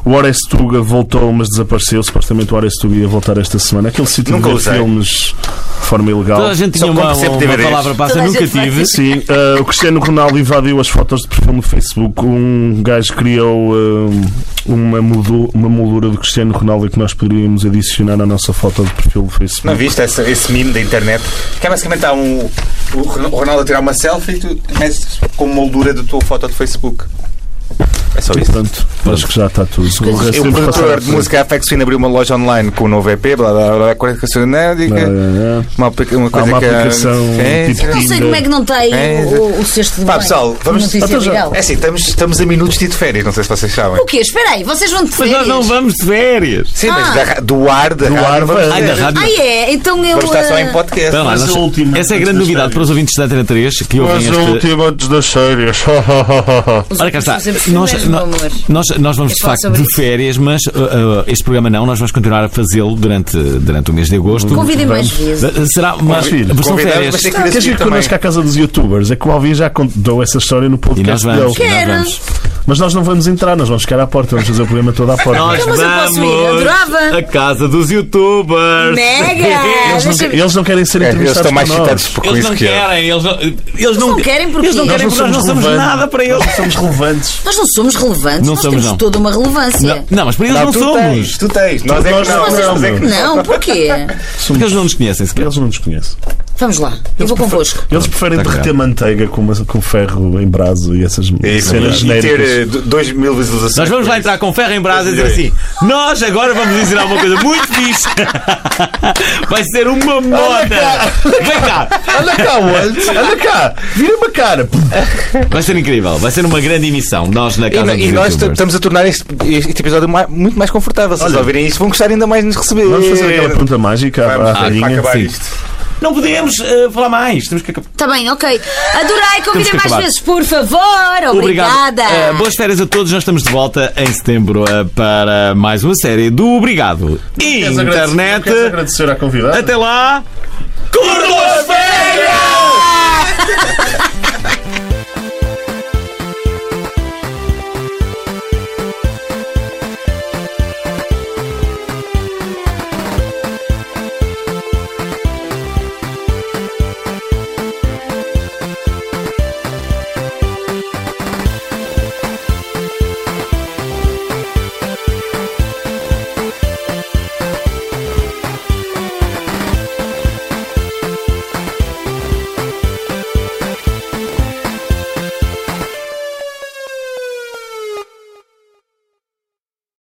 [SPEAKER 4] O Horace Tuga voltou, mas desapareceu. Supostamente o Horace Tuga ia voltar esta semana. Aquele sítio
[SPEAKER 3] Nunca
[SPEAKER 4] de ver
[SPEAKER 3] usei.
[SPEAKER 4] filmes de forma ilegal.
[SPEAKER 1] Toda a gente tinha
[SPEAKER 3] Só
[SPEAKER 1] uma,
[SPEAKER 3] compro sempre
[SPEAKER 1] uma,
[SPEAKER 3] DVDs.
[SPEAKER 1] palavra passa,
[SPEAKER 8] Toda a
[SPEAKER 1] nunca
[SPEAKER 8] gente vai
[SPEAKER 1] tive.
[SPEAKER 4] Sim, eh, o Cristiano Ronaldo invadiu as fotos de perfil no Facebook. Um gajo criou eh, uma, moldu- uma moldura do Cristiano Ronaldo que nós poderíamos adicionar à nossa foto de perfil do
[SPEAKER 3] Não
[SPEAKER 4] Facebook.
[SPEAKER 3] viste esse, esse meme da internet? Que é basicamente há um. O Ron- o Ronaldo a tirar uma selfie e tu metes com moldura da tua foto do Facebook. É só isso.
[SPEAKER 4] Portanto, acho que já está tudo. O resto
[SPEAKER 3] E o
[SPEAKER 4] temos passado à
[SPEAKER 3] produtor de
[SPEAKER 4] frente.
[SPEAKER 3] música Afex Twin abriu uma loja online com o novo EP, blá blá blá, com a educação
[SPEAKER 4] Não,
[SPEAKER 3] médica.
[SPEAKER 4] não, não.
[SPEAKER 3] né? Uma, aplica- uma
[SPEAKER 4] Há
[SPEAKER 3] coisa
[SPEAKER 4] uma
[SPEAKER 3] que
[SPEAKER 4] aplicação
[SPEAKER 3] é,
[SPEAKER 4] tipo
[SPEAKER 8] Não sei como é que não tem
[SPEAKER 3] É,
[SPEAKER 8] o, o- o sexto do
[SPEAKER 3] Pá,
[SPEAKER 8] bem.
[SPEAKER 3] pessoal, vamos-
[SPEAKER 8] Uma notícia
[SPEAKER 3] então
[SPEAKER 4] já-
[SPEAKER 8] viral.
[SPEAKER 3] é assim, estamos, estamos a minutos de ir de férias, não sei se vocês sabem.
[SPEAKER 8] O quê? Espera aí, vocês vão de
[SPEAKER 1] Mas
[SPEAKER 8] férias?
[SPEAKER 1] nós não vamos de férias.
[SPEAKER 3] Sim,
[SPEAKER 8] Ah.
[SPEAKER 3] mas da ra- do ar, da rádio,
[SPEAKER 4] ar,
[SPEAKER 3] não vamos
[SPEAKER 4] vai.
[SPEAKER 1] Ai, da
[SPEAKER 3] ter.
[SPEAKER 1] rádio.
[SPEAKER 8] Ah, é? Então eu...
[SPEAKER 3] Vamos estar só em
[SPEAKER 8] ah,
[SPEAKER 3] podcast.
[SPEAKER 1] Espera lá,
[SPEAKER 4] Mas
[SPEAKER 1] nós-
[SPEAKER 4] a
[SPEAKER 1] essa
[SPEAKER 4] última
[SPEAKER 1] é a
[SPEAKER 4] antes
[SPEAKER 1] grande
[SPEAKER 4] das
[SPEAKER 1] novidade
[SPEAKER 4] férias.
[SPEAKER 1] para os ouvintes da Antena 3 que ouvem
[SPEAKER 4] Mas a
[SPEAKER 1] este.
[SPEAKER 4] última antes das séries. <laughs>
[SPEAKER 8] os
[SPEAKER 1] Ora cá está.
[SPEAKER 8] outros sempre
[SPEAKER 1] Nós,
[SPEAKER 8] primeiros, meu amor.
[SPEAKER 1] nós, nós, nós vamos de
[SPEAKER 8] falar
[SPEAKER 1] facto
[SPEAKER 8] sobre
[SPEAKER 1] de
[SPEAKER 8] isso.
[SPEAKER 1] férias, mas uh, uh, este programa não, nós vamos continuar a fazê-lo durante, durante o mês de agosto. Uh,
[SPEAKER 8] Convidem mais vezes.
[SPEAKER 1] Será uma
[SPEAKER 4] Convido.
[SPEAKER 1] versão
[SPEAKER 3] Convidamos,
[SPEAKER 1] férias.
[SPEAKER 3] mas tem que vir
[SPEAKER 4] Queres
[SPEAKER 3] assistir
[SPEAKER 4] ir connosco à
[SPEAKER 3] também.
[SPEAKER 4] casa dos youtubers? É que o Alvin já contou essa história no
[SPEAKER 1] E nós
[SPEAKER 4] podcast
[SPEAKER 1] vamos.
[SPEAKER 4] dele.
[SPEAKER 1] nós
[SPEAKER 8] Quero. Tá
[SPEAKER 1] vamos.
[SPEAKER 4] Mas nós não vamos entrar, nós vamos ficar à porta, vamos fazer o programa todo à porta.
[SPEAKER 1] Nós
[SPEAKER 8] Então, mas eu posso ir, eu adorava.
[SPEAKER 1] vamos à casa dos youtubers. <laughs>
[SPEAKER 8] Mega!
[SPEAKER 4] Eles não,
[SPEAKER 8] Deixa-me-
[SPEAKER 4] eles não querem ser
[SPEAKER 3] É, Eles
[SPEAKER 4] entrevistados
[SPEAKER 3] estão mais
[SPEAKER 4] por nós.
[SPEAKER 3] excitados por
[SPEAKER 1] Eles
[SPEAKER 3] isso
[SPEAKER 1] não
[SPEAKER 3] que é. eu.
[SPEAKER 1] querem, eles não, eles
[SPEAKER 8] não querem porque-
[SPEAKER 1] eles não
[SPEAKER 8] Nós
[SPEAKER 1] querem porque nós não somos
[SPEAKER 4] relevantes.
[SPEAKER 1] nada para eles.
[SPEAKER 4] Nós somos relevantes.
[SPEAKER 8] Nós não somos relevantes,
[SPEAKER 1] Não
[SPEAKER 8] nós
[SPEAKER 1] somos,
[SPEAKER 8] temos
[SPEAKER 1] não.
[SPEAKER 8] toda uma relevância.
[SPEAKER 1] Não, não, mas para eles não,
[SPEAKER 3] tu
[SPEAKER 1] somos.
[SPEAKER 3] tens, tu tens. Nós é
[SPEAKER 4] Nós
[SPEAKER 3] que não.
[SPEAKER 4] somos-
[SPEAKER 8] Vocês
[SPEAKER 3] nós é
[SPEAKER 8] não,
[SPEAKER 3] que
[SPEAKER 4] meu.
[SPEAKER 8] porquê?
[SPEAKER 1] Porque eles não nos conhecem sequer.
[SPEAKER 4] Eles não nos conhecem.
[SPEAKER 8] Vamos lá, eu vou convosco.
[SPEAKER 4] Eles preferem
[SPEAKER 1] Tá
[SPEAKER 4] derreter
[SPEAKER 1] claro.
[SPEAKER 4] manteiga com, uma- com ferro em brasa e essas
[SPEAKER 3] É isso,
[SPEAKER 4] cenas
[SPEAKER 3] e ter
[SPEAKER 4] genéricas.
[SPEAKER 3] eh, do- dois mil visualizações.
[SPEAKER 1] Nós vamos lá entrar com ferro em brasa e dizer assim: Nós agora vamos ensinar uma coisa muito fixe. <laughs> Vai ser uma moda. Vem cá.
[SPEAKER 4] Olha cá, Walt! Olha cá! Vira uma cara!
[SPEAKER 1] Vai ser incrível. Vai ser uma grande emissão. Nós na
[SPEAKER 3] E,
[SPEAKER 1] casa
[SPEAKER 3] no-
[SPEAKER 1] dos
[SPEAKER 3] e nós
[SPEAKER 1] youtubers.
[SPEAKER 3] estamos a tornar este, este episódio ma- muito mais confortável. Se vocês
[SPEAKER 4] Olha.
[SPEAKER 3] ouvirem isto, vão gostar ainda mais de nos receber.
[SPEAKER 4] Vamos fazer aquela pergunta mágica à- à
[SPEAKER 3] eh, Vamos para
[SPEAKER 4] rainha.
[SPEAKER 3] acabar
[SPEAKER 1] sim.
[SPEAKER 3] isto.
[SPEAKER 1] Não podemos eh, falar mais. Temos que acabar.
[SPEAKER 8] Está Tá bem, ok. Adorai,
[SPEAKER 1] Temos
[SPEAKER 8] convidem
[SPEAKER 1] que
[SPEAKER 8] mais
[SPEAKER 1] acabar.
[SPEAKER 8] vezes, por favor.
[SPEAKER 1] Obrigado.
[SPEAKER 8] Obrigada.
[SPEAKER 1] Eh, boas férias a todos. Nós estamos de volta em setembro eh, para mais uma série do Obrigado.
[SPEAKER 4] Queres agradecer-
[SPEAKER 1] Internet.
[SPEAKER 4] queres agradecer à convidada?
[SPEAKER 1] Até lá. Curtam as férias!